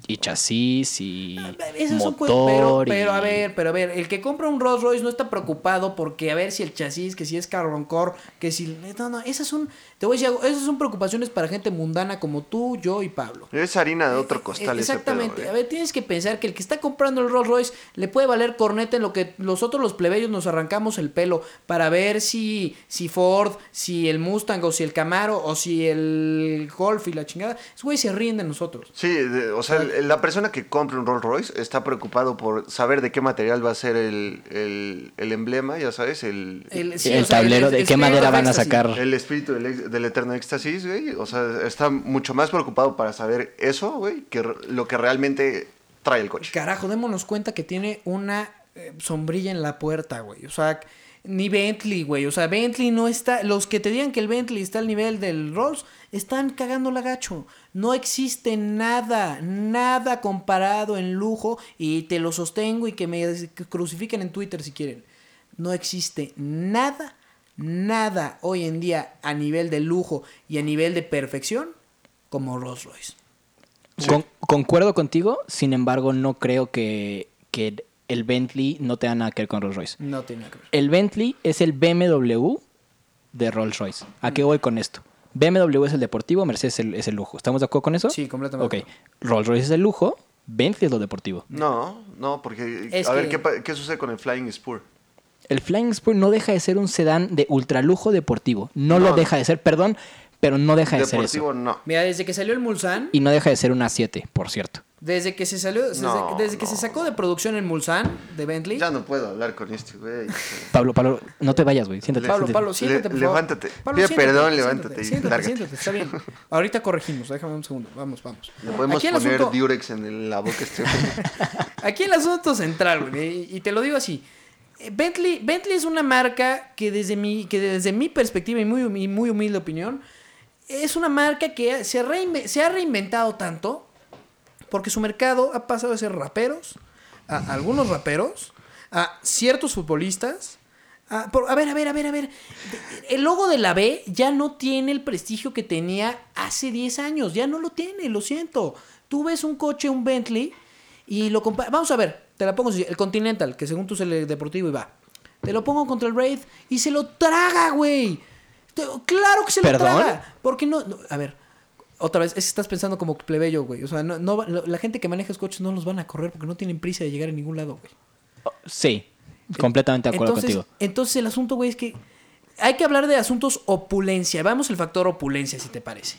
Speaker 2: y chasis y
Speaker 1: Ah, Eso es un cue-
Speaker 2: motor.
Speaker 1: pero, pero a
Speaker 2: y-
Speaker 1: ver, pero a ver, el que compra un Rolls Royce no está preocupado porque a ver si el chasis, que si es carbon core, que si no, no, esas son, te voy a decir algo, esas son preocupaciones para gente mundana como tú, yo y Pablo.
Speaker 3: Es harina de otro costal. ese pedo, eh.
Speaker 1: Exactamente.
Speaker 3: güey.
Speaker 1: a ver, tienes que pensar que el que está comprando el Rolls Royce le puede valer corneta en lo que nosotros los plebeyos nos arrancamos el pelo para ver si, si Ford, si el Mustang o si el Camaro o si el Golf y la chingada. Esos güeyes se ríen de nosotros.
Speaker 3: Sí, de- o sea, el- la persona que compra un Rolls Royce está preocupado por saber de qué material va a ser el, el- el emblema, ya sabes, el,
Speaker 1: El,
Speaker 2: El tablero, ¿de qué madera van a sacar?
Speaker 3: el espíritu del, ex- del eterno éxtasis, güey. O sea, está mucho más preocupado para saber eso, güey, que r- lo que realmente trae el coche.
Speaker 1: Carajo, démonos cuenta que tiene una eh, sombrilla en la puerta, güey. O sea, ni Bentley, güey. O sea, Bentley no está. Los que te digan que el Bentley está al nivel del Rolls están cagando la gacho. No existe nada, nada comparado en lujo. Y te lo sostengo y que me des- que crucifiquen en Twitter si quieren. No existe nada, nada hoy en día a nivel de lujo y a nivel de perfección como Rolls Royce.
Speaker 2: Con- concuerdo contigo, sin embargo, no creo que, que el Bentley no tenga nada que ver con Rolls Royce.
Speaker 1: No tiene nada que ver.
Speaker 2: El Bentley es el BMW de Rolls Royce. ¿A
Speaker 1: Mm.
Speaker 2: qué voy con esto? BMW es el deportivo, Mercedes es el, es el lujo. ¿Estamos de acuerdo con eso?
Speaker 1: Sí, completamente de
Speaker 2: Ok. Rolls Royce es el lujo, Bentley es lo deportivo.
Speaker 3: No, no, porque
Speaker 1: Es
Speaker 3: a
Speaker 1: que-
Speaker 3: ver ¿qué, pa- qué sucede con el Flying Spur.
Speaker 2: El Flying Spur no deja de ser un sedán de ultralujo deportivo. No, lo
Speaker 3: No.
Speaker 2: deja de ser, perdón, pero no deja de ser eso.
Speaker 3: Deportivo no.
Speaker 1: Mira, desde que salió el Mulsan,
Speaker 2: Y no deja de ser un A7, por cierto.
Speaker 1: Desde que se salió, desde,
Speaker 3: No,
Speaker 1: desde que
Speaker 3: no.
Speaker 1: se sacó de producción el Mulsan de Bentley.
Speaker 3: Ya no puedo hablar con este güey.
Speaker 2: Pablo, Pablo, no te vayas, güey. Siéntate.
Speaker 1: Pablo,
Speaker 2: siéntate.
Speaker 1: Pablo,
Speaker 3: Le-
Speaker 1: siéntate, por
Speaker 3: levántate.
Speaker 1: favor. Pablo,
Speaker 3: Pide
Speaker 1: siéntate,
Speaker 3: perdón,
Speaker 1: siéntate,
Speaker 3: levántate y
Speaker 1: Siéntate,
Speaker 3: lárgate.
Speaker 1: siéntate, está bien. Ahorita corregimos, déjame un segundo. Vamos, vamos.
Speaker 3: Le podemos
Speaker 1: Aquí el
Speaker 3: poner
Speaker 1: asunto-
Speaker 3: Durex en el- la boca a este güey.
Speaker 1: Aquí el asunto central, güey, y y te lo digo así. Eh, Bentley, Bentley es una marca que desde mi, que desde mi perspectiva y muy, humi- y muy humilde opinión, es una marca que se, reinve- se ha reinventado tanto porque su mercado ha pasado de ser raperos, a algunos raperos, a ciertos futbolistas. A, por- a ver, a ver, a ver, a ver. De- El logo de la B ya no tiene el prestigio que tenía hace 10 años. Ya no lo tiene, lo siento. Tú ves un coche, un Bentley, y lo comparas. Vamos a ver, te la pongo así. El Continental, que según tú es el deportivo y va. Te lo pongo contra el Wraith y se lo traga, güey. Te- Claro que se
Speaker 2: ¿Perdón?
Speaker 1: lo traga. Porque no, no- A ver, otra vez, es que estás pensando como plebeyo, güey. O sea, no, no va- la gente que maneja esos coches no los van a correr porque no tienen prisa de llegar a ningún lado, güey.
Speaker 2: Sí, completamente de acuerdo
Speaker 1: Entonces,
Speaker 2: contigo.
Speaker 1: entonces el asunto, güey, es que hay que hablar de asuntos opulencia. Vamos al factor opulencia, si te parece.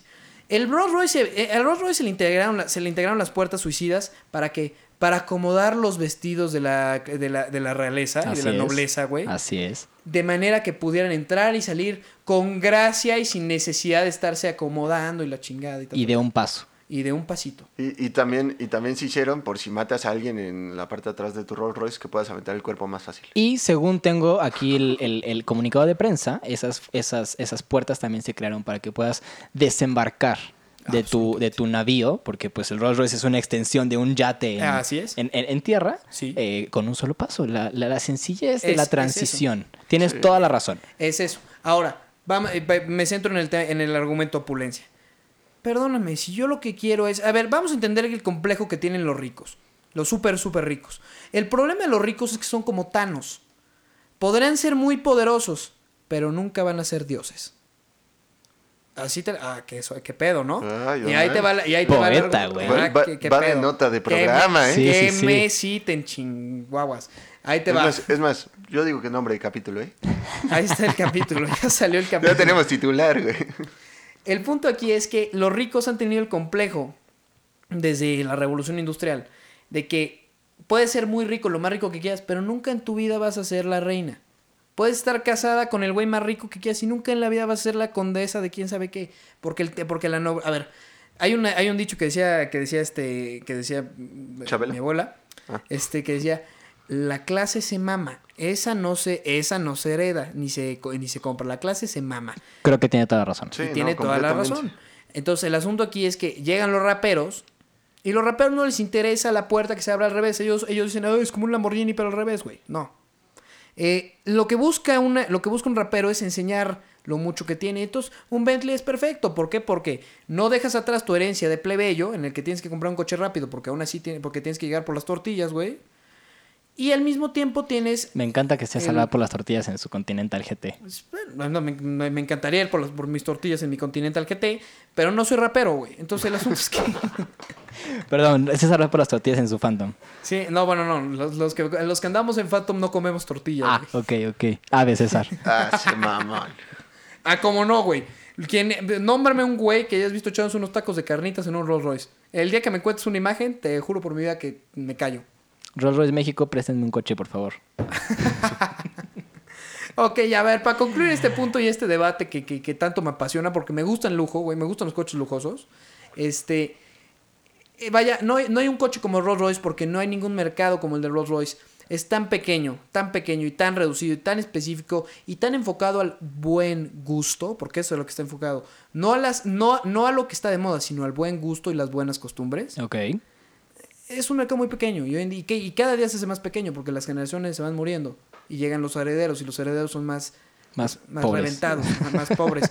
Speaker 1: El Rolls Royce, eh, al Rolls Royce se le integraron, la- se le integraron las puertas suicidas para que para acomodar los vestidos de la, de la, de la realeza y
Speaker 2: Así
Speaker 1: de la
Speaker 2: es.
Speaker 1: nobleza, güey.
Speaker 2: Así es.
Speaker 1: De manera que pudieran entrar y salir con gracia y sin necesidad de estarse acomodando y la chingada y tal.
Speaker 2: Y de un paso.
Speaker 1: y de un pasito.
Speaker 3: Y, y también, y también se hicieron por si matas a alguien en la parte de atrás de tu Rolls Royce que puedas aventar el cuerpo más fácil.
Speaker 2: Y según tengo aquí el, el- el comunicado de prensa, esas, esas, esas puertas también se crearon para que puedas desembarcar
Speaker 1: Ah,
Speaker 2: de tu, de tu navío, porque pues el Rolls Royce es una extensión de un yate en,
Speaker 1: Así es.
Speaker 2: en, en- en tierra,
Speaker 1: Sí.
Speaker 2: eh, con un solo paso. La, la, la sencillez de
Speaker 1: Es-
Speaker 2: la
Speaker 1: es eso.
Speaker 2: transición. Tienes toda la razón.
Speaker 1: Es eso. Ahora, vamos, eh, va- me centro en el, te- en el argumento opulencia. Perdóname, si yo lo que quiero es... A ver, vamos a entender el complejo que tienen los ricos. Los súper, súper ricos. El problema de los ricos es que son como Thanos. Podrán ser muy poderosos, pero nunca van a ser dioses. Así te... Ah, qué, so- qué pedo, ¿no?
Speaker 3: Ay,
Speaker 1: y ahí
Speaker 3: ay.
Speaker 1: te va la... Y ahí te va la-
Speaker 2: Poeta, güey.
Speaker 1: Ah,
Speaker 3: Va-
Speaker 1: qué- qué
Speaker 3: va de
Speaker 1: pedo.
Speaker 3: nota de
Speaker 1: Que
Speaker 3: programa,
Speaker 1: me-
Speaker 3: ¿eh?
Speaker 2: Sí,
Speaker 1: que
Speaker 2: sí, sí.
Speaker 1: me citen chinguaguas. Ahí te
Speaker 3: Es
Speaker 1: va.
Speaker 3: más, es más, yo digo que nombre de capítulo, ¿eh?
Speaker 1: Ahí está el capítulo. Ya salió el capítulo.
Speaker 3: Ya tenemos titular, güey.
Speaker 1: El punto aquí es que los ricos han tenido el complejo desde la revolución industrial de que puedes ser muy rico, lo más rico que quieras, pero nunca en tu vida vas a ser la reina. Puedes estar casada con el güey más rico que quieras y nunca en la vida vas a ser la condesa de quién sabe qué, porque el te- porque la no, a ver, hay una hay un dicho que decía que decía este que decía mm,
Speaker 3: Chabela.
Speaker 1: mi abuela, este que decía la clase se mama, esa no se esa no se hereda ni se co- ni se compra, la clase se mama
Speaker 2: Creo que tiene toda la razón.
Speaker 3: Sí,
Speaker 1: y tiene
Speaker 3: no,
Speaker 1: toda la
Speaker 3: completamente.
Speaker 1: razón. Entonces, el asunto aquí es que llegan los raperos Y los raperos no les interesa la puerta que se abra al revés. Ellos, ellos dicen, "Ay, es como un Lamborghini, pero al revés, güey. No. Eh, lo, que busca una, lo que busca un rapero es enseñar lo mucho que tiene. Entonces, un Bentley es perfecto. ¿Por qué? Porque no dejas atrás tu herencia de plebeyo en el que tienes que comprar un coche rápido porque aún así tiene, porque tienes que llegar por las tortillas, güey. Y al mismo tiempo tienes...
Speaker 2: Me encanta que sea
Speaker 1: El-
Speaker 2: salvada por las tortillas en su Continental GT.
Speaker 1: pues, bueno, no, me, me- me encantaría ir por, las- por mis tortillas en mi Continental GT, pero no soy rapero, güey. Entonces el asunto es que...
Speaker 2: Perdón, es salvada por las tortillas en su Phantom.
Speaker 1: Sí, no, bueno, no. Los, los que, los que andamos en Phantom no comemos tortillas.
Speaker 2: Ah,
Speaker 1: güey.
Speaker 2: ok, ok. Ave César.
Speaker 3: Ah, se mamón.
Speaker 1: Ah, como no, güey. Quien, nómbrame un güey que hayas visto echándose unos tacos de carnitas en un Rolls Royce. El día que me cuentes una imagen, te juro por mi vida que me callo.
Speaker 2: Rolls Royce México, préstenme un coche, por favor.
Speaker 1: Ok, a ver, para concluir este punto y este debate que, que- que tanto me apasiona, porque me gusta el lujo, güey, me gustan los coches lujosos. Este. eh, Vaya, no, hay- no hay un coche como el Rolls Royce porque no hay ningún mercado como el de Rolls Royce. Es tan pequeño, tan pequeño y tan reducido y tan específico y tan enfocado al buen gusto, porque eso es lo que está enfocado. No a, las, no, no a lo que está de moda, sino al buen gusto y las buenas costumbres.
Speaker 2: Ok.
Speaker 1: Es un mercado muy pequeño y, hoy en día- y que- y cada día se hace más pequeño porque las generaciones se van muriendo y llegan los herederos y los herederos son más
Speaker 2: Más,
Speaker 1: más
Speaker 2: pobres.
Speaker 1: reventados, ajá, más pobres.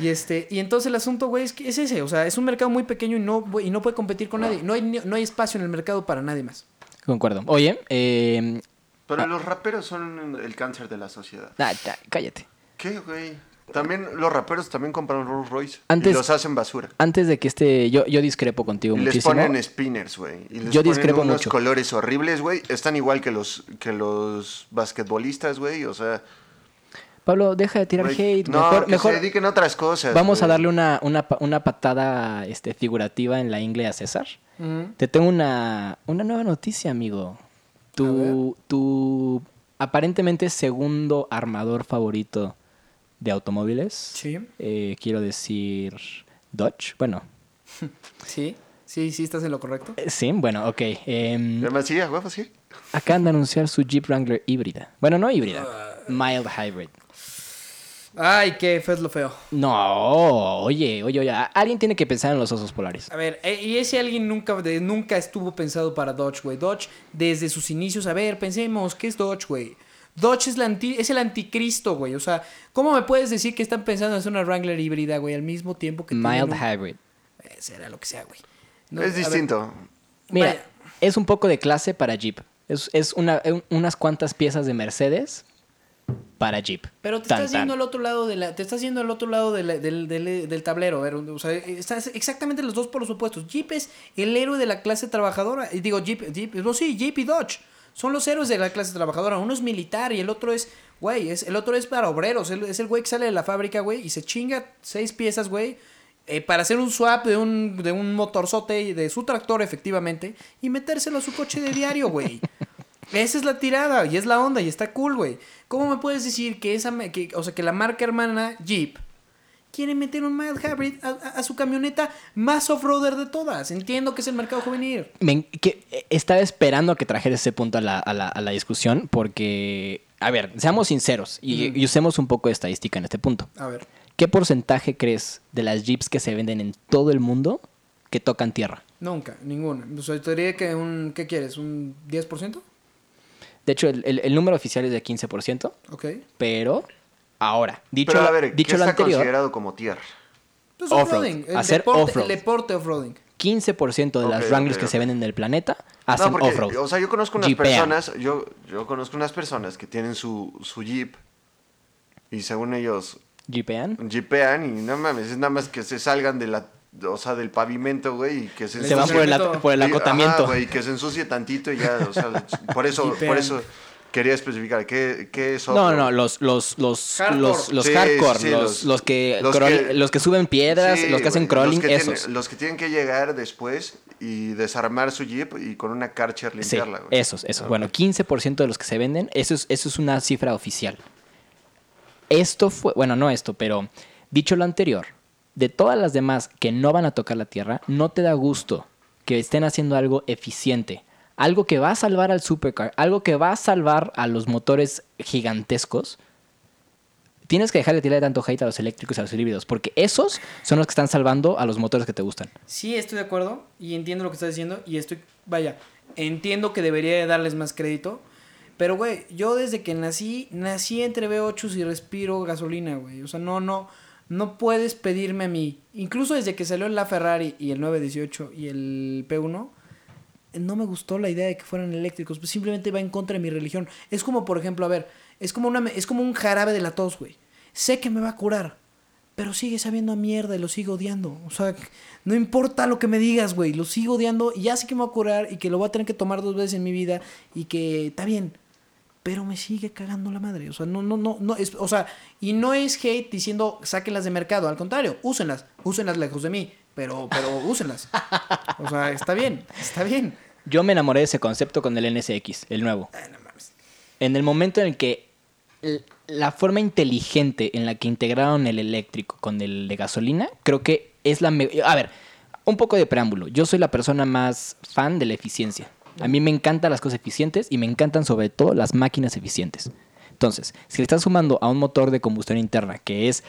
Speaker 1: Y este, y entonces el asunto, güey, es que es ese, o sea, es un mercado muy pequeño y no, y no puede competir con nadie. No hay, ni- no hay espacio en el mercado para nadie más.
Speaker 2: Concuerdo. Oye, eh,
Speaker 3: Pero los raperos son el cáncer de la sociedad.
Speaker 2: ah, ya, cállate.
Speaker 3: ¿Qué, güey? También los raperos también compran Rolls Royce
Speaker 2: Antes-
Speaker 3: y los hacen basura.
Speaker 2: Antes de que este, yo, yo discrepo contigo
Speaker 3: Y les
Speaker 2: muchísimo.
Speaker 3: ponen spinners, güey. Y les
Speaker 2: Yo
Speaker 3: ponen
Speaker 2: discrepo
Speaker 3: unos
Speaker 2: mucho.
Speaker 3: colores horribles, güey. Están igual que los que los basquetbolistas, güey. O sea,
Speaker 2: Pablo, deja de tirar
Speaker 3: güey,
Speaker 2: hate.
Speaker 3: no,
Speaker 2: mejor,
Speaker 3: que
Speaker 2: mejor
Speaker 3: se dediquen a otras cosas.
Speaker 2: vamos a
Speaker 3: güey.
Speaker 2: darle una, una, pa- una patada este, figurativa en la ingle a César. Te tengo una, una nueva noticia, amigo. Tu, tu aparentemente segundo armador favorito de automóviles.
Speaker 1: Sí.
Speaker 2: eh, quiero decir Dodge. Bueno,
Speaker 1: Sí, sí, sí, estás en lo correcto.
Speaker 2: eh, sí, bueno, ok. em,
Speaker 3: Además, sí, a huevo, sí.
Speaker 2: acaban de anunciar su Jeep Wrangler híbrida. Bueno, no híbrida. Mild hybrid.
Speaker 1: Ay, qué feo es lo feo.
Speaker 2: No, oye, oye, oye. a- Alguien tiene que pensar en los osos polares.
Speaker 1: A ver, eh, y ese alguien nunca, de- nunca estuvo pensado para Dodge, güey. Dodge, desde sus inicios, a ver, pensemos, ¿qué es Dodge, güey? Dodge es, la anti- es el anticristo, güey. O sea, ¿cómo me puedes decir que están pensando en hacer una Wrangler híbrida, güey, al mismo tiempo que tienen
Speaker 2: Mild
Speaker 1: un-
Speaker 2: hybrid.
Speaker 1: Eh, será lo que sea, güey. No,
Speaker 3: es
Speaker 1: a ver,
Speaker 3: distinto.
Speaker 2: Mira,
Speaker 1: Vaya.
Speaker 2: es un poco de clase para Jeep. Es, es una- un- unas cuantas piezas de Mercedes para Jeep.
Speaker 1: pero te
Speaker 2: Tan,
Speaker 1: estás yendo
Speaker 2: tan.
Speaker 1: al otro lado de la, te estás yendo al otro lado de la- del, del- del tablero, a ver, o sea, estás exactamente los dos por los opuestos. Jeep es el héroe de la clase trabajadora, y digo Jeep, Jeep, no sí, Jeep y Dodge son los héroes de la clase trabajadora. Uno es militar y el otro es, güey, es el otro es para obreros, el- es el güey que sale de la fábrica, güey, y se chinga seis piezas, güey. eh, para hacer un swap de un, de un motorzote y de su tractor, efectivamente, y metérselo a su coche de diario, güey. Esa es la tirada y es la onda y está cool, güey. ¿Cómo me puedes decir que esa, ma- que, o sea, que la marca hermana Jeep quiere meter un mild hybrid a, a- a su camioneta más off-roader de todas? Entiendo que es el mercado juvenil.
Speaker 2: Me en- que- eh, estaba esperando que trajera ese punto a la, a la- a la discusión porque, a ver, seamos sinceros y, y usemos un poco de estadística en este punto.
Speaker 1: A ver.
Speaker 2: ¿Qué porcentaje crees de las Jeeps que se venden en todo el mundo que tocan tierra?
Speaker 1: Nunca, ninguna. O sea, te diría que un, ¿qué quieres? ¿Un 10%?
Speaker 2: De hecho, el, el- el número oficial es de 15%,
Speaker 1: Ok.
Speaker 2: pero ahora, dicho,
Speaker 3: Pero a
Speaker 2: lo-
Speaker 3: ver,
Speaker 2: dicho
Speaker 3: ¿qué
Speaker 2: lo
Speaker 3: está
Speaker 2: anterior,
Speaker 3: considerado como tierra?
Speaker 1: Pues
Speaker 2: Off-road.
Speaker 1: off-roading. El
Speaker 2: Hacer
Speaker 1: deporte,
Speaker 2: off-road.
Speaker 1: El deporte off-roading.
Speaker 2: 15% de las
Speaker 3: Ok,
Speaker 2: Wranglers
Speaker 3: ok,
Speaker 2: que se
Speaker 3: ok.
Speaker 2: venden en el planeta hacen
Speaker 3: porque,
Speaker 2: off-road.
Speaker 3: O sea, yo conozco unas
Speaker 2: Jeepean.
Speaker 3: personas, yo, yo conozco unas personas que tienen su, su jeep y según ellos
Speaker 2: ¿Jeepean?
Speaker 3: jeepean y no mames, es nada más que se salgan de la, o sea, del pavimento, güey, y que se,
Speaker 2: Se van por el, at- por el
Speaker 3: Sí, ajá,
Speaker 2: acotamiento.
Speaker 3: güey, que se ensucie tantito y ya, o sea, por eso,
Speaker 1: Jeepean.
Speaker 3: por eso quería especificar qué, qué es
Speaker 2: no, no, no,
Speaker 3: off-road.
Speaker 2: los, los, los,
Speaker 1: Hardcore.
Speaker 2: los, los
Speaker 3: Sí,
Speaker 2: hardcore,
Speaker 3: sí,
Speaker 2: los,
Speaker 3: los-
Speaker 2: los que
Speaker 3: los
Speaker 2: crawl-
Speaker 3: que-
Speaker 2: los que suben piedras,
Speaker 3: Sí,
Speaker 2: los que hacen
Speaker 3: güey,
Speaker 2: crawling,
Speaker 3: los que tienen-
Speaker 2: esos.
Speaker 3: los que tienen que llegar después y desarmar su jeep y con una Karcher
Speaker 2: Sí,
Speaker 3: limpiarla, güey. Ah,
Speaker 2: esos, esos. Bueno, 15% de los que se venden, eso es, eso es una cifra oficial. Esto fue, bueno, no esto, pero dicho lo anterior, de todas las demás que no van a tocar la tierra, no te da gusto que estén haciendo algo eficiente, algo que va a salvar al supercar, algo que va a salvar a los motores gigantescos. tienes que dejar de tirarle tanto hate a los eléctricos y a los híbridos, porque esos son los que están salvando a los motores que te gustan.
Speaker 1: Sí, estoy de acuerdo y entiendo lo que estás diciendo y estoy, vaya, entiendo que debería de darles más crédito, pero güey, yo desde que nací, nací entre V8 y respiro gasolina, güey. O sea, no, no, no puedes pedirme a mí, incluso desde que salió la Ferrari y el 918 y el P1. No me gustó la idea de que fueran eléctricos, pues simplemente va en contra de mi religión. Es como, por ejemplo, a ver, es como, una, es como un jarabe de la tos, güey. Sé que me va a curar, pero sigue sabiendo a mierda y lo sigo odiando. O sea, no importa lo que me digas, güey, lo sigo odiando y ya sé que me va a curar y que lo voy a tener que tomar dos veces en mi vida y que está bien. Pero me sigue cagando la madre. O sea, no, no, no, no. Es, o sea, y no es hate diciendo sáquenlas de mercado. Al contrario, úsenlas. Úsenlas lejos de mí. Pero, pero úsenlas. O sea, está bien. Está bien.
Speaker 2: Yo me enamoré de ese concepto con el NSX, el nuevo.
Speaker 1: Ay, no mames.
Speaker 2: En el momento en el que l- la forma inteligente en la que integraron el eléctrico con el de gasolina, creo que es la me- A ver, un poco de preámbulo. Yo soy la persona más fan de la eficiencia. A mí me encantan las cosas eficientes y me encantan sobre todo las máquinas eficientes. Entonces, si le estás sumando a un motor de combustión interna, que es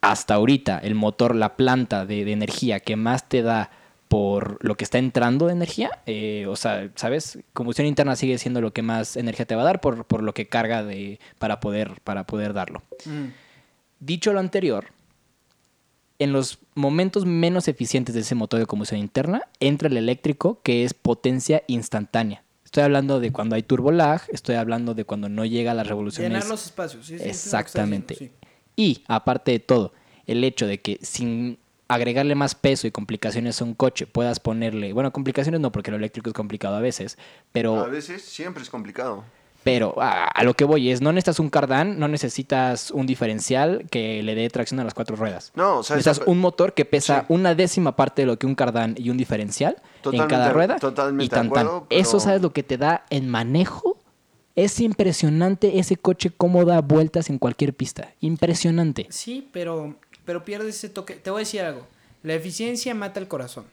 Speaker 2: hasta ahorita el motor, la planta de, de energía que más te da por lo que está entrando de energía, eh, o sea, ¿sabes? Combustión interna sigue siendo lo que más energía te va a dar por, por lo que carga de, para, poder, para poder darlo.
Speaker 1: Mm.
Speaker 2: Dicho lo anterior, en los momentos menos eficientes de ese motor de combustión interna entra el eléctrico que es potencia instantánea. Estoy hablando de cuando hay turbolag, estoy hablando de cuando no llega a las revoluciones.
Speaker 1: Llenar los espacios. sí, sí, sí, es lo que estás
Speaker 2: Exactamente.
Speaker 1: diciendo, sí.
Speaker 2: Y aparte de todo, el hecho de que sin agregarle más peso y complicaciones a un coche puedas ponerle, bueno, complicaciones no porque lo eléctrico es complicado a veces, pero
Speaker 3: A veces siempre es complicado.
Speaker 2: pero a, a lo que voy es no necesitas un cardán, no necesitas un diferencial que le dé tracción a las cuatro ruedas.
Speaker 3: No, o sea,
Speaker 2: necesitas
Speaker 3: esa-
Speaker 2: un motor que pesa
Speaker 3: Sí.
Speaker 2: una décima parte de lo que un cardán y un diferencial en
Speaker 3: Totalmente-
Speaker 2: cada rueda
Speaker 3: totalmente
Speaker 2: y tan,
Speaker 3: de
Speaker 2: tan.
Speaker 3: acuerdo,
Speaker 2: Eso
Speaker 3: pero-
Speaker 2: sabes lo que te da en manejo. Es impresionante ese coche cómo da vueltas en cualquier pista. Impresionante.
Speaker 1: Sí, pero, pero pierdes ese toque. Te voy a decir algo. La eficiencia mata el corazón.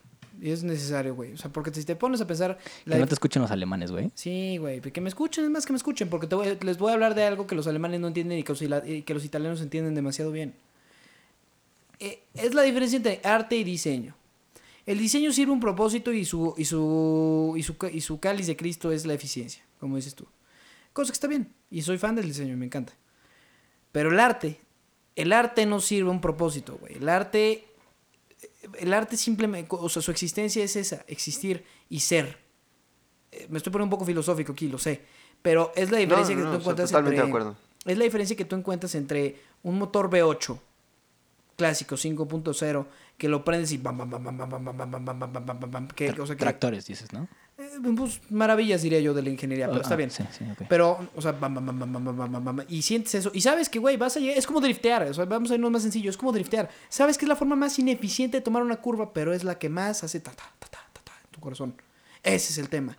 Speaker 1: Y es necesario, güey. O sea, porque si te pones a pensar... la
Speaker 2: Que no
Speaker 1: efi-
Speaker 2: te escuchen los alemanes, güey.
Speaker 1: Sí, güey. Que me escuchen, es más que me escuchen. Porque te voy- les voy a hablar de algo que los alemanes no entienden y que los, ila- y que los italianos entienden demasiado bien. Eh, es la diferencia entre arte y diseño. El diseño sirve un propósito y su, y su, y su, ca- y su cáliz de Cristo es la eficiencia, como dices tú. Cosa que está bien. Y soy fan del diseño, me encanta. Pero el arte, el arte no sirve a un propósito, güey. El arte, el arte simplemente, o sea, su existencia es esa, existir y ser. Eh, Me estoy poniendo un poco filosófico aquí, lo sé. Pero es la diferencia
Speaker 3: no,
Speaker 1: que tú
Speaker 3: no, o sea,
Speaker 1: encuentras
Speaker 3: totalmente de
Speaker 1: entre-
Speaker 3: acuerdo.
Speaker 1: Es la diferencia que tú encuentras entre un motor V8 clásico 5.0 que lo prendes y bam bam bam bam bam bam bam bam bam bam bam bam bam bam que
Speaker 2: Tra-
Speaker 1: o sea que
Speaker 2: Tractores, dices, ¿no?
Speaker 1: eh, pues, maravillas diría yo de la ingeniería, pero
Speaker 2: Ah,
Speaker 1: está bien.
Speaker 2: sí, sí, ok.
Speaker 1: Pero, o sea, bam, bam, bam, bam, bam, bam, bam, bam, bam, y sientes eso. Y sabes que, güey, vas a llegar. Es como driftear. O sea, vamos a irnos más sencillo. Es como driftear. Sabes que es la forma más ineficiente de tomar una curva, pero es la que más hace ta, ta, ta, ta, ta, ta en tu corazón. Ese es el tema.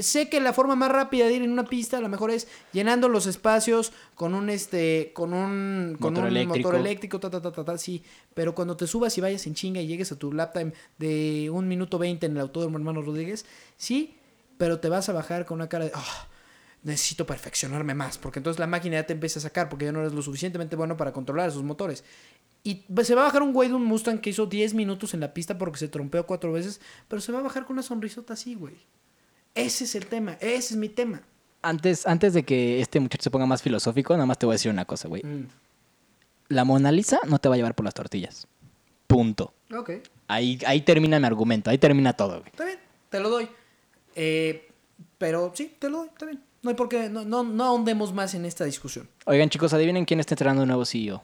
Speaker 1: Sé que la forma más rápida de ir en una pista a lo mejor es llenando los espacios con un este con un con
Speaker 2: Motor
Speaker 1: un
Speaker 2: eléctrico.
Speaker 1: motor eléctrico ta ta ta ta ta sí, pero cuando te subas y vayas en chinga y llegues a tu lap time de un minuto 20 en el autódromo hermano Rodríguez, sí, pero te vas a bajar con una cara de "Ah, necesito perfeccionarme más, porque entonces la máquina ya te empieza a sacar, porque ya no eres lo suficientemente bueno para controlar esos motores. Y pues, se va a bajar un güey de un Mustang que hizo 10 minutos en la pista porque se trompeó cuatro veces, pero se va a bajar con una sonrisota así, güey. Ese es el tema, ese es mi tema.
Speaker 2: Antes, antes de que este muchacho se ponga más filosófico, nada más te voy a decir una cosa, güey.
Speaker 1: Mm,
Speaker 2: La Mona Lisa no te va a llevar por las tortillas. Punto.
Speaker 1: Ok,
Speaker 2: Ahí, ahí termina mi argumento, ahí termina todo, güey.
Speaker 1: está bien, te lo doy. Eh, pero sí, te lo doy, está bien. No hay por qué, no, no, no ahondemos más en esta discusión.
Speaker 2: Oigan, chicos, adivinen quién está entrando un nuevo E CEO.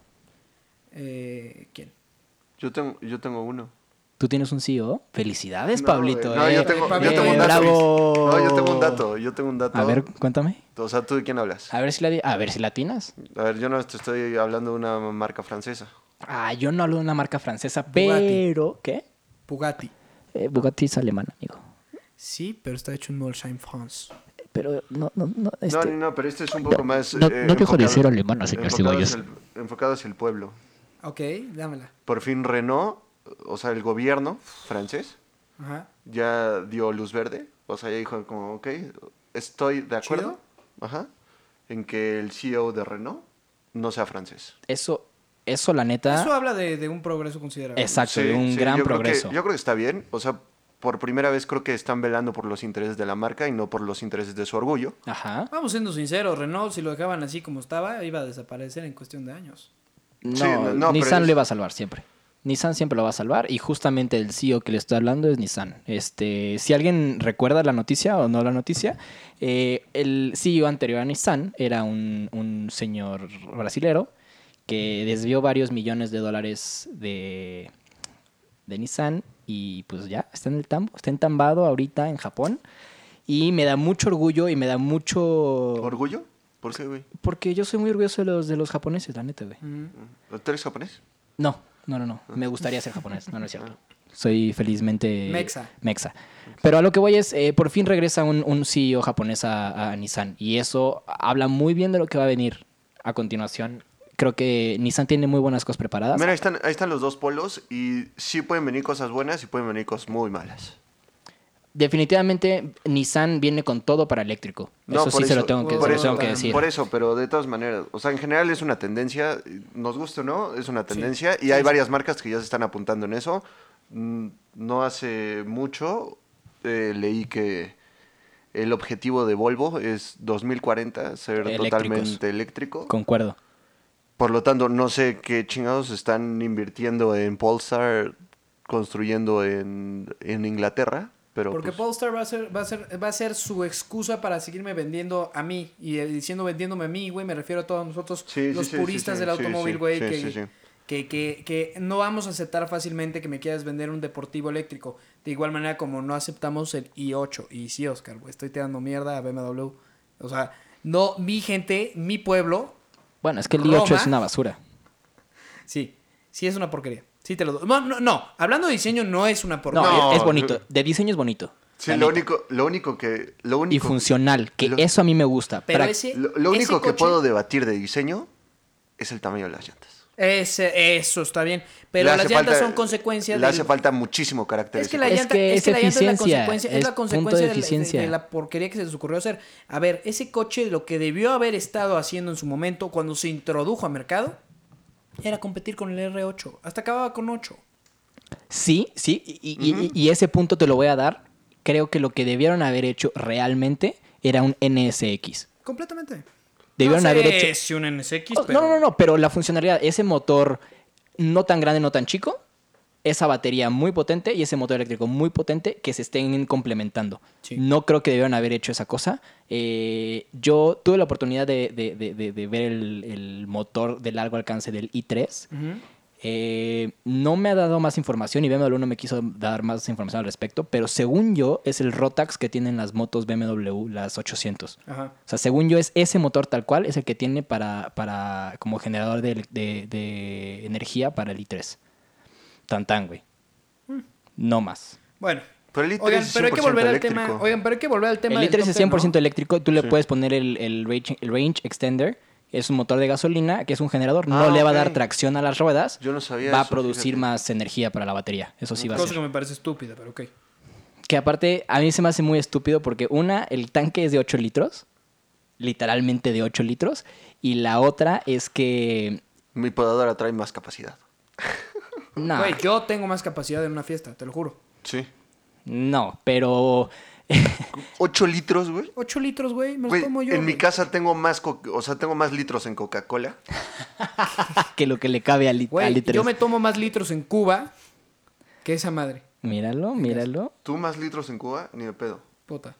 Speaker 1: Eh, ¿Quién?
Speaker 3: Yo tengo, yo tengo uno.
Speaker 2: ¿Tú tienes un CEO? Felicidades,
Speaker 3: No,
Speaker 2: Pablito.
Speaker 3: güey, No,
Speaker 2: eh.
Speaker 3: yo tengo, yo
Speaker 1: Pablito,
Speaker 3: tengo un
Speaker 2: Eh,
Speaker 3: dato.
Speaker 2: bravo.
Speaker 3: No, yo tengo un dato. Yo tengo un dato.
Speaker 2: A ver, Ah. cuéntame.
Speaker 3: O sea, ¿tú de quién hablas?
Speaker 2: A ver si la, di- a ver si la atinas.
Speaker 3: A ver, yo no te estoy hablando de una marca francesa.
Speaker 2: Ah, yo no hablo de una marca francesa,
Speaker 1: Bugatti.
Speaker 2: pero... ¿Qué?
Speaker 1: Bugatti.
Speaker 2: Eh, Bugatti es alemán, amigo.
Speaker 1: Sí, pero está hecho en Molsheim, France.
Speaker 2: Pero no, no, no... Este...
Speaker 3: No, no, no, pero este es un poco
Speaker 2: no,
Speaker 3: más.
Speaker 2: no- no dejo de
Speaker 3: enfocado-
Speaker 2: ser alemana, señor
Speaker 3: enfocado
Speaker 2: Ceballos.
Speaker 3: hacia el- Enfocado hacia el pueblo.
Speaker 1: Ok, dámela.
Speaker 3: Por fin Renault, o sea, el gobierno francés,
Speaker 1: Ajá.
Speaker 3: ya dio luz verde. O sea, ya dijo como, ok, estoy de acuerdo.
Speaker 1: Chido.
Speaker 3: Ajá. En que el CEO E de Renault no sea francés.
Speaker 2: Eso, eso la neta.
Speaker 1: Eso habla de, de un progreso considerable.
Speaker 2: Exacto,
Speaker 3: Sí,
Speaker 2: de un
Speaker 3: sí,
Speaker 2: gran
Speaker 3: yo creo que-
Speaker 2: progreso.
Speaker 3: yo creo que está bien. O sea, por primera vez creo que están velando por los intereses de la marca y no por los intereses de su orgullo.
Speaker 2: Ajá.
Speaker 1: Vamos siendo sinceros, Renault, si lo dejaban así como estaba, iba a desaparecer en cuestión de años.
Speaker 2: No,
Speaker 3: Sí, no, no, pero
Speaker 2: Nissan
Speaker 3: es-
Speaker 2: lo va a salvar siempre. Nissan siempre lo va a salvar y justamente el CEO que le está hablando es Nissan. Este, si alguien recuerda la noticia o no la noticia, eh, el CEO anterior a Nissan era un, un señor brasilero que desvió varios millones de dólares de, de Nissan y pues ya está en el tambo, está entambado ahorita en Japón y me da mucho orgullo y me da mucho Oh.
Speaker 3: ¿Orgullo? ¿Por qué, güey?
Speaker 2: porque yo soy muy orgulloso de los de los japoneses, la neta, güey.
Speaker 3: ¿Tú eres japonés?
Speaker 2: No, no, no, no. Me gustaría ser japonés. No, no es cierto.
Speaker 3: Ah.
Speaker 2: Soy felizmente...
Speaker 1: Mexa.
Speaker 2: Mexa. Pero a lo que voy es, eh, por fin regresa un, un CEO japonés a, a Nissan. Y eso habla muy bien de lo que va a venir a continuación. Creo que Nissan tiene muy buenas cosas preparadas.
Speaker 3: Mira, ahí están, ahí están los dos polos y sí pueden venir cosas buenas y pueden venir cosas muy malas.
Speaker 2: Definitivamente Nissan viene con todo para eléctrico. eso sí
Speaker 3: por
Speaker 2: se lo tengo que,
Speaker 1: por
Speaker 2: se lo
Speaker 1: eso,
Speaker 2: tengo que
Speaker 1: ah,
Speaker 2: decir.
Speaker 3: Por eso, pero de todas maneras, o sea, en general es una tendencia, nos gusta o no, es una tendencia y hay varias marcas que ya se están apuntando en eso. Mm, No hace mucho eh, leí que el objetivo de Volvo es 2040 ser
Speaker 2: Eléctricos.
Speaker 3: totalmente eléctrico.
Speaker 2: Concuerdo.
Speaker 3: Por lo tanto, no sé qué chingados están invirtiendo en Polestar construyendo en, en Inglaterra, pero
Speaker 1: Porque
Speaker 3: pues,
Speaker 1: Polestar va a, ser, va, a ser, va a ser su excusa para seguirme vendiendo a mí. Y eh, diciendo vendiéndome a mí, güey, me refiero a todos nosotros,
Speaker 3: Sí, sí,
Speaker 1: los
Speaker 3: sí,
Speaker 1: puristas
Speaker 3: sí,
Speaker 1: del
Speaker 3: sí,
Speaker 1: automóvil,
Speaker 3: sí,
Speaker 1: güey,
Speaker 3: sí,
Speaker 1: que,
Speaker 3: sí, sí.
Speaker 1: Que, que, que no vamos a aceptar fácilmente que me quieras vender un deportivo eléctrico. De igual manera como no aceptamos el i8. Y sí, Oscar, güey, estoy tirando mierda a BMW. O sea, no, mi gente, mi pueblo,
Speaker 2: Bueno, es que el
Speaker 1: Roma.
Speaker 2: i8 es una basura.
Speaker 1: sí, sí es una porquería. Sí te lo doy. No, no, no. hablando de diseño no es una
Speaker 2: No,
Speaker 1: porquería.
Speaker 3: No.
Speaker 2: es, es bonito. De diseño es bonito.
Speaker 3: sí,
Speaker 2: la
Speaker 3: lo
Speaker 2: neta.
Speaker 3: único, lo único que... Lo único
Speaker 2: Y funcional, que
Speaker 3: lo-
Speaker 2: eso a mí me gusta.
Speaker 1: Pero
Speaker 2: Prac-
Speaker 1: ese,
Speaker 3: Lo, lo único
Speaker 1: ese
Speaker 3: que
Speaker 1: coche-
Speaker 3: puedo debatir de diseño es el tamaño de las llantas.
Speaker 1: Ese- eso está bien. Pero
Speaker 3: Le
Speaker 1: las
Speaker 3: hace
Speaker 1: llantas
Speaker 3: falta-
Speaker 1: son consecuencia
Speaker 3: Le
Speaker 1: del-
Speaker 3: hace falta muchísimo carácter.
Speaker 1: Es que la
Speaker 3: ese
Speaker 2: Es
Speaker 1: llanta,
Speaker 2: que
Speaker 1: es
Speaker 2: es
Speaker 1: que la llanta es la
Speaker 2: eficiencia,
Speaker 1: consecuencia, es,
Speaker 2: es
Speaker 1: la
Speaker 2: punto de
Speaker 1: consecuencia de la- de-
Speaker 2: eficiencia.
Speaker 1: de la porquería que se les ocurrió hacer. A ver, ese coche lo que debió haber estado haciendo en su momento cuando se introdujo a mercado era competir con el R8. Hasta acababa con 8.
Speaker 2: Sí, sí, y, y- y- y ese punto te lo voy a dar. Creo que lo que debieron haber hecho realmente era un NSX.
Speaker 1: Completamente.
Speaker 2: Debieron
Speaker 1: no
Speaker 2: haber
Speaker 1: sé
Speaker 2: hecho.
Speaker 1: si un NSX,
Speaker 2: Oh,
Speaker 1: pero...
Speaker 2: No, no, no, pero la funcionalidad, ese motor no tan grande, no tan chico, esa batería muy potente y ese motor eléctrico muy potente que se estén complementando.
Speaker 1: Sí.
Speaker 2: No creo que debieron haber hecho esa cosa. Eh, yo tuve la oportunidad de, de- de- de- de ver el, el motor de largo alcance del i3.
Speaker 1: Ujú.
Speaker 2: Eh, no me ha dado más información y BMW no me quiso dar más información al respecto, pero según yo es el Rotax que tienen las motos BMW, las 800.
Speaker 1: Ajá.
Speaker 2: O sea, según yo es ese motor tal cual, es el que tiene para, para como generador de, ele- de- de energía para el i3. Tan tan, güey.
Speaker 1: Hmm.
Speaker 2: No más.
Speaker 1: Bueno.
Speaker 3: Pero el i3
Speaker 1: Oigan,
Speaker 3: es
Speaker 1: pero hay que
Speaker 3: 100%
Speaker 1: volver al
Speaker 3: eléctrico.
Speaker 1: tema. Oigan, pero hay que volver al tema del
Speaker 2: El i3 es
Speaker 1: top ten,
Speaker 2: 100%
Speaker 1: ¿no?
Speaker 2: eléctrico, tú le puedes poner el, el range, el range extender, es un motor de gasolina, que es un generador, no
Speaker 3: Ah,
Speaker 2: le va a
Speaker 3: ok.
Speaker 2: dar tracción a las ruedas,
Speaker 3: Yo no sabía
Speaker 2: va a
Speaker 3: eso,
Speaker 2: producir
Speaker 3: fíjate.
Speaker 2: más energía para la batería, eso sí va a
Speaker 1: Cosa
Speaker 2: ser.
Speaker 1: que me parece estúpida, pero ok.
Speaker 2: Que aparte, a mí se me hace muy estúpido porque una, el tanque es de 8 litros, literalmente de 8 litros, y la otra es que...
Speaker 3: Mi podadora trae más capacidad.
Speaker 2: No,
Speaker 1: Güey, yo tengo más capacidad en una fiesta, te lo juro.
Speaker 3: Sí.
Speaker 2: no, pero...
Speaker 3: 8 litros, güey.
Speaker 1: 8 litros, güey, me los
Speaker 3: Güey,
Speaker 1: tomo yo.
Speaker 3: en mi
Speaker 1: güey.
Speaker 3: casa tengo más, co- o sea, tengo más litros en Coca-Cola.
Speaker 2: que lo que le cabe al, i- al
Speaker 1: Güey,
Speaker 2: i3.
Speaker 1: yo me tomo más litros en Cuba que esa madre.
Speaker 2: Míralo, míralo.
Speaker 3: ¿Tú más litros en Cuba? Ni de pedo.
Speaker 1: Puta.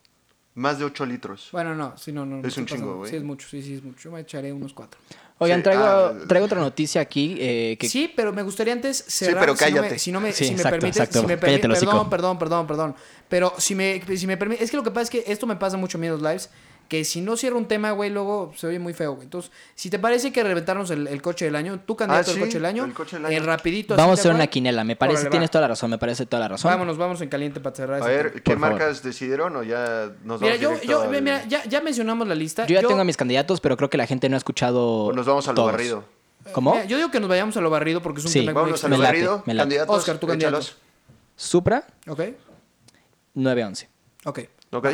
Speaker 3: Más de 8 litros.
Speaker 1: Bueno, no, sí, no, no. no
Speaker 3: Es
Speaker 1: estoy
Speaker 3: un chingo,
Speaker 1: pasando.
Speaker 3: güey.
Speaker 1: Sí, es mucho, sí, sí, es mucho. Yo me echaré unos cuatro.
Speaker 2: Oigan,
Speaker 3: Sí,
Speaker 2: traigo,
Speaker 3: ah,
Speaker 2: traigo otra noticia aquí eh, que...
Speaker 1: Sí, pero me gustaría antes cerrar.
Speaker 3: pero
Speaker 1: si no me-
Speaker 3: cállate.
Speaker 1: Si no me,
Speaker 2: Sí,
Speaker 1: si me
Speaker 2: exacto,
Speaker 1: permites,
Speaker 2: exacto.
Speaker 1: si me permi-
Speaker 2: Cállate el hocico.
Speaker 1: perdón, perdón, perdón, perdón. Pero si me, si me permites, es que lo que pasa es que esto me pasa mucho a mí en los lives, que si no cierro un tema, güey, luego se oye muy feo. güey. Entonces, si te parece que reventarnos el, el coche del año, tú candidato
Speaker 3: Ah, sí,
Speaker 1: al coche del año,
Speaker 3: el coche del año.
Speaker 1: eh, rapidito.
Speaker 2: Vamos a
Speaker 1: así,
Speaker 2: hacer
Speaker 1: tal
Speaker 2: una
Speaker 1: cual.
Speaker 2: quinela, me parece,
Speaker 1: Órale,
Speaker 2: tienes
Speaker 1: va.
Speaker 2: toda la razón, me parece toda la razón.
Speaker 1: Vámonos, vamos en caliente para cerrar.
Speaker 3: A
Speaker 1: ese tema.
Speaker 3: ver, ¿qué
Speaker 2: Este, Por favor.
Speaker 3: marcas decidieron o ya nos
Speaker 1: Mira,
Speaker 3: vamos
Speaker 1: yo,
Speaker 3: directo
Speaker 1: yo,
Speaker 3: al-
Speaker 1: mira, ya, ya mencionamos la lista.
Speaker 2: Yo ya tengo a mis candidatos, pero creo que la gente no ha escuchado...
Speaker 3: Pues Nos vamos a lo
Speaker 2: todos.
Speaker 3: barrido.
Speaker 2: ¿Cómo?
Speaker 1: Mira, Eh, yo digo que nos vayamos a lo barrido porque es un
Speaker 2: Sí.
Speaker 1: tema muy
Speaker 3: Vámonos a
Speaker 2: Me
Speaker 3: lo
Speaker 1: extenso.
Speaker 2: late,
Speaker 3: barrido.
Speaker 2: me late.
Speaker 3: Candidatos,
Speaker 1: Oscar, tu candidato.
Speaker 3: échalos.
Speaker 2: Supra
Speaker 1: Ok,
Speaker 2: 911.
Speaker 1: ok.
Speaker 3: Ok.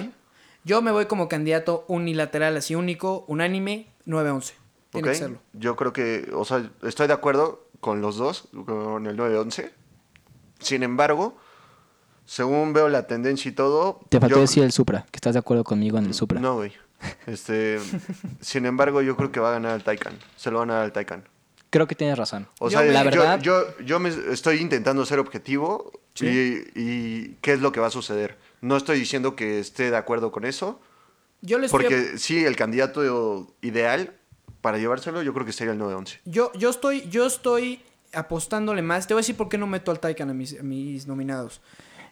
Speaker 1: Yo me voy como candidato unilateral, así único, unánime, 9-11. Tiene
Speaker 3: ¿ok?
Speaker 1: que serlo.
Speaker 3: Yo creo que, o sea, estoy de acuerdo con los dos, con el 911. Sin embargo, según veo la tendencia y todo...
Speaker 2: Te faltó
Speaker 3: yo-
Speaker 2: decir el Supra, que estás de acuerdo conmigo en el Supra.
Speaker 3: No, güey. Este, sin embargo, yo creo que va a ganar el Taycan. Se lo van a dar al Taycan.
Speaker 2: Creo que tienes razón.
Speaker 3: O sea,
Speaker 2: la
Speaker 3: yo-
Speaker 2: verdad,
Speaker 3: yo, yo, me estoy intentando ser objetivo y, y qué es lo que va a suceder. No estoy diciendo que esté de acuerdo con eso,
Speaker 1: Yo les estoy-
Speaker 3: porque sí, el candidato ideal para llevárselo yo creo que sería el 911.
Speaker 1: Yo, yo estoy, yo estoy apostándole más. Te voy a decir por qué no meto al Taycan a mis, a mis nominados.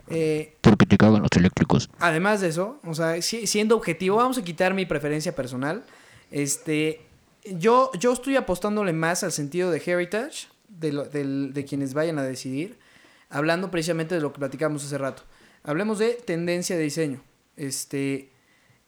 Speaker 1: Eh,
Speaker 2: porque te cagan los eléctricos.
Speaker 1: además de eso, o sea, si- siendo objetivo, vamos a quitar mi preferencia personal. Este, yo, yo estoy apostándole más al sentido de heritage, de, lo- del- de quienes vayan a decidir, hablando precisamente de lo que platicamos hace rato. Hablemos de tendencia de diseño. Este,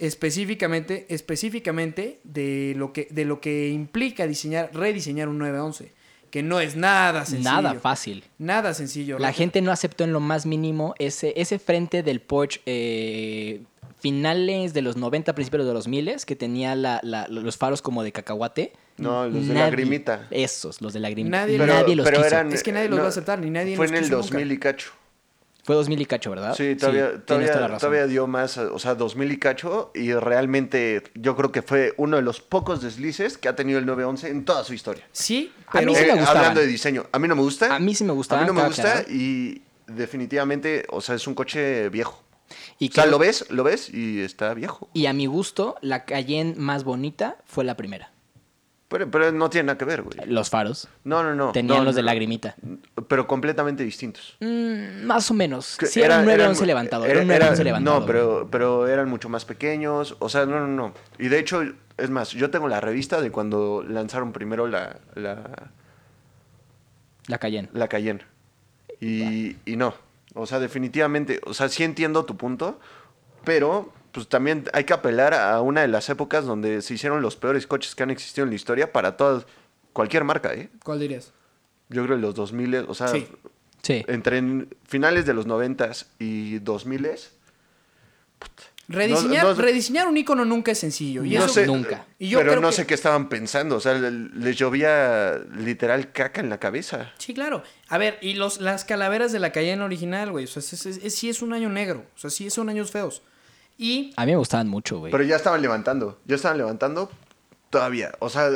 Speaker 1: específicamente, específicamente de lo que, de lo que implica diseñar, rediseñar un 911, que no es nada sencillo.
Speaker 2: Nada fácil.
Speaker 1: Nada sencillo.
Speaker 2: La gente no aceptó en lo más mínimo ese, ese frente del Porsche eh, finales de los 90, principios de los 2000 que tenía la- la- los faros como de cacahuate.
Speaker 3: No, los de lagrimita.
Speaker 2: Esos, los de lagrimita.
Speaker 1: Nadie-
Speaker 2: Nadie,
Speaker 1: Pero-
Speaker 2: los
Speaker 3: pero
Speaker 2: quiso.
Speaker 3: eran-
Speaker 1: Es que nadie los va a aceptar, ni nadie
Speaker 3: Fue
Speaker 1: los
Speaker 3: en el
Speaker 1: quiso
Speaker 3: 2000
Speaker 1: nunca. Ah,
Speaker 3: y cacho.
Speaker 2: Fue 2000 y cacho, ¿verdad?
Speaker 3: Sí, todavía,
Speaker 2: tienes
Speaker 3: todavía,
Speaker 2: toda la razón.
Speaker 3: todavía dio más, o sea, 2000 y cacho, y realmente yo creo que fue uno de los pocos deslices que ha tenido el 911 en toda su historia.
Speaker 1: Sí,
Speaker 2: A mí
Speaker 1: pero...
Speaker 2: sí me
Speaker 3: Eh,
Speaker 2: gustaban.
Speaker 3: Hablando de diseño, a mí no me gusta.
Speaker 2: A mí sí me gustaban,
Speaker 3: A mí no me
Speaker 2: cabe
Speaker 3: gusta
Speaker 2: aclarar.
Speaker 3: y definitivamente, o sea, es un coche viejo.
Speaker 2: Y
Speaker 3: o sea,
Speaker 2: creo-
Speaker 3: lo ves, lo ves y está viejo.
Speaker 2: Y a mi gusto, la Cayenne más bonita fue la primera.
Speaker 3: Pero, pero no tiene nada que ver, güey.
Speaker 2: Los faros.
Speaker 3: No, no, no.
Speaker 2: Tenían
Speaker 3: no,
Speaker 2: los de
Speaker 3: no,
Speaker 2: lagrimita.
Speaker 3: Pero completamente distintos.
Speaker 2: Mm, más o menos.
Speaker 3: Que
Speaker 2: Sí, era, un
Speaker 3: eran-
Speaker 2: 911 levantado. Era, un 911 levantado.
Speaker 3: No, pero, pero eran mucho más pequeños. O sea, no, no, no. Y de hecho, es más, yo tengo la revista de cuando lanzaron primero la, la,
Speaker 2: La Cayenne.
Speaker 3: la Cayenne. Y, y no. O sea, definitivamente. O sea, sí entiendo tu punto. Pero, pues también hay que apelar a una de las épocas donde se hicieron los peores coches que han existido en la historia para todas. Cualquier marca, ¿eh?
Speaker 1: ¿Cuál dirías?
Speaker 3: Yo creo que los 2000, o sea,
Speaker 1: Sí.
Speaker 2: Sí.
Speaker 3: entre en- finales de los 90 y 2000
Speaker 1: Rediseñar,
Speaker 3: No, no-
Speaker 1: rediseñar un icono nunca es sencillo. Y
Speaker 2: No
Speaker 1: eso,
Speaker 2: sé. nunca.
Speaker 1: Y yo
Speaker 3: pero
Speaker 1: creo
Speaker 3: no
Speaker 1: que-
Speaker 3: sé qué estaban pensando. O sea, le- les llovía literal caca en la cabeza.
Speaker 1: Sí, claro. A ver, y los, las calaveras de la Cayenne original, güey. O sea, es- es- es- sí es un año negro. O sea, sí son años feos. Y
Speaker 2: A mí me gustaban mucho, güey.
Speaker 3: Pero ya estaban levantando, ya estaban levantando todavía. O sea,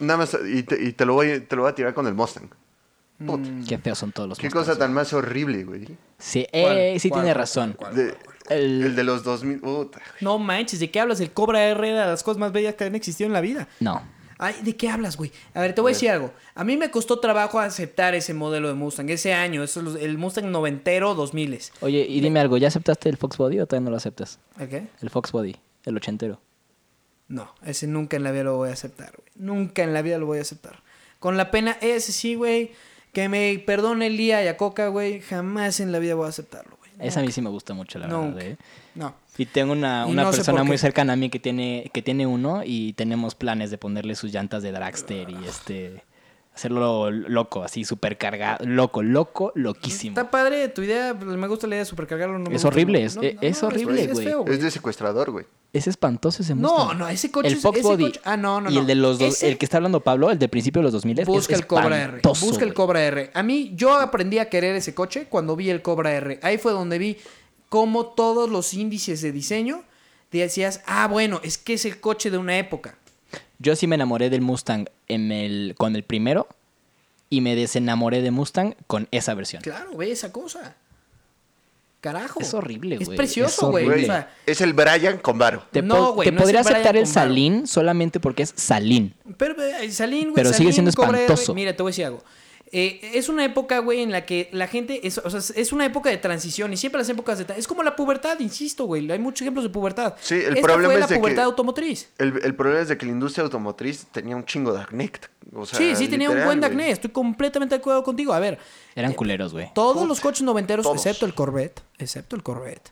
Speaker 3: nada más, y te, y te lo, voy, te lo voy a tirar con el Mustang.
Speaker 1: Mm.
Speaker 3: Puta,
Speaker 2: Qué feos son todos los
Speaker 3: Qué
Speaker 2: Mustangs.
Speaker 3: cosa tan más horrible, güey.
Speaker 2: Sí,
Speaker 1: ¿Cuál?
Speaker 2: eh, sí
Speaker 1: ¿Cuál?
Speaker 2: tiene
Speaker 1: ¿Cuál?
Speaker 2: razón.
Speaker 1: ¿Cuál?
Speaker 3: De-
Speaker 2: El-
Speaker 3: el de los 2000, puta.
Speaker 1: no manches, ¿de qué hablas? El Cobra R era de las cosas más bellas que han existido en la vida.
Speaker 2: No.
Speaker 1: Ay, ¿de qué hablas, güey? A ver, te voy a decir algo. A mí me costó trabajo aceptar ese modelo de Mustang, ese año, eso es los- el Mustang noventero, dos miles.
Speaker 2: Oye, y dime algo, ¿ya aceptaste el Fox Body o todavía no lo aceptas?
Speaker 1: ¿El qué?
Speaker 2: El Fox Body, el ochentero.
Speaker 1: No, ese nunca en la vida lo voy a aceptar, güey. Nunca en la vida lo voy a aceptar. Con la pena, ese sí, güey. Que me perdone Lía y a Coca, güey. Jamás en la vida voy a aceptarlo, güey.
Speaker 2: Esa a mí sí me gusta mucho, la
Speaker 1: Nunca.
Speaker 2: verdad. ¿eh?
Speaker 1: No.
Speaker 2: Y tengo una,
Speaker 1: Y
Speaker 2: una
Speaker 1: no sé
Speaker 2: persona
Speaker 1: por qué.
Speaker 2: muy cercana a mí que tiene, que tiene uno y tenemos planes de ponerle sus llantas de dragster y este hacerlo loco, así súper cargado, loco, loco, loquísimo.
Speaker 1: Está padre tu idea, pues, me gusta la idea de supercargarlo. no me
Speaker 2: Es
Speaker 1: gusta,
Speaker 2: horrible,
Speaker 1: no,
Speaker 2: es- e,
Speaker 1: no,
Speaker 2: es-
Speaker 1: no,
Speaker 2: es horrible, güey.
Speaker 1: feo,
Speaker 3: Es de secuestrador, güey.
Speaker 2: Es espantoso ese Mustang.
Speaker 1: No, no, ese coche
Speaker 2: el
Speaker 1: es-
Speaker 2: Fox
Speaker 1: ese
Speaker 2: Body
Speaker 1: coche- ah, no, no,
Speaker 2: y
Speaker 1: no.
Speaker 2: el de los dos,
Speaker 1: Ese-
Speaker 2: el que está hablando Pablo, el de principio de los 2000 es
Speaker 1: Busca el Cobra R.
Speaker 2: espantoso,
Speaker 1: Busca el
Speaker 2: güey.
Speaker 1: Cobra R. A mí, yo aprendí a querer ese coche cuando vi el Cobra R. Ahí fue donde vi cómo todos los índices de diseño decías, ah, bueno, es que es el coche de una época.
Speaker 2: Yo sí me enamoré del Mustang en el, con el primero y me desenamoré de Mustang con esa versión.
Speaker 1: Claro, ve esa cosa. Carajo.
Speaker 2: Es horrible,
Speaker 1: Es
Speaker 2: güey.
Speaker 1: precioso,
Speaker 2: Es
Speaker 1: güey.
Speaker 2: horrible.
Speaker 1: O sea,
Speaker 3: es el Brian con varo.
Speaker 2: Te,
Speaker 1: No,
Speaker 2: po-
Speaker 1: güey,
Speaker 2: te
Speaker 1: no es
Speaker 2: podría
Speaker 1: el Brian
Speaker 2: aceptar el
Speaker 1: con barba.
Speaker 2: Salín solamente porque es Salín.
Speaker 1: pero eh, Salín, güey.
Speaker 2: Pero
Speaker 1: Salín,
Speaker 2: sigue siendo
Speaker 1: Cobra R.
Speaker 2: espantoso.
Speaker 1: Mira, te voy a decir algo. Eh, es una época, güey, en la que la gente. Es, o sea, es una época de transición y siempre las épocas de. tra- Es como la pubertad, insisto, güey. Hay muchos ejemplos de pubertad.
Speaker 3: Sí, el
Speaker 1: Esta
Speaker 3: problema
Speaker 1: fue
Speaker 3: es
Speaker 1: la
Speaker 3: de que-
Speaker 1: pubertad automotriz.
Speaker 3: El, el problema es de que la industria automotriz tenía un chingo de acné. O sea,
Speaker 1: sí, sí tenía un
Speaker 3: literal,
Speaker 1: buen
Speaker 3: güey.
Speaker 1: acné. Estoy completamente de acuerdo contigo. A ver, Eh,
Speaker 2: Eran culeros, güey.
Speaker 1: todos los coches noventeros,
Speaker 3: todos.
Speaker 1: excepto el Corvette, excepto el Corvette.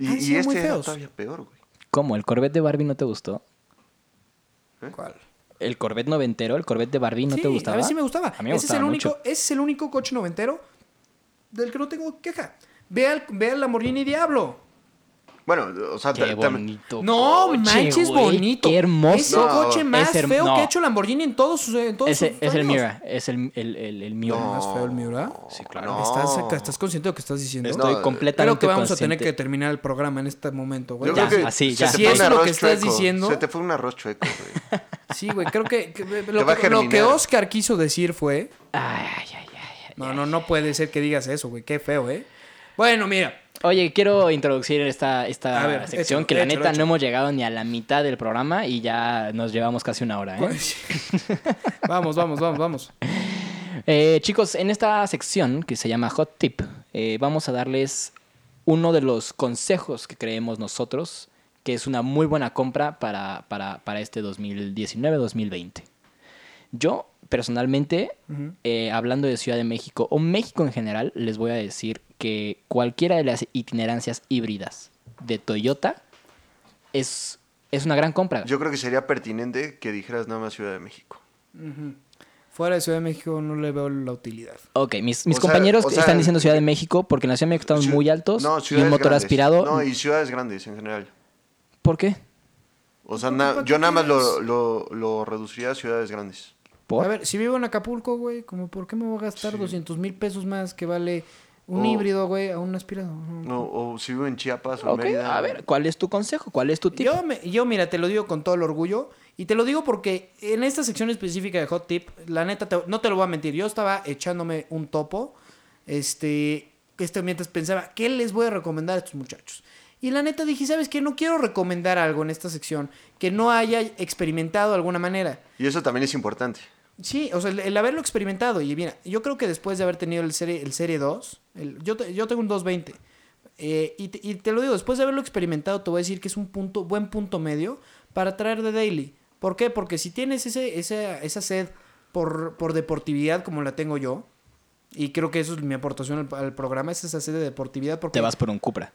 Speaker 3: Y,
Speaker 1: Han
Speaker 3: y
Speaker 1: sido muy
Speaker 3: este era
Speaker 1: feos.
Speaker 3: todavía peor, güey.
Speaker 2: ¿Cómo? ¿El Corvette de Barbie no te gustó?
Speaker 3: ¿Eh?
Speaker 1: ¿Cuál?
Speaker 2: ¿El Corvette noventero? ¿El Corvette de Barbie no
Speaker 1: sí,
Speaker 2: te gustaba?
Speaker 1: a ver si me gustaba.
Speaker 2: A mí
Speaker 1: ese,
Speaker 2: me
Speaker 1: es
Speaker 2: gustaba
Speaker 1: el
Speaker 2: mucho.
Speaker 1: único, ese es el único coche noventero del que no tengo queja. Ve al, ve al Lamborghini Diablo.
Speaker 3: Bueno, o sea,
Speaker 2: Qué
Speaker 3: ta- tam-
Speaker 2: bonito.
Speaker 1: No
Speaker 2: coche,
Speaker 1: manches,
Speaker 2: güey,
Speaker 1: bonito.
Speaker 2: Qué
Speaker 1: Es el
Speaker 2: hermoso.
Speaker 3: No,
Speaker 1: coche más
Speaker 2: es herm-
Speaker 1: feo que
Speaker 2: no.
Speaker 1: ha hecho Lamborghini en todos sus. En todos
Speaker 2: Ese
Speaker 1: sus
Speaker 2: es el
Speaker 1: años.
Speaker 2: Mira, es el, el, el, el Miura.
Speaker 1: No. más feo el Miura?
Speaker 2: Sí, claro.
Speaker 3: no.
Speaker 1: ¿Estás, acá- ¿Estás consciente de lo que estás diciendo?
Speaker 2: Estoy
Speaker 3: No,
Speaker 1: Creo
Speaker 2: completamente
Speaker 1: que vamos
Speaker 2: consciente.
Speaker 1: a tener que terminar el programa en este momento, güey.
Speaker 3: Yo
Speaker 2: Ya,
Speaker 3: creo que
Speaker 2: así,
Speaker 3: se
Speaker 2: ya.
Speaker 3: te
Speaker 2: Si
Speaker 3: fue
Speaker 1: es
Speaker 3: un
Speaker 1: lo que
Speaker 3: arroz
Speaker 1: estás
Speaker 3: chueco.
Speaker 1: diciendo-
Speaker 3: Se te fue un arroz chueco, güey.
Speaker 1: Sí, güey, creo que, que-
Speaker 3: va a
Speaker 1: lo, que- lo que
Speaker 3: germinar.
Speaker 1: Oscar quiso decir fue...
Speaker 2: Ay, ay, ay, ay, ay.
Speaker 1: No, no, no puede ser que digas eso, güey. Qué feo, ¿eh? Bueno, mira.
Speaker 2: Oye, quiero introducir esta, esta
Speaker 1: A ver,
Speaker 2: sección
Speaker 1: échalo,
Speaker 2: que la
Speaker 1: échalo,
Speaker 2: neta
Speaker 1: échalo.
Speaker 2: no hemos llegado ni a la mitad del programa y ya nos llevamos casi una hora. ¿eh?
Speaker 1: vamos, vamos, vamos, vamos.
Speaker 2: Eh, chicos, en esta sección que se llama Hot Tip, eh, vamos a darles uno de los consejos que creemos nosotros que es una muy buena compra para, para, para este 2019-2020. Yo, personalmente, eh, hablando de Ciudad de México o México en general, les voy a decir que cualquiera de las itinerancias híbridas de Toyota es, es una gran compra.
Speaker 3: Yo creo que sería pertinente que dijeras nada más Ciudad de México.
Speaker 1: Fuera de Ciudad de México no le veo la utilidad.
Speaker 2: Ok, mis, mis
Speaker 3: O sea,
Speaker 2: compañeros
Speaker 3: o sea,
Speaker 2: están diciendo Ciudad de México porque en la Ciudad de México estamos
Speaker 3: Ciu-
Speaker 2: muy altos
Speaker 3: No,
Speaker 2: y un
Speaker 3: ciudades
Speaker 2: motor
Speaker 3: grandes.
Speaker 2: aspirado.
Speaker 3: No, y ciudades grandes en general.
Speaker 2: ¿Por qué?
Speaker 3: O sea,
Speaker 1: ¿Por
Speaker 3: na-
Speaker 1: qué
Speaker 3: yo nada más lo,
Speaker 1: quieres?
Speaker 3: lo, lo reduciría a ciudades grandes.
Speaker 2: ¿Por?
Speaker 1: A ver, si vivo en Acapulco, güey, como ¿por qué me voy a gastar 200 mil pesos más que vale un
Speaker 3: O-
Speaker 1: híbrido, güey, a un aspirado? No.
Speaker 3: No, o si vivo en Chiapas o
Speaker 2: Ok,
Speaker 3: Mérida.
Speaker 2: a ver, ¿cuál es tu consejo? ¿Cuál es tu tip?
Speaker 1: Yo, me- yo, mira, te lo digo con todo el orgullo. Y te lo digo porque en esta sección específica de Hot Tip, la neta, te- no te lo voy a mentir. Yo estaba echándome un topo. Este, este mientras pensaba, ¿qué les voy a recomendar a estos muchachos? Y la neta dije, ¿sabes qué? No quiero recomendar algo en esta sección que no haya experimentado de alguna manera.
Speaker 3: Y eso también es importante.
Speaker 1: Sí, o sea, el, el haberlo experimentado. Y mira, yo creo que después de haber tenido el Serie, el serie 2, el- yo, te- yo tengo un 220. eh, y, te, y te lo digo, después de haberlo experimentado, te voy a decir que es un punto, buen punto medio para traer de daily. ¿Por qué? Porque si tienes ese, esa, esa sed por, por deportividad como la tengo yo, y creo que eso es mi aportación al, al programa, es esa sed de deportividad. Porque,
Speaker 2: Te vas por un Cupra.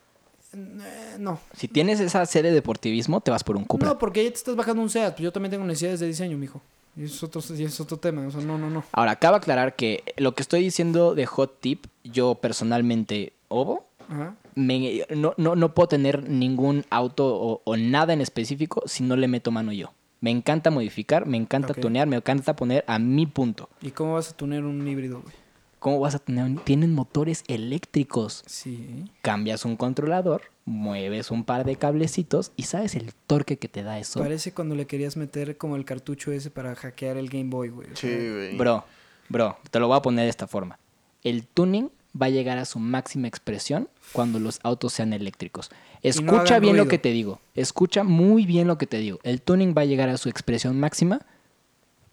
Speaker 1: eh, no,
Speaker 2: Si tienes esa sede de deportivismo, te vas por un Cupra.
Speaker 1: no, porque ya te estás bajando un SEAT. Pues yo también tengo necesidades de diseño, mijo. Y es otro, y es otro tema. O sea, no, no, no.
Speaker 2: Ahora, cabe aclarar que lo que estoy diciendo de hot tip, yo personalmente, Ovo,
Speaker 1: Ajá.
Speaker 2: me- no, no, no puedo tener ningún auto o, o nada en específico si no le meto mano yo. Me encanta modificar, me encanta
Speaker 1: Ok.
Speaker 2: tunear, me encanta poner a mi punto.
Speaker 1: ¿Y cómo vas a tunear un híbrido, güey?
Speaker 2: ¿Cómo vas a tener? un- Tienen motores eléctricos.
Speaker 1: Sí.
Speaker 2: Cambias un controlador, mueves un par de cablecitos y sabes el torque que te da eso.
Speaker 1: Parece cuando le querías meter como el cartucho ese para hackear el Game Boy, güey. O
Speaker 3: Sí,
Speaker 1: sea,
Speaker 3: güey.
Speaker 2: Bro, bro, te lo voy a poner de esta forma. El tuning va a llegar a su máxima expresión cuando los autos sean eléctricos.
Speaker 1: no
Speaker 2: Escucha
Speaker 1: hagan
Speaker 2: bien lo
Speaker 1: ruido.
Speaker 2: que te digo. Escucha muy bien lo que te digo. El tuning va a llegar a su expresión máxima.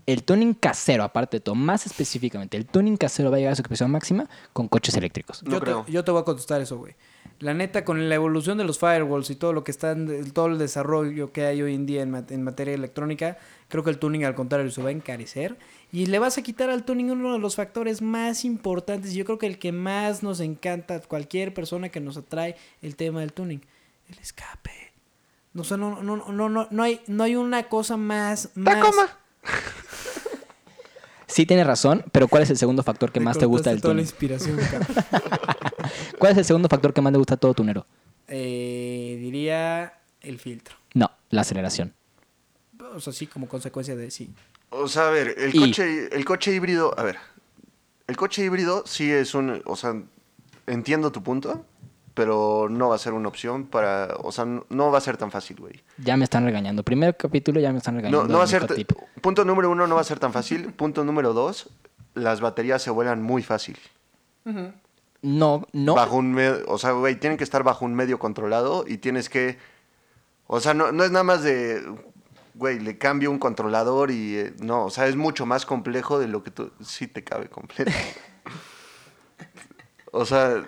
Speaker 2: El tuning casero, aparte de todo, más específicamente, el tuning casero va a llegar a su expresión máxima con coches eléctricos.
Speaker 3: No
Speaker 1: yo,
Speaker 3: creo.
Speaker 1: Te, yo te voy a contestar eso, güey. La neta, con la evolución de los firewalls y todo lo que están, todo el desarrollo que hay hoy en día en, mat- en materia electrónica, creo que el tuning al contrario se va a encarecer. Y le vas a quitar al tuning uno de los factores más importantes. y Yo creo que el que más nos encanta a cualquier persona que nos atrae el tema del tuning. El escape. O sea, no, no, no, no, no hay, no hay una cosa más. más
Speaker 2: Sí tienes razón, pero ¿cuál es el segundo factor que
Speaker 1: Me
Speaker 2: más te gusta
Speaker 1: cortaste
Speaker 2: del
Speaker 1: toda la
Speaker 2: tuning?
Speaker 1: inspiración, cabrón.
Speaker 2: ¿Cuál es el segundo factor que más te gusta a todo tunero?
Speaker 1: Eh, diría el filtro.
Speaker 2: No, la aceleración.
Speaker 1: O sea, sí, pues, como consecuencia de sí.
Speaker 3: O sea, a ver, el
Speaker 2: Y-
Speaker 3: coche, el coche híbrido, a ver, el coche híbrido sí es un, o sea, entiendo tu punto, pero no va a ser una opción para, o sea, n- no va a ser tan fácil, güey.
Speaker 2: Ya me están regañando. Primer capítulo ya me están regañando.
Speaker 3: No, no va a
Speaker 2: de mi
Speaker 3: ser,
Speaker 2: hot
Speaker 3: t-
Speaker 2: tip.
Speaker 3: punto número uno, no va a ser tan fácil. Punto número dos, las baterías se vuelan muy fácil.
Speaker 2: No, no.
Speaker 3: Bajo un medio, o sea, güey, tienen que estar bajo un medio controlado y tienes que, o sea, no, no es nada más de, güey, le cambio un controlador y, eh, no, o sea, es mucho más complejo de lo que tú, sí te cabe completo. o sea,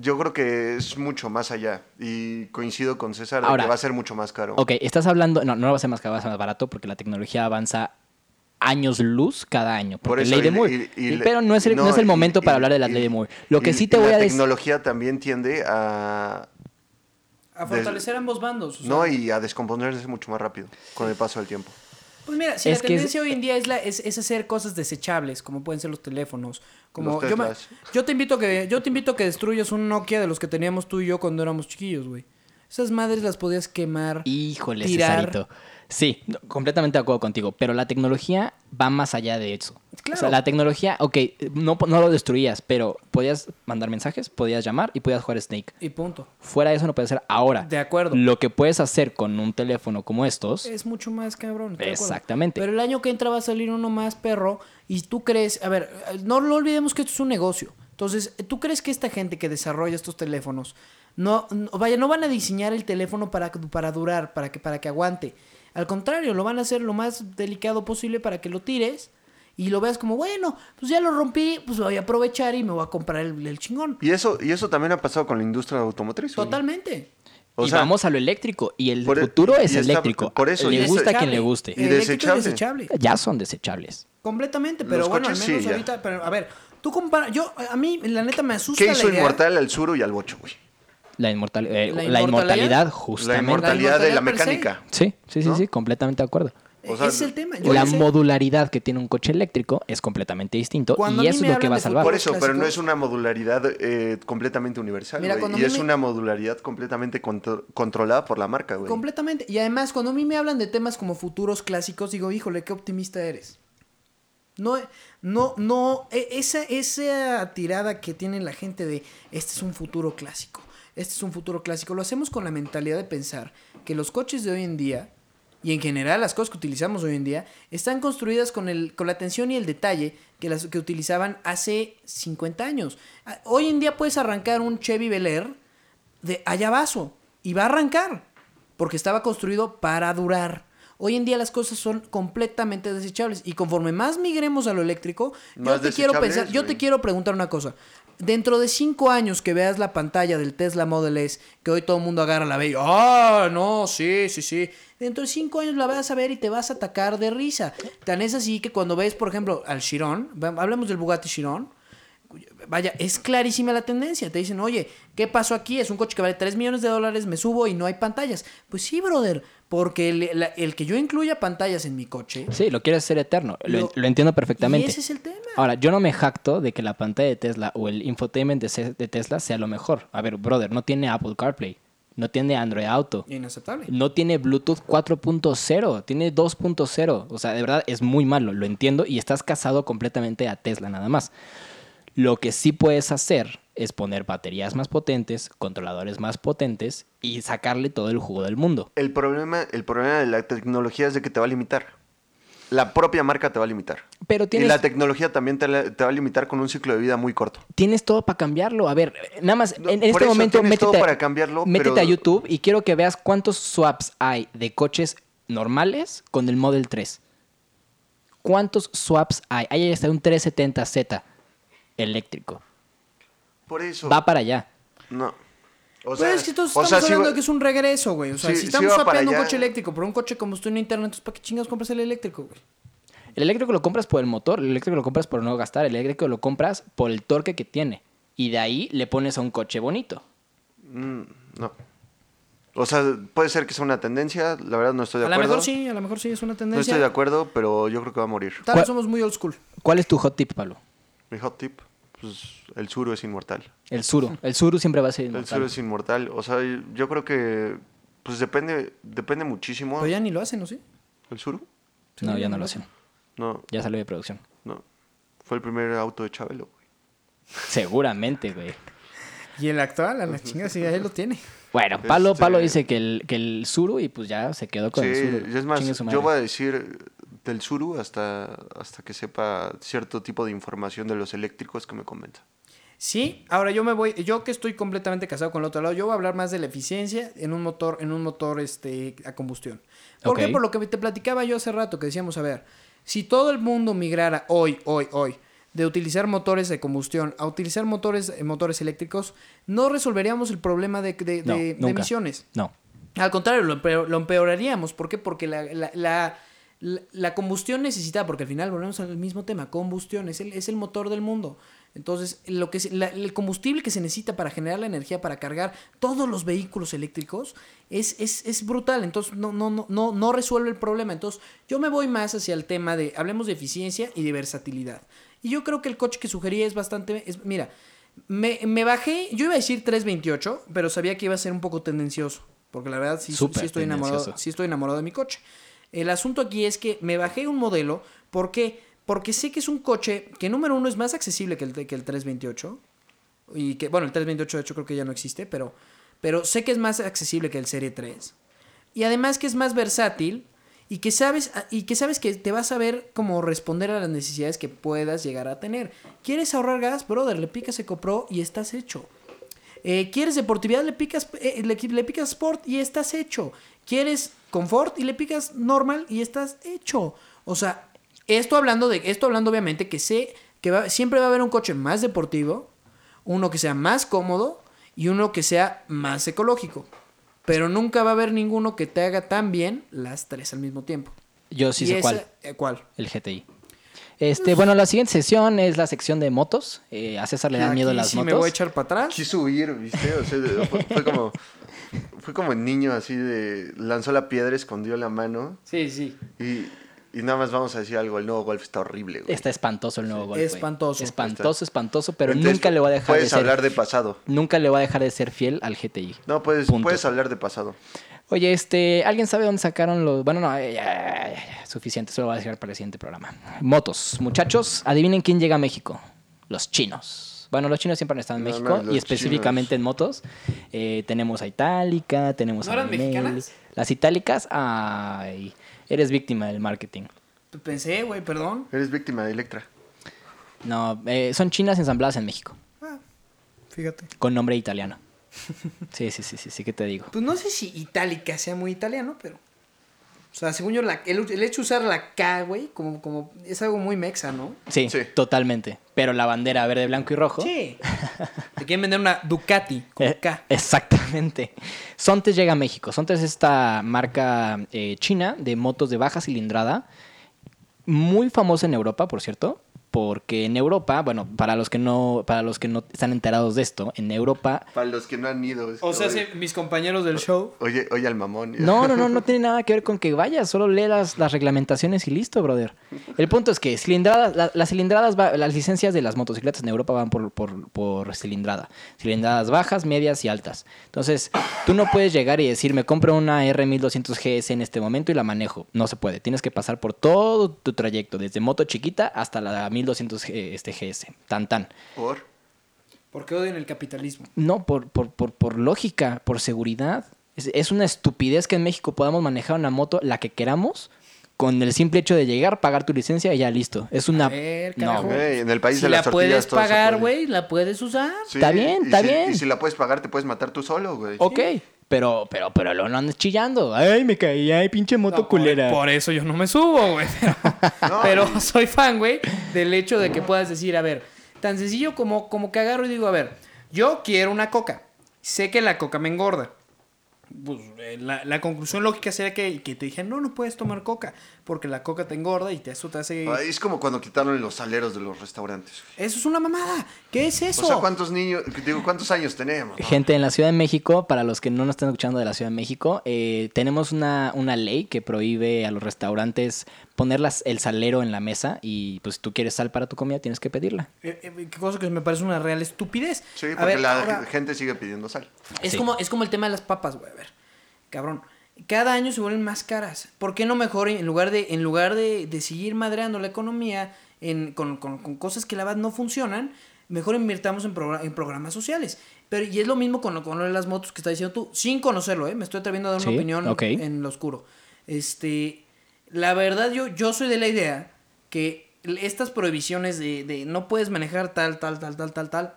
Speaker 3: yo creo que es mucho más allá y coincido con César de
Speaker 2: Ahora-
Speaker 3: que va a ser mucho más caro.
Speaker 2: Ok, estás hablando. No, no va a ser más caro, va a ser más barato porque la tecnología avanza años luz cada año. Porque
Speaker 3: eso,
Speaker 2: ley de
Speaker 3: y-
Speaker 2: Moore.
Speaker 3: y- y
Speaker 2: Y-
Speaker 3: le-
Speaker 2: pero no es el, no, es el
Speaker 3: y-
Speaker 2: momento
Speaker 3: y-
Speaker 2: para hablar de la
Speaker 3: y-
Speaker 2: ley de Moore. Lo que
Speaker 3: y-
Speaker 2: sí te
Speaker 3: y
Speaker 2: voy
Speaker 3: la
Speaker 2: a decir.
Speaker 3: tecnología también tiende a...
Speaker 1: A
Speaker 3: Del-
Speaker 1: fortalecer ambos bandos. o sea,
Speaker 3: Pues No, y a descomponerse mucho más rápido con el paso del tiempo.
Speaker 1: Pues mira, si
Speaker 2: Es
Speaker 1: la
Speaker 2: que es-
Speaker 1: tendencia hoy en día es, la, es, es hacer cosas desechables, como pueden ser los teléfonos. Como
Speaker 3: Los
Speaker 1: yo, me-
Speaker 3: Teslas.
Speaker 1: yo te invito a que yo te invito a que destruyas un Nokia de los que teníamos tú y yo cuando éramos chiquillos, güey. Esas madres las podías quemar.
Speaker 2: Híjole,
Speaker 1: Tirar.
Speaker 2: Cesarito. Sí, no, completamente de acuerdo contigo, pero la tecnología va más allá de eso.
Speaker 1: Claro.
Speaker 2: O sea, la tecnología, ok, no, no lo destruías, pero podías mandar mensajes, podías llamar y podías jugar Snake.
Speaker 1: Y punto.
Speaker 2: Fuera de eso no puedes hacer ahora.
Speaker 1: De acuerdo. Eh,
Speaker 2: Lo que puedes hacer con un teléfono como estos,
Speaker 1: Es mucho más cabrón. estoy de acuerdo.
Speaker 2: Exactamente.
Speaker 1: Pero el año que entra va a salir uno más perro. Y tú crees, a ver, no, no olvidemos que esto es un negocio. Entonces, ¿tú crees que esta gente que desarrolla estos teléfonos, no, no- vaya, no van a diseñar el teléfono para, para durar, para que, para que aguante? Al contrario, lo van a hacer lo más delicado posible para que lo tires y lo veas como, bueno, pues ya lo rompí, pues voy a aprovechar y me voy a comprar el, el chingón.
Speaker 3: Y eso, y eso también ha pasado con la industria automotriz. güey.
Speaker 1: Totalmente.
Speaker 3: O
Speaker 2: y
Speaker 3: sea,
Speaker 2: vamos a lo eléctrico, y el
Speaker 3: por e-
Speaker 2: futuro es
Speaker 3: y está-
Speaker 2: eléctrico.
Speaker 3: por eso,
Speaker 2: le
Speaker 3: y
Speaker 2: gusta a
Speaker 3: desechable.
Speaker 2: quien le guste.
Speaker 3: Y
Speaker 1: Eléctrico
Speaker 3: desechable.
Speaker 2: Ya son desechables.
Speaker 1: Completamente, pero
Speaker 3: Los
Speaker 1: bueno,
Speaker 3: coches
Speaker 1: al menos
Speaker 3: sí, ya.
Speaker 1: ahorita, pero a ver, tú compara, yo a mí la neta me asusta
Speaker 3: ¿qué
Speaker 1: la
Speaker 3: hizo
Speaker 1: idea.
Speaker 3: inmortal al suru y al bocho, güey?
Speaker 2: La, inmortal- eh,
Speaker 1: ¿La
Speaker 2: la
Speaker 1: inmortalidad?
Speaker 2: inmortalidad,
Speaker 3: La
Speaker 2: justamente.
Speaker 3: inmortalidad de la
Speaker 1: inmortalidad per se.
Speaker 3: mecánica.
Speaker 2: Sí, sí, sí,
Speaker 3: ¿No?
Speaker 2: sí, completamente de acuerdo.
Speaker 3: O sea,
Speaker 1: Eh, es el tema. yo
Speaker 2: la
Speaker 1: no sé.
Speaker 2: modularidad que tiene un coche eléctrico es completamente distinto
Speaker 1: Cuando a
Speaker 2: y
Speaker 1: mí
Speaker 2: eso
Speaker 1: me
Speaker 2: es lo que
Speaker 1: hablan
Speaker 2: va a
Speaker 1: de
Speaker 2: salvar.
Speaker 1: fútbol,
Speaker 3: Por eso,
Speaker 1: clásicos.
Speaker 3: pero no es una modularidad eh, completamente universal,
Speaker 1: Mira,
Speaker 3: güey,
Speaker 1: cuando a
Speaker 3: Y
Speaker 1: mí
Speaker 3: es
Speaker 1: me-
Speaker 3: una modularidad completamente contro- controlada por la marca, güey.
Speaker 1: Completamente. Y además, cuando a mí me hablan de temas como futuros clásicos, digo, híjole, qué optimista eres. No, no, no, e- esa, esa tirada que tiene la gente de este es un futuro clásico, este es un futuro clásico, lo hacemos con la mentalidad de pensar que los coches de hoy en día, y en general las cosas que utilizamos hoy en día, están construidas con, el, con la atención y el detalle que las que utilizaban hace 50 años. Ah, Hoy en día puedes arrancar un Chevy Bel Air de Ayabaso y va a arrancar porque estaba construido para durar. Hoy en día las cosas son completamente desechables y conforme más migremos a lo eléctrico, yo
Speaker 3: Más
Speaker 1: te quiero
Speaker 3: desechable
Speaker 1: pensar,
Speaker 3: es,
Speaker 1: yo
Speaker 3: güey.
Speaker 1: te quiero preguntar una cosa. Dentro de cinco años que veas la pantalla del Tesla Model S, que hoy todo el mundo agarra la ve y, ah, no, sí, sí, sí. Dentro de cinco años la vas a ver y te vas a atacar de risa. Tan es así que cuando ves, por ejemplo, al Chiron, hablamos del Bugatti Chiron, vaya, es clarísima la tendencia. Te dicen, oye, ¿qué pasó aquí? Es un coche que vale 3 millones de dólares, me subo y no hay pantallas. Pues sí, brother, porque el, la- el que yo incluya pantallas en mi coche,
Speaker 2: Sí, lo quieres hacer eterno. Lo,
Speaker 1: Lo-
Speaker 2: lo entiendo perfectamente.
Speaker 1: y ese es el tema.
Speaker 2: Ahora, yo no me jacto de que la pantalla de Tesla o el infotainment de, se- de Tesla sea lo mejor. A ver, brother, no tiene Apple CarPlay, no tiene Android Auto,
Speaker 1: Inaceptable.
Speaker 2: no tiene Bluetooth 4.0, tiene 2.0. O sea, de verdad es muy malo, lo entiendo y estás casado completamente a Tesla nada más. Lo que sí puedes hacer es poner baterías más potentes, controladores más potentes y sacarle todo el jugo del mundo.
Speaker 3: El problema, el problema de la tecnología es de que te va a limitar. La propia marca te va a limitar.
Speaker 2: Pero
Speaker 3: Y
Speaker 2: tienes...
Speaker 3: la tecnología también te, la- te va a limitar con un ciclo de vida muy corto.
Speaker 2: tienes todo para cambiarlo. A ver, nada más,
Speaker 3: No,
Speaker 2: en, en
Speaker 3: por
Speaker 2: este
Speaker 3: eso
Speaker 2: momento
Speaker 3: tienes
Speaker 2: métete,
Speaker 3: todo
Speaker 2: a-
Speaker 3: para cambiarlo,
Speaker 2: métete
Speaker 3: pero-
Speaker 2: a YouTube y quiero que veas cuántos swaps hay de coches normales con el Model 3. ¿Cuántos swaps hay? Ahí está un 370Z eléctrico.
Speaker 3: Por eso.
Speaker 2: Va para allá.
Speaker 3: No. O
Speaker 1: Pero
Speaker 3: sea,
Speaker 1: es que Pues, todos
Speaker 3: o
Speaker 1: estamos
Speaker 3: sea, sí
Speaker 1: hablando
Speaker 3: va-
Speaker 1: de que es un regreso, güey. O sea,
Speaker 3: Sí,
Speaker 1: si
Speaker 3: sí
Speaker 1: estamos
Speaker 3: va para
Speaker 1: sapeando un
Speaker 3: allá.
Speaker 1: coche eléctrico por un coche combustible interna, entonces pues, ¿para qué chingados compras el eléctrico, güey?
Speaker 2: El eléctrico lo compras por el motor, el eléctrico lo compras por no gastar, el eléctrico lo compras por el torque que tiene. Y de ahí le pones a un coche bonito.
Speaker 3: Mm, no. O sea, puede ser que sea una tendencia. La verdad no estoy de
Speaker 1: A lo
Speaker 3: acuerdo.
Speaker 1: mejor sí, a lo mejor sí, es una
Speaker 3: No
Speaker 1: tendencia.
Speaker 3: estoy de acuerdo, pero yo creo que va a morir.
Speaker 1: Tal vez
Speaker 2: ¿Cuál-
Speaker 1: somos muy old school.
Speaker 2: ¿Cuál es tu hot tip, Pablo?
Speaker 3: Mi hot tip, pues el suru es inmortal.
Speaker 2: El Suru. El Suru siempre va a ser
Speaker 3: El
Speaker 2: inmortal.
Speaker 3: suru es inmortal. O sea, yo creo que pues depende, depende muchísimo.
Speaker 1: Pero Pues ya ni lo hacen, ¿no sí?
Speaker 3: ¿El suru?
Speaker 2: No, ya no lo hacen.
Speaker 3: No,
Speaker 2: Ya salió de producción.
Speaker 3: no. Fue el primer auto de Chabelo, güey.
Speaker 2: Seguramente, güey.
Speaker 1: Y el actual, a la chinga, sí, ahí lo tiene.
Speaker 2: Bueno, Palo,
Speaker 3: Este-
Speaker 2: Palo dice que el, que el Zuru y pues ya se quedó con
Speaker 3: Sí,
Speaker 2: el Zuru.
Speaker 3: y es más,
Speaker 2: Chingue su
Speaker 3: yo
Speaker 2: madre.
Speaker 3: voy a decir del suru hasta, hasta que sepa cierto tipo de información de los eléctricos que me comenta.
Speaker 1: Sí, ahora yo me voy, yo que estoy completamente casado con el otro lado, yo voy a hablar más de la eficiencia en un motor, en un motor este, a combustión. ¿Por
Speaker 2: Ok.
Speaker 1: qué? Por lo que te platicaba yo hace rato, que decíamos, a ver, si todo el mundo migrara hoy, hoy, hoy, de utilizar motores de combustión a utilizar motores, eh, motores eléctricos, no resolveríamos el problema de, de- de-
Speaker 2: No,
Speaker 1: de
Speaker 2: nunca.
Speaker 1: emisiones.
Speaker 2: No.
Speaker 1: Al contrario, lo, empeor- lo empeoraríamos. ¿Por qué? Porque la, la- la- la- la combustión necesita, porque al final volvemos al mismo tema, combustión es el, es el motor del mundo. Entonces, lo que es- la- el combustible que se necesita para generar la energía, para cargar todos los vehículos eléctricos, es, es- es brutal. Entonces, no, no, no, no, no resuelve el problema. Entonces, yo me voy más hacia el tema de, hablemos de eficiencia y de versatilidad. Y yo creo que el coche que sugerí es bastante, es, mira, me, me bajé, yo iba a decir 328, pero sabía que iba a ser un poco tendencioso. Porque la verdad sí, sí
Speaker 2: Súper
Speaker 1: estoy, enamorado,
Speaker 2: tendencioso.
Speaker 1: sí estoy enamorado de mi coche. El asunto aquí es que me bajé un modelo. ¿Por qué? Porque sé que es un coche que, número uno, es más accesible que el, que el 328. Y que, bueno, el 328 de hecho creo que ya no existe, pero, pero sé que es más accesible que el Serie 3. Y además que es más versátil y que sabes y que sabes que te vas a ver como responder a las necesidades que puedas llegar a tener. ¿Quieres ahorrar gas? Brother, le picas EcoPro y estás hecho. Eh, ¿Quieres deportividad? Le picas, eh, le, le picas Sport y estás hecho. ¿Quieres confort? Y le picas normal y estás hecho. O sea, esto hablando de. Esto hablando, obviamente, que sé que va- siempre va a haber un coche más deportivo, uno que sea más cómodo y uno que sea más ecológico. Pero nunca va a haber ninguno que te haga tan bien las tres al mismo tiempo.
Speaker 2: Yo sí
Speaker 1: Y
Speaker 2: sé
Speaker 1: esa-
Speaker 2: cuál.
Speaker 1: eh, ¿Cuál?
Speaker 2: El GTI. Este, bueno, la siguiente sesión es la sección de motos. Eh, a César le dan miedo
Speaker 1: Aquí
Speaker 2: las
Speaker 1: sí
Speaker 2: motos.
Speaker 1: me voy a echar para atrás.
Speaker 3: Quiso huir, ¿viste? O sea, de- fue, fue como. Fue como el niño así de. Lanzó la piedra, escondió la mano.
Speaker 1: Sí, sí.
Speaker 3: Y, y nada más vamos a decir algo. El nuevo golf está horrible, güey.
Speaker 2: Está espantoso el nuevo Golf. güey.
Speaker 1: Espantoso.
Speaker 2: Espantoso, espantoso, pero
Speaker 3: Entonces,
Speaker 2: nunca le va a dejar de
Speaker 3: Puedes
Speaker 2: ser.
Speaker 3: hablar de pasado.
Speaker 2: Nunca le va a dejar de ser fiel al GTI.
Speaker 3: No, puedes,
Speaker 2: Punto.
Speaker 3: puedes hablar de pasado.
Speaker 2: Oye, este, ¿alguien sabe dónde sacaron los.? Bueno, no, ya, ya, ya, ya, suficiente, se lo voy a dejar para el siguiente programa. Motos, muchachos, adivinen quién llega a México. Los chinos. Bueno, los chinos siempre han estado en
Speaker 3: No,
Speaker 2: México
Speaker 3: no, los
Speaker 2: y específicamente
Speaker 3: chinos.
Speaker 2: en motos. Eh, tenemos a Itálica, tenemos
Speaker 1: ¿No
Speaker 2: a.
Speaker 1: eran
Speaker 2: Minelli.
Speaker 1: mexicanas?
Speaker 2: Las itálicas, ay, eres víctima del marketing.
Speaker 1: Pensé, güey, perdón.
Speaker 3: Eres víctima de Electra.
Speaker 2: No, eh, son chinas ensambladas en México,
Speaker 1: Ah, Fíjate.
Speaker 2: con nombre italiano. Sí, sí, sí, sí, sí, ¿qué te digo?
Speaker 1: Pues no sé si itálica sea muy italiano, pero. O sea, según yo, la- el, el hecho de usar la K, güey, como, como es algo muy mexa, ¿no?
Speaker 2: Sí,
Speaker 3: Sí.
Speaker 2: totalmente. Pero la bandera verde, blanco y rojo.
Speaker 1: Sí. Te quieren vender una Ducati con
Speaker 2: Eh,
Speaker 1: K.
Speaker 2: Exactamente. Sontes llega a México. Sontes es esta marca eh, china de motos de baja cilindrada, muy famosa en Europa, por cierto, porque en Europa, bueno, para los que no, para los que no están enterados de esto, en Europa
Speaker 3: Para los que no han ido. es que, oye,
Speaker 1: mis compañeros del show.
Speaker 3: Oye, oye al mamón.
Speaker 2: No, no, no, no tiene nada que ver con que vayas, solo lee las, las reglamentaciones y listo, brother. El punto es que cilindradas, la- las cilindradas, va- las licencias de las motocicletas en Europa van por, por, por cilindrada. Cilindradas bajas, medias y altas. Entonces, tú no puedes llegar y decir, me compro una R1200 GS en este momento y la manejo. No se puede, tienes que pasar por todo tu trayecto, desde moto chiquita hasta la 1200 eh, este, GS. Tan, tan.
Speaker 3: Por.
Speaker 1: Porque odian el capitalismo.
Speaker 2: No, por, por, por, por lógica, por seguridad. Es, es una estupidez que en México podamos manejar una moto la que queramos con el simple hecho de llegar, pagar tu licencia y ya listo. Es una...
Speaker 1: ver,
Speaker 2: no,
Speaker 1: carajo.
Speaker 3: Ok,
Speaker 2: güey.
Speaker 3: en el país
Speaker 1: si
Speaker 3: de
Speaker 1: la
Speaker 3: las tortillas
Speaker 1: puedes
Speaker 3: todo se
Speaker 1: pagar,
Speaker 3: puede.
Speaker 1: güey, la puedes usar.
Speaker 3: Sí,
Speaker 2: Está bien,
Speaker 3: y
Speaker 2: está
Speaker 3: si-
Speaker 2: bien.
Speaker 3: Y si la puedes pagar, te puedes matar tú solo, güey.
Speaker 2: ok, pero, pero, pero lo no andes chillando. Ay, me caí, ay, pinche moto
Speaker 1: No, por-
Speaker 2: culera.
Speaker 1: Por, eso yo no me subo, güey. Pero,
Speaker 3: No,
Speaker 1: pero
Speaker 3: y-
Speaker 1: soy fan, güey, del hecho de que puedas decir, a ver, tan sencillo como, como que agarro y digo, a ver, yo quiero una coca. Sé que la coca me engorda. Pues, eh, la, la conclusión lógica sería que, que te dije, no, no puedes tomar coca, porque la coca te engorda y te, eso te hace...
Speaker 3: Ay, es como cuando quitaron los aleros de los restaurantes. güey.
Speaker 1: Eso es una mamada. ¿Qué es eso?
Speaker 3: O sea, ¿cuántos niños, digo, cuántos años tenemos? no?
Speaker 2: Gente en la Ciudad de México, para los que no nos están escuchando de la Ciudad de México, eh, tenemos una, una ley que prohíbe a los restaurantes poner las- el salero en la mesa y pues si tú quieres sal para tu comida tienes que pedirla.
Speaker 1: Eh, eh, qué cosa que me parece una real estupidez.
Speaker 3: Sí,
Speaker 1: A
Speaker 3: porque
Speaker 1: ver,
Speaker 3: la
Speaker 1: ahora-
Speaker 3: gente sigue pidiendo sal.
Speaker 1: Es,
Speaker 2: Sí.
Speaker 1: como, es como el tema de las papas, güey. A ver, cabrón. Cada año se vuelven más caras. ¿Por qué no mejor en lugar de, en lugar de, de seguir madreando la economía en- con, con- con cosas que la verdad no funcionan? Mejor invirtamos en, progra- en programas sociales. Pero, y es lo mismo con, lo- con lo de las motos que está diciendo tú, sin conocerlo, ¿eh? Me estoy atreviendo a dar una
Speaker 2: Sí,
Speaker 1: opinión
Speaker 2: ok.
Speaker 1: en lo oscuro. Este, la verdad, yo, yo soy de la idea que estas prohibiciones de, de no puedes manejar tal, tal, tal, tal, tal, tal,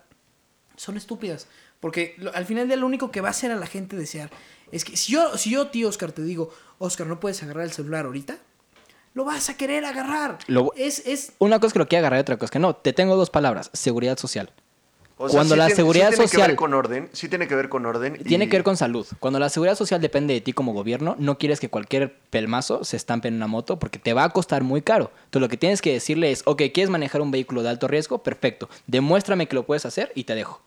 Speaker 1: son estúpidas. Porque lo- al final del día lo único que va a hacer a la gente desear es que si yo, si yo, tío Oscar, te digo, Oscar, no puedes agarrar el celular ahorita, lo vas a querer agarrar.
Speaker 2: Lo-
Speaker 1: es, es,
Speaker 2: Una cosa que lo quiero agarrar y otra cosa que no. Te tengo dos palabras. Seguridad social.
Speaker 3: O sea,
Speaker 2: Cuando
Speaker 3: sí
Speaker 2: la
Speaker 3: tiene- sí
Speaker 2: seguridad
Speaker 3: Tiene que
Speaker 2: social-
Speaker 3: ver con orden, sí tiene que ver con orden. y-
Speaker 2: Tiene que ver con salud. Cuando la seguridad social depende de ti como gobierno, no quieres que cualquier pelmazo se estampe en una moto porque te va a costar muy caro. Entonces lo que tienes que decirle es, ok, ¿quieres manejar un vehículo de alto riesgo? Perfecto. Demuéstrame que lo puedes hacer y te dejo.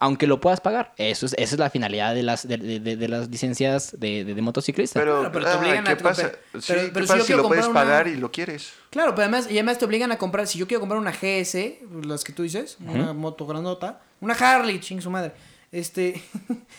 Speaker 2: Aunque lo puedas pagar. Eso es, esa es la finalidad de las, de, de- de- de las licencias de, de, de motociclista.
Speaker 3: Pero,
Speaker 1: Claro, pero te
Speaker 3: ah,
Speaker 1: obligan a
Speaker 3: ¿qué
Speaker 1: tu-
Speaker 3: pasa?
Speaker 1: pero-
Speaker 3: Sí,
Speaker 1: pero
Speaker 3: ¿qué
Speaker 1: si yo
Speaker 3: pasa si
Speaker 1: quiero
Speaker 3: lo puedes
Speaker 1: comprar una-
Speaker 3: pagar y lo quieres?
Speaker 1: Claro, pero además, y además te obligan a comprar, si yo quiero comprar una GS, las que tú dices, una moto grandota, una Harley, ching su madre. Este,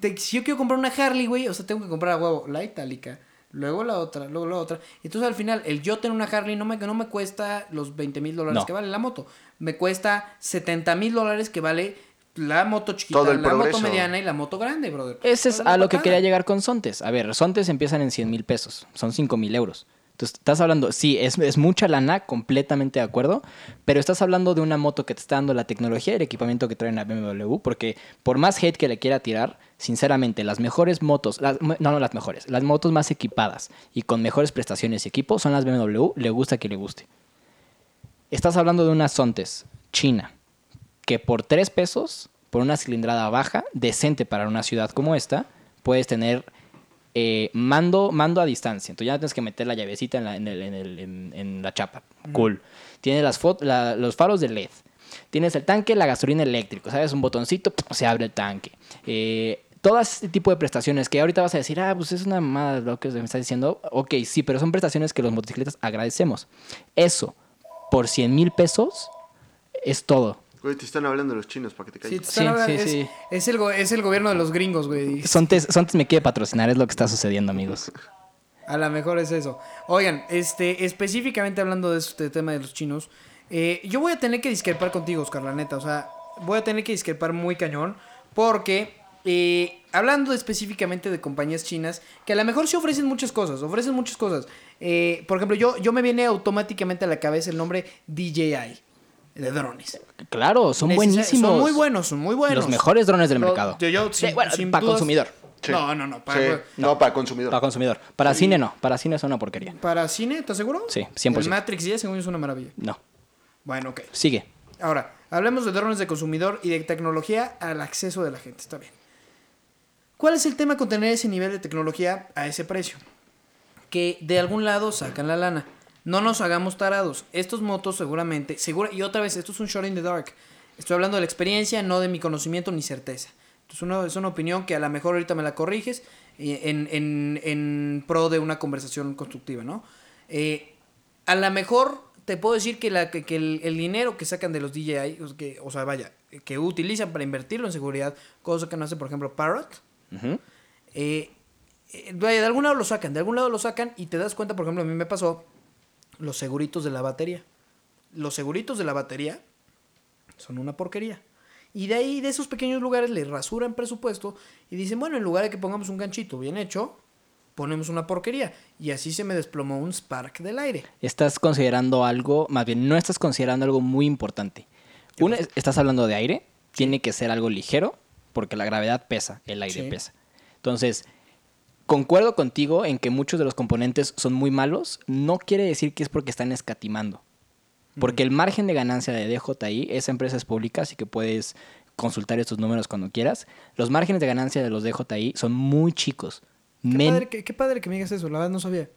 Speaker 1: te- si yo quiero comprar una Harley, güey, o sea, tengo que comprar a huevo la itálica, luego la otra, luego la otra. Entonces, al final, el yo tener una Harley no me, no me cuesta los 20 mil dólares
Speaker 2: No.
Speaker 1: que vale la moto. Me cuesta 70 mil dólares que vale la moto chiquita,
Speaker 3: Todo el
Speaker 1: la
Speaker 3: progreso.
Speaker 1: moto mediana y la moto grande, brother.
Speaker 2: Ese
Speaker 1: Todo
Speaker 2: es
Speaker 1: es
Speaker 2: a
Speaker 1: una
Speaker 2: lo que
Speaker 1: patada.
Speaker 2: quería llegar con Sontes. A ver, Sontes empiezan en 100 mil pesos, son 5 mil euros. Entonces, estás hablando, sí, es, es mucha lana, completamente de acuerdo, pero estás hablando de una moto que te está dando la tecnología y el equipamiento que traen a BMW, porque por más hate que le quiera tirar, sinceramente, las mejores motos, las- no, no las mejores, las motos más equipadas y con mejores prestaciones y equipo son las BMW, le gusta que le guste. Estás hablando de una Sontes, China, que por 3 pesos, por una cilindrada baja, decente para una ciudad como esta, puedes tener eh, mando, mando a distancia. Entonces ya no tienes que meter la llavecita en la, en el- en el- en- en la chapa. Cool. Tienes las fo- la- los faros de LED. Tienes el tanque, la gasolina eléctrica. ¿Sabes? Un botoncito, se abre el tanque. Eh, todo ese tipo de prestaciones que ahorita vas a decir, ah, pues es una mamada lo que me está diciendo. Ok, sí, pero son prestaciones que los motocicletas agradecemos. Eso, por 100 mil pesos, es todo.
Speaker 3: Güey, te están hablando los chinos para que te
Speaker 1: Sí,
Speaker 3: calles.
Speaker 1: te están
Speaker 2: Sí,
Speaker 1: hablando-
Speaker 2: sí,
Speaker 1: es,
Speaker 2: sí.
Speaker 1: es el, go- es el gobierno de los gringos, güey.
Speaker 2: Sontes, Sontes me quiere patrocinar, es lo que está sucediendo, amigos.
Speaker 1: A lo mejor es eso. Oigan, este, específicamente hablando de este tema de los chinos, eh, yo voy a tener que discrepar contigo, Oscar, la neta. O sea, voy a tener que discrepar muy cañón. Porque, eh, hablando específicamente de compañías chinas, que a lo mejor sí ofrecen muchas cosas, ofrecen muchas cosas. Eh, por ejemplo, yo, yo me viene automáticamente a la cabeza el nombre DJI, de drones.
Speaker 2: Claro, son
Speaker 1: Necesar-
Speaker 2: buenísimos.
Speaker 1: Son muy buenos, son muy buenos.
Speaker 2: Los mejores drones del
Speaker 1: Lo-
Speaker 2: mercado.
Speaker 1: Yo, yo, sin-
Speaker 2: Sí, bueno,
Speaker 1: sin
Speaker 2: para
Speaker 1: dudas-
Speaker 2: consumidor.
Speaker 3: Sí.
Speaker 1: No, no, no. Para,
Speaker 3: Sí. No, para consumidor.
Speaker 2: Para consumidor. Para cine no. Para cine es una porquería.
Speaker 1: para cine, ¿estás seguro?
Speaker 2: Sí, 100%.
Speaker 1: El Matrix 10, según yo, es una maravilla.
Speaker 2: No.
Speaker 1: Bueno, ok.
Speaker 2: Sigue.
Speaker 1: Ahora, hablemos de drones de consumidor y de tecnología al acceso de la gente. Está bien. ¿Cuál es el tema con tener ese nivel de tecnología a ese precio? Que de algún lado sacan la lana. No nos hagamos tarados. Estos motos seguramente, segura, y otra vez, esto es un shot in the dark. Estoy hablando de la experiencia, no de mi conocimiento ni certeza. Entonces, uno- es una opinión que a lo mejor ahorita me la corriges eh, en, en- en pro de una conversación constructiva, ¿no? Eh, a lo mejor te puedo decir que, la, que, que el, el dinero que sacan de los DJI, o, que, o sea, vaya, que utilizan para invertirlo en seguridad, cosa que no hace, por ejemplo, Parrot,
Speaker 2: Ujú.
Speaker 1: eh, eh, vaya, de algún lado lo sacan, de algún lado lo sacan y te das cuenta, por ejemplo, a mí me pasó los seguritos de la batería. Los seguritos de la batería son una porquería. Y de ahí, de esos pequeños lugares, le rasuran presupuesto y dicen, bueno, en lugar de que pongamos un ganchito bien hecho, ponemos una porquería. Y así se me desplomó un Spark del aire.
Speaker 2: Estás considerando algo, más bien, no estás considerando algo muy importante. Una,
Speaker 1: pues
Speaker 2: es- estás hablando de aire, tiene que ser algo ligero, porque la gravedad pesa, el aire
Speaker 1: Sí.
Speaker 2: pesa. Entonces, concuerdo contigo en que muchos de los componentes son muy malos, no quiere decir que es porque están escatimando. Porque el margen de ganancia de DJI, esa empresa es pública, así que puedes consultar estos números cuando quieras. Los márgenes de ganancia de los DJI son muy chicos.
Speaker 1: Qué,
Speaker 2: Men-
Speaker 1: padre, que, qué padre que me digas eso, la verdad no sabía.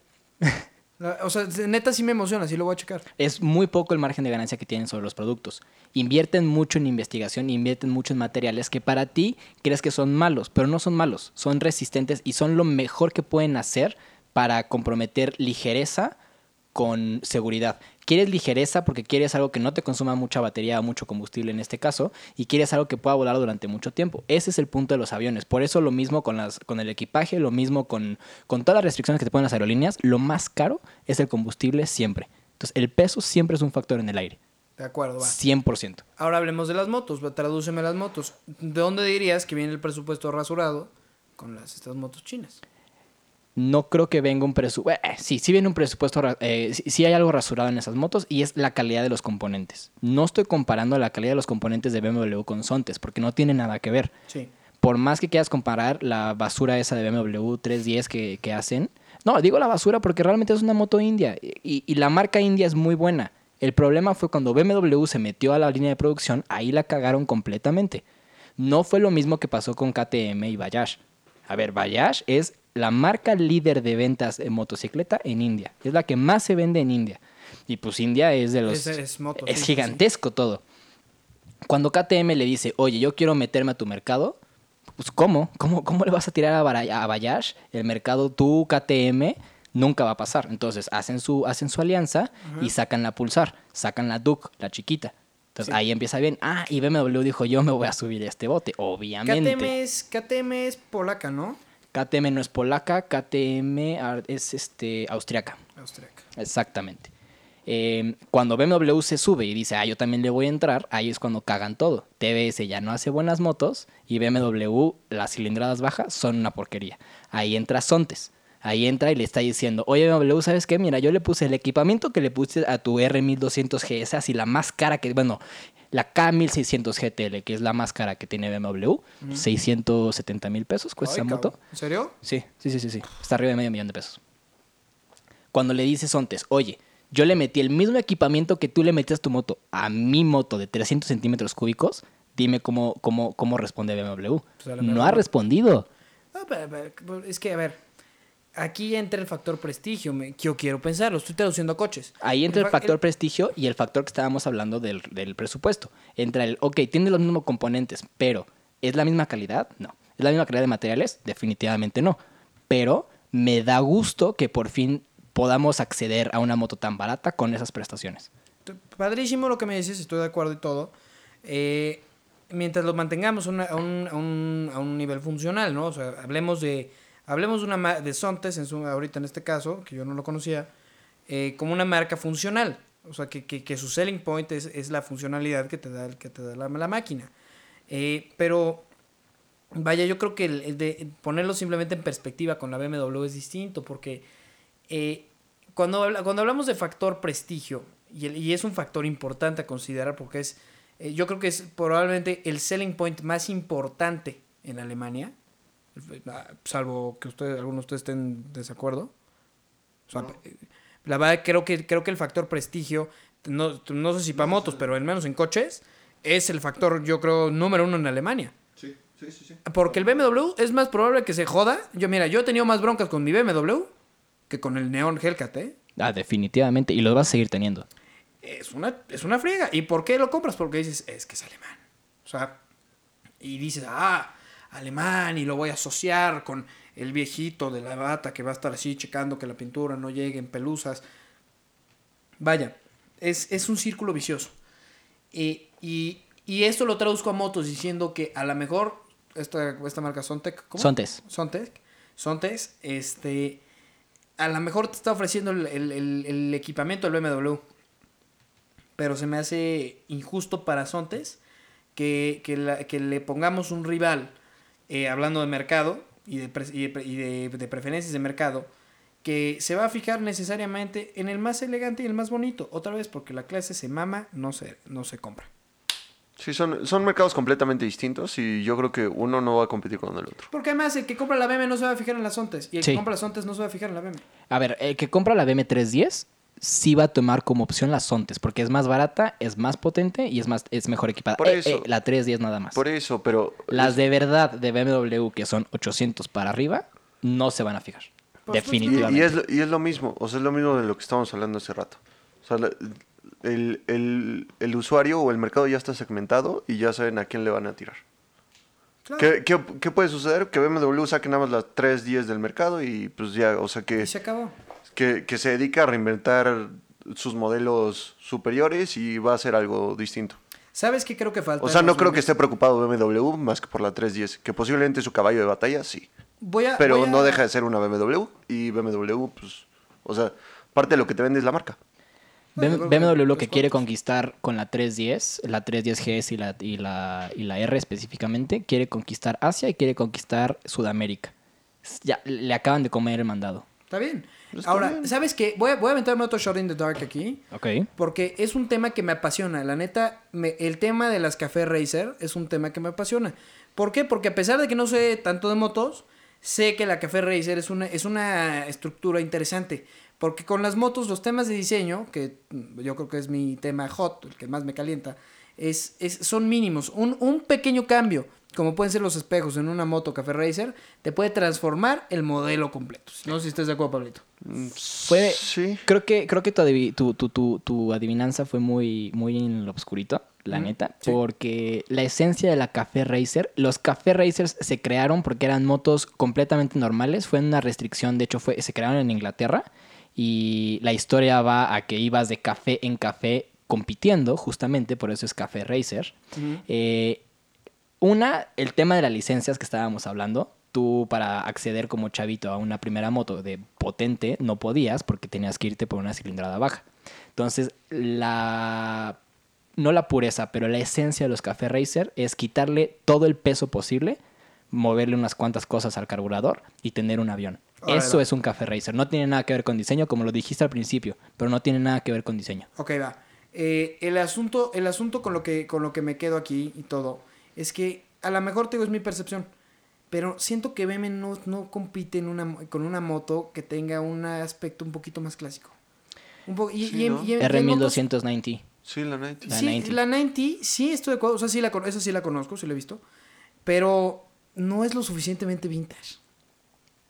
Speaker 1: La- o sea, se- neta sí me emociona, sí lo voy a checar.
Speaker 2: es muy poco el margen de ganancia que tienen sobre los productos. Invierten mucho en investigación, invierten mucho en materiales que para ti crees que son malos, pero no son malos, son resistentes y son lo mejor que pueden hacer para comprometer ligereza con seguridad. Quieres ligereza porque quieres algo que no te consuma mucha batería o mucho combustible en este caso y quieres algo que pueda volar durante mucho tiempo. Ese es el punto de los aviones. Por eso lo mismo con, las, con el equipaje, lo mismo con, con todas las restricciones que te ponen las aerolíneas, lo más caro es el combustible siempre. Entonces el peso siempre es un factor en el aire.
Speaker 1: De acuerdo, va.
Speaker 2: 100%.
Speaker 1: Ahora hablemos de las motos, va, tradúceme las motos. ¿De dónde dirías que viene el presupuesto rasurado con las, estas motos chinas?
Speaker 2: No creo que venga un presupuesto. sí, sí viene un presupuesto. ra- eh, sí, sí hay algo rasurado en esas motos y es la calidad de los componentes. No estoy comparando la calidad de los componentes de BMW con Sontes porque no tiene nada que ver.
Speaker 1: Sí.
Speaker 2: por más que quieras comparar la basura esa de BMW 310 que, que hacen, no, digo la basura porque realmente es una moto india y- y, y la marca india es muy buena. El problema fue cuando BMW se metió a la línea de producción, ahí la cagaron completamente. No fue lo mismo que pasó con KTM y Bajaj. A ver, Bajaj es la marca líder de ventas en motocicleta en India. Es la que más se vende en India. Y pues India es de los...
Speaker 1: Es- es moto, sí, sí, sí.
Speaker 2: gigantesco todo cuando KTM le dice, oye, yo quiero meterme a tu mercado, pues ¿cómo? ¿Cómo, cómo le vas a tirar a, Bara- a Bayash el mercado tú, KTM? Nunca va a pasar. Entonces hacen su, hacen su alianza y sacan la Pulsar, sacan la Duke, la chiquita. Entonces ahí empieza bien. Ah, y BMW dijo, yo me voy a subir a este bote,
Speaker 1: KTM
Speaker 2: obviamente.
Speaker 1: es, KTM es polaca, ¿no?
Speaker 2: KTM no es polaca, KTM ar- es este austriaca.
Speaker 1: Austriaca.
Speaker 2: Exactamente. Eh, cuando BMW se sube y dice, ah, yo también le voy a entrar, ahí es cuando cagan todo. TBS ya no hace buenas motos y BMW, las cilindradas bajas, son una porquería. Ahí entra Sontes. Ahí entra y le está diciendo, oye BMW, ¿sabes qué? Mira, yo le puse el equipamiento que le puse a tu R1200G, esa así la más cara que, bueno, la K1600 GTL, que es la más cara que tiene BMW, 670 mil pesos cuesta
Speaker 1: Ay,
Speaker 2: esa moto.
Speaker 1: cabrón. ¿En serio?
Speaker 2: Sí, sí, sí, sí, sí. Está arriba de medio millón de pesos. Cuando le dices Sontes, oye, yo le metí el mismo equipamiento que tú le metías tu moto a mi moto de 300 centímetros cúbicos, dime cómo, cómo, cómo responde BMW.
Speaker 1: Pues a la
Speaker 2: no
Speaker 1: mejor.
Speaker 2: ha respondido.
Speaker 1: No, pero- pero- es que, a ver, aquí ya entra el factor prestigio. me- yo quiero pensarlo, estoy traduciendo a coches.
Speaker 2: Ahí entra el,
Speaker 1: fa-
Speaker 2: factor prestigio y el factor que estábamos hablando del, del presupuesto. Entra el, ok, tiene los mismos componentes, pero ¿es la misma calidad? No. ¿Es la misma calidad de materiales? Definitivamente no. Pero me da gusto que por fin podamos acceder a una moto tan barata con esas prestaciones.
Speaker 1: T- Padrísimo lo que me dices, estoy de acuerdo y todo. Eh, mientras lo mantengamos una- a, un, a un- a un nivel funcional, ¿no? O sea, hablemos de, hablemos de, una, ma- de Sontes, en su, ahorita en este caso, que yo no lo conocía, eh, como una marca funcional. O sea, que, que- que su selling point es, es la funcionalidad que te da, el- que te da la, la máquina. Eh, pero, vaya, yo creo que el, el de ponerlo simplemente en perspectiva con la BMW es distinto, porque eh, cuando, habla- cuando hablamos de factor prestigio, y, el- y es un factor importante a considerar porque es, eh, yo creo que es probablemente el selling point más importante en Alemania, ah, salvo que ustedes, algunos de ustedes estén en desacuerdo. O sea, eh, La verdad, creo que, creo que el factor prestigio, no, no sé si para motos, pero al menos en coches, es el factor, yo creo, número uno en Alemania.
Speaker 4: Sí, sí, sí, sí.
Speaker 1: Porque el BMW es más probable que se joda. Yo, mira, yo he tenido más broncas con mi BMW que con el Neon Hellcat, ¿eh?
Speaker 2: Ah, definitivamente. Y lo vas a seguir teniendo.
Speaker 1: Es una, es una friega. ¿Y por qué lo compras? Porque dices, es que es alemán. O sea, y dices, ah, alemán, y lo voy a asociar con el viejito de la bata que va a estar así checando que la pintura no llegue en pelusas. Vaya, es, es un círculo vicioso. Y, y, y esto lo traduzco a motos diciendo que a lo mejor esta, esta marca Sontec. ¿cómo?
Speaker 2: Sontes.
Speaker 1: Sontec. Sontec, este. A lo mejor te está ofreciendo el, el- el- el equipamiento del BMW. Pero se me hace injusto para Sontes que, que la- que le pongamos un rival, eh, hablando de mercado y, de, pre- y de pre- y de- de preferencias de mercado, que se va a fijar necesariamente en el más elegante y el más bonito. Otra vez, porque la clase se mama, no se, no se compra.
Speaker 3: Sí, son, son mercados completamente distintos y yo creo que uno no va a competir con el otro.
Speaker 1: Porque además el que compra la BM no se va a fijar en las Sontes. Y el
Speaker 2: Sí.
Speaker 1: que compra las Sontes no se va a fijar en la BM.
Speaker 2: A ver, el que compra la BM310 sí va a tomar como opción las Sontes, porque es más barata, es más potente y es, más, es mejor equipada.
Speaker 3: Por
Speaker 2: Eh,
Speaker 3: eso.
Speaker 2: eh, la 310 nada más.
Speaker 3: Por eso, pero...
Speaker 2: Las de verdad de BMW, que son 800 para arriba, no se van a fijar.
Speaker 1: Pues,
Speaker 3: Y, y
Speaker 2: Definitivamente.
Speaker 3: es, lo- y es lo mismo, o sea, es lo mismo de lo que estábamos hablando hace rato. O sea, la- el, el- el usuario o el mercado ya está segmentado y ya saben a quién le van a tirar.
Speaker 1: Claro.
Speaker 3: ¿Qué, qué, qué puede suceder? Que BMW saque nada más las 3.10 del mercado y pues ya, o sea, que,
Speaker 1: Y se acabó.
Speaker 3: que, que se dedica a reinventar sus modelos superiores y va a hacer algo distinto.
Speaker 1: ¿Sabes qué creo que falta?
Speaker 3: O sea,
Speaker 1: en
Speaker 3: no
Speaker 1: los
Speaker 3: creo que
Speaker 1: números?
Speaker 3: esté preocupado BMW más que por la 310, que posiblemente su caballo de batalla sí,
Speaker 1: Voy a-
Speaker 3: pero
Speaker 1: voy a-
Speaker 3: no deja de ser una BMW y BMW, pues, o sea, parte de lo que te vende es la marca.
Speaker 1: Bueno,
Speaker 3: pues,
Speaker 1: yo
Speaker 2: BM-
Speaker 1: creo que
Speaker 2: BMW lo
Speaker 1: los
Speaker 2: que quiere
Speaker 1: cuartos.
Speaker 2: conquistar con la 310, la 310GS y la, y, la, y la R específicamente, quiere conquistar Asia y quiere conquistar Sudamérica. Ya le acaban de comer el mandado.
Speaker 1: Está bien.
Speaker 3: Pues Está
Speaker 1: Ahora,
Speaker 3: bien.
Speaker 1: ¿sabes qué? Voy a, voy a aventarme otro shot in the dark aquí.
Speaker 2: Ok.
Speaker 1: Porque es un tema que me apasiona. La neta, me- el tema de las Café Racer es un tema que me apasiona. ¿Por qué? Porque a pesar de que no sé tanto de motos, sé que la Café Racer es una, es una estructura interesante. Porque con las motos, los temas de diseño, que mm, yo creo que es mi tema hot, el que más me calienta, es, es- son mínimos. Un, un pequeño cambio, como pueden ser los espejos en una moto Café Racer, te puede transformar el modelo completo. No sé si estás de acuerdo, Pablito.
Speaker 2: Fue,
Speaker 3: Sí.
Speaker 2: Creo que, creo que tu, adivi- tu, tu- tu- tu adivinanza fue muy, muy en lo obscurito, la
Speaker 1: Ujú,
Speaker 2: neta.
Speaker 1: sí.
Speaker 2: Porque la esencia de la Café Racer, los Café Racers se crearon porque eran motos completamente normales. Fue una restricción, de hecho, fue, se crearon en Inglaterra. Y la historia va a que ibas de café en café compitiendo, justamente, por eso es Café Racer. Eh, una, el tema de las licencias que estábamos hablando. Tú para acceder como chavito a una primera moto de potente no podías porque tenías que irte por una cilindrada baja. Entonces, la no la pureza, pero la esencia de los Café Racer es quitarle todo el peso posible, moverle unas cuantas cosas al carburador y tener un avión.
Speaker 1: Órale.
Speaker 2: Eso es un Café Racer. No tiene nada que ver con diseño, como lo dijiste al principio, pero no tiene nada que ver con diseño.
Speaker 1: Ok, va. Eh, el asunto, el asunto con, lo que, con lo que me quedo aquí y todo es que a lo mejor te digo es mi percepción, pero siento que BM no, no compite en una, mo- con una moto que tenga un aspecto un poquito más clásico. Un po- y,
Speaker 3: Sí,
Speaker 1: y en-
Speaker 3: ¿no?
Speaker 1: y en- y en motos-
Speaker 2: R1290.
Speaker 3: Sí, la Night.
Speaker 2: La
Speaker 1: sí,
Speaker 2: 90.
Speaker 1: la 90, sí estoy de acuerdo. O sea, sí la, con- esa sí la conozco, sí la he visto. Pero no es lo suficientemente vintage.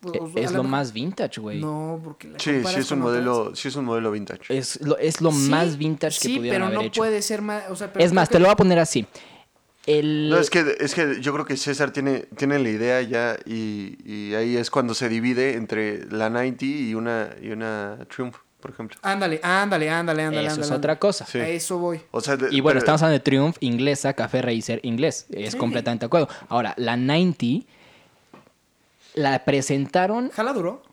Speaker 1: O-
Speaker 2: E-
Speaker 1: o- pues, a
Speaker 2: Es
Speaker 1: la
Speaker 2: lo
Speaker 1: mejor-
Speaker 2: más vintage, güey.
Speaker 1: No, porque la
Speaker 3: Sí, sí
Speaker 1: comparas
Speaker 3: es un
Speaker 1: con otras.
Speaker 3: modelo, sí es un modelo vintage.
Speaker 2: Es lo, es lo
Speaker 1: Sí,
Speaker 2: más vintage que
Speaker 1: sí,
Speaker 2: pudieron
Speaker 1: pero
Speaker 2: haber
Speaker 1: no
Speaker 2: hecho.
Speaker 1: puede ser más. o sea, pero
Speaker 2: Es más,
Speaker 1: creo
Speaker 2: te
Speaker 1: que-
Speaker 2: lo voy a poner así. El...
Speaker 3: No, es que, es que yo creo que César tiene, tiene la idea ya y, y ahí es cuando se divide entre la 90 y una, y una Triumph, por ejemplo.
Speaker 1: Ándale, ándale, ándale, ándale.
Speaker 2: Eso es
Speaker 1: ándale,
Speaker 2: otra
Speaker 1: ándale.
Speaker 2: cosa.
Speaker 3: Sí.
Speaker 1: A eso voy.
Speaker 3: O sea, de-
Speaker 2: Y bueno,
Speaker 3: pero-
Speaker 2: estamos hablando de Triumph inglesa, Café Racer inglés. Es
Speaker 1: Sí.
Speaker 2: completamente de acuerdo. Ahora, la 90 la presentaron
Speaker 1: Jala duro.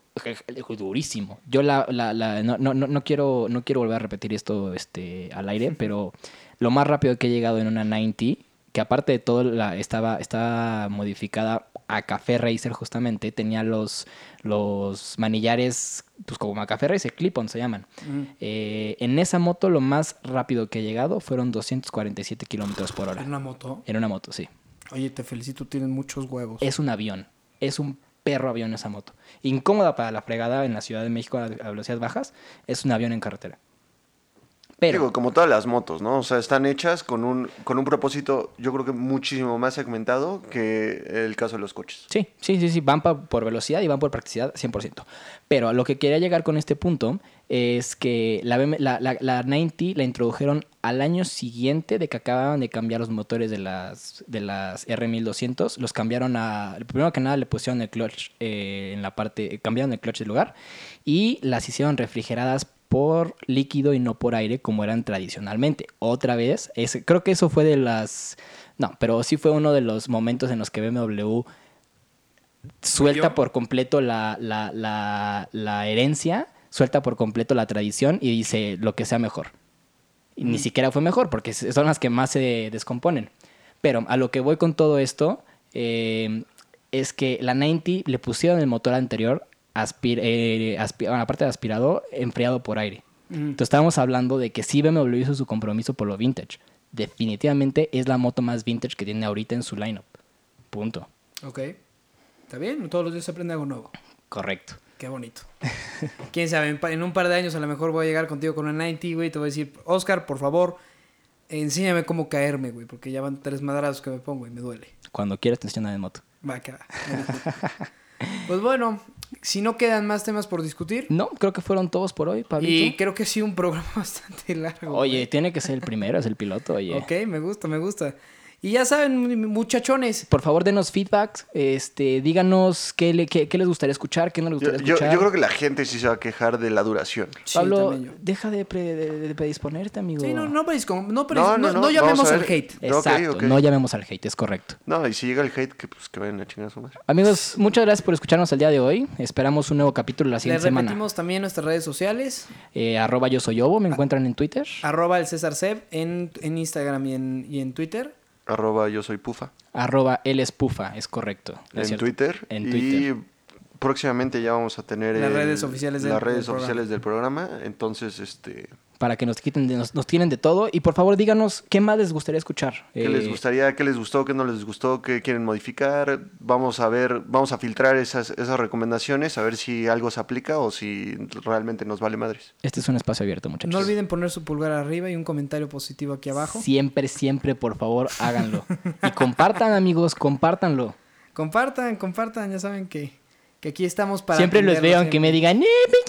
Speaker 2: durísimo. Yo la, la- la- no, no- no- no quiero, no quiero volver a repetir esto este, al aire, pero lo más rápido que he llegado en una 90, que aparte de todo la, estaba, estaba modificada a Café Racer justamente, tenía los, los manillares, pues como a Café Racer, Clip-on se llaman. Eh, en esa moto lo más rápido que he llegado fueron 247 kilómetros por
Speaker 1: En
Speaker 2: hora.
Speaker 1: una moto.
Speaker 2: En una moto, sí.
Speaker 1: Oye, te felicito, tienes muchos huevos.
Speaker 2: Es un avión. Es un perro avión esa moto. Incómoda para la fregada en la Ciudad de México a, a velocidades bajas. Es un avión en carretera. Pero
Speaker 3: digo, como todas las motos, ¿no? O sea, están hechas con un, con un propósito, yo creo que muchísimo más segmentado que el caso de los coches.
Speaker 2: Sí, sí, sí, sí, van pa- por velocidad y van por practicidad 100%. Pero a lo que quería llegar con este punto es que la, BM la, la- la 90 la introdujeron al año siguiente de que acababan de cambiar los motores de las, de las R1200. Los cambiaron a... Primero que nada le pusieron el clutch eh, en la parte... Cambiaron el clutch de lugar y las hicieron refrigeradas por líquido y no por aire como eran tradicionalmente. Otra vez, ese- creo que eso fue de las... No, pero sí fue uno de los momentos en los que BMW suelta
Speaker 1: ¿Yo?
Speaker 2: por completo la, la- la- la herencia, suelta por completo la tradición y dice lo que sea mejor. Y ni siquiera fue mejor, porque s- son las que más se descomponen. Pero a lo que voy con todo esto eh, es que la 90 le pusieron el motor anterior, aspir- eh, aspi- bueno, aparte de aspirado, enfriado por aire. Entonces estábamos hablando de que sí BMW hizo su compromiso por lo vintage. Definitivamente es la moto más vintage que tiene ahorita en su lineup. Punto.
Speaker 1: Ok. ¿Está bien? Todos los días se aprende algo nuevo.
Speaker 2: Correcto.
Speaker 1: Qué bonito. Quién sabe, en, pa- en un par de años a lo mejor voy a llegar contigo con una 90, güey. y Te voy a decir, Oscar, por favor, enséñame cómo caerme, güey. Porque ya van tres madrazos que me pongo y me duele.
Speaker 2: Cuando quieras te enseño una de moto.
Speaker 1: Va, que va. pues bueno, si no quedan más temas por discutir.
Speaker 2: No, creo que fueron todos por hoy, Pablito.
Speaker 1: Y creo que ha sido un programa bastante largo.
Speaker 2: Oye, tiene que ser el primero, es el piloto, oye.
Speaker 1: Ok, me gusta, me gusta. Y ya saben, muchachones,
Speaker 2: Por favor, denos feedback, este, díganos qué, le- qué- qué les gustaría escuchar, qué no les
Speaker 3: Yo,
Speaker 2: gustaría
Speaker 3: yo-
Speaker 2: escuchar.
Speaker 3: yo creo que la gente sí se va a quejar de la duración.
Speaker 1: Sí,
Speaker 2: Pablo,
Speaker 1: también yo.
Speaker 2: deja de, pre- de- de predisponerte, amigo.
Speaker 1: Sí, no, no, prediscom- no, predis- no, no
Speaker 3: vamos
Speaker 1: llamemos
Speaker 3: a
Speaker 1: al
Speaker 3: ver.
Speaker 1: hate.
Speaker 3: Ok,
Speaker 2: Exacto,
Speaker 3: ok.
Speaker 2: no llamemos al hate, es correcto.
Speaker 3: No, y si llega el hate, que pues que vayan a chingar a su madre.
Speaker 2: Amigos, muchas gracias por escucharnos el día de hoy. Esperamos un nuevo capítulo la
Speaker 1: Les
Speaker 2: siguiente semana.
Speaker 1: repetimos también nuestras redes sociales,
Speaker 2: Eh, arroba yo soy Ovo, me
Speaker 3: Ah.
Speaker 2: encuentran en Twitter.
Speaker 1: arroba el César Seb en, en Instagram y en, y en Twitter.
Speaker 3: Arroba yo soy pufa.
Speaker 2: Arroba el espufa, es correcto. ¿no es
Speaker 3: en
Speaker 2: cierto?
Speaker 3: Twitter.
Speaker 2: En Twitter.
Speaker 3: Y próximamente ya vamos a tener
Speaker 1: Las redes oficiales del-
Speaker 3: las redes
Speaker 1: del
Speaker 3: oficiales del programa. Entonces, este,
Speaker 2: Para que nos quiten, de- nos, nos tienen de todo. Y por favor, díganos qué más les gustaría escuchar.
Speaker 3: ¿qué
Speaker 2: Eh,
Speaker 3: les gustaría? ¿Qué les gustó? ¿Qué no les gustó? ¿Qué quieren modificar? Vamos a ver, vamos a filtrar esas, esas recomendaciones, a ver si algo se aplica o si realmente nos vale madres.
Speaker 2: Este es un espacio abierto, muchachos.
Speaker 1: No olviden poner su pulgar arriba y un comentario positivo aquí abajo.
Speaker 2: Siempre, siempre, por favor, háganlo. y compartan, amigos, compártanlo.
Speaker 1: Compartan, compartan, ya saben que, que aquí estamos para...
Speaker 2: siempre los veo,
Speaker 1: atenderlos
Speaker 2: aunque me
Speaker 1: siempre.
Speaker 2: digan... "Eh, pinches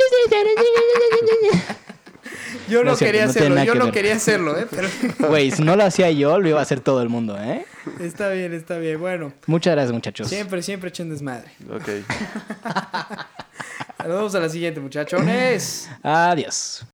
Speaker 1: Yo no,
Speaker 2: No es cierto,
Speaker 1: quería
Speaker 2: no tiene
Speaker 1: hacerlo,
Speaker 2: nada
Speaker 1: yo
Speaker 2: que
Speaker 1: no
Speaker 2: ver.
Speaker 1: quería hacerlo, ¿eh? Pero
Speaker 2: Güey, si no lo hacía yo, lo iba a hacer todo el mundo, ¿eh?
Speaker 1: está bien, está bien. Bueno,
Speaker 2: Muchas gracias, muchachos.
Speaker 1: siempre, siempre echen desmadre.
Speaker 3: Ok.
Speaker 1: Nos vemos a la siguiente, muchachones.
Speaker 2: Adiós.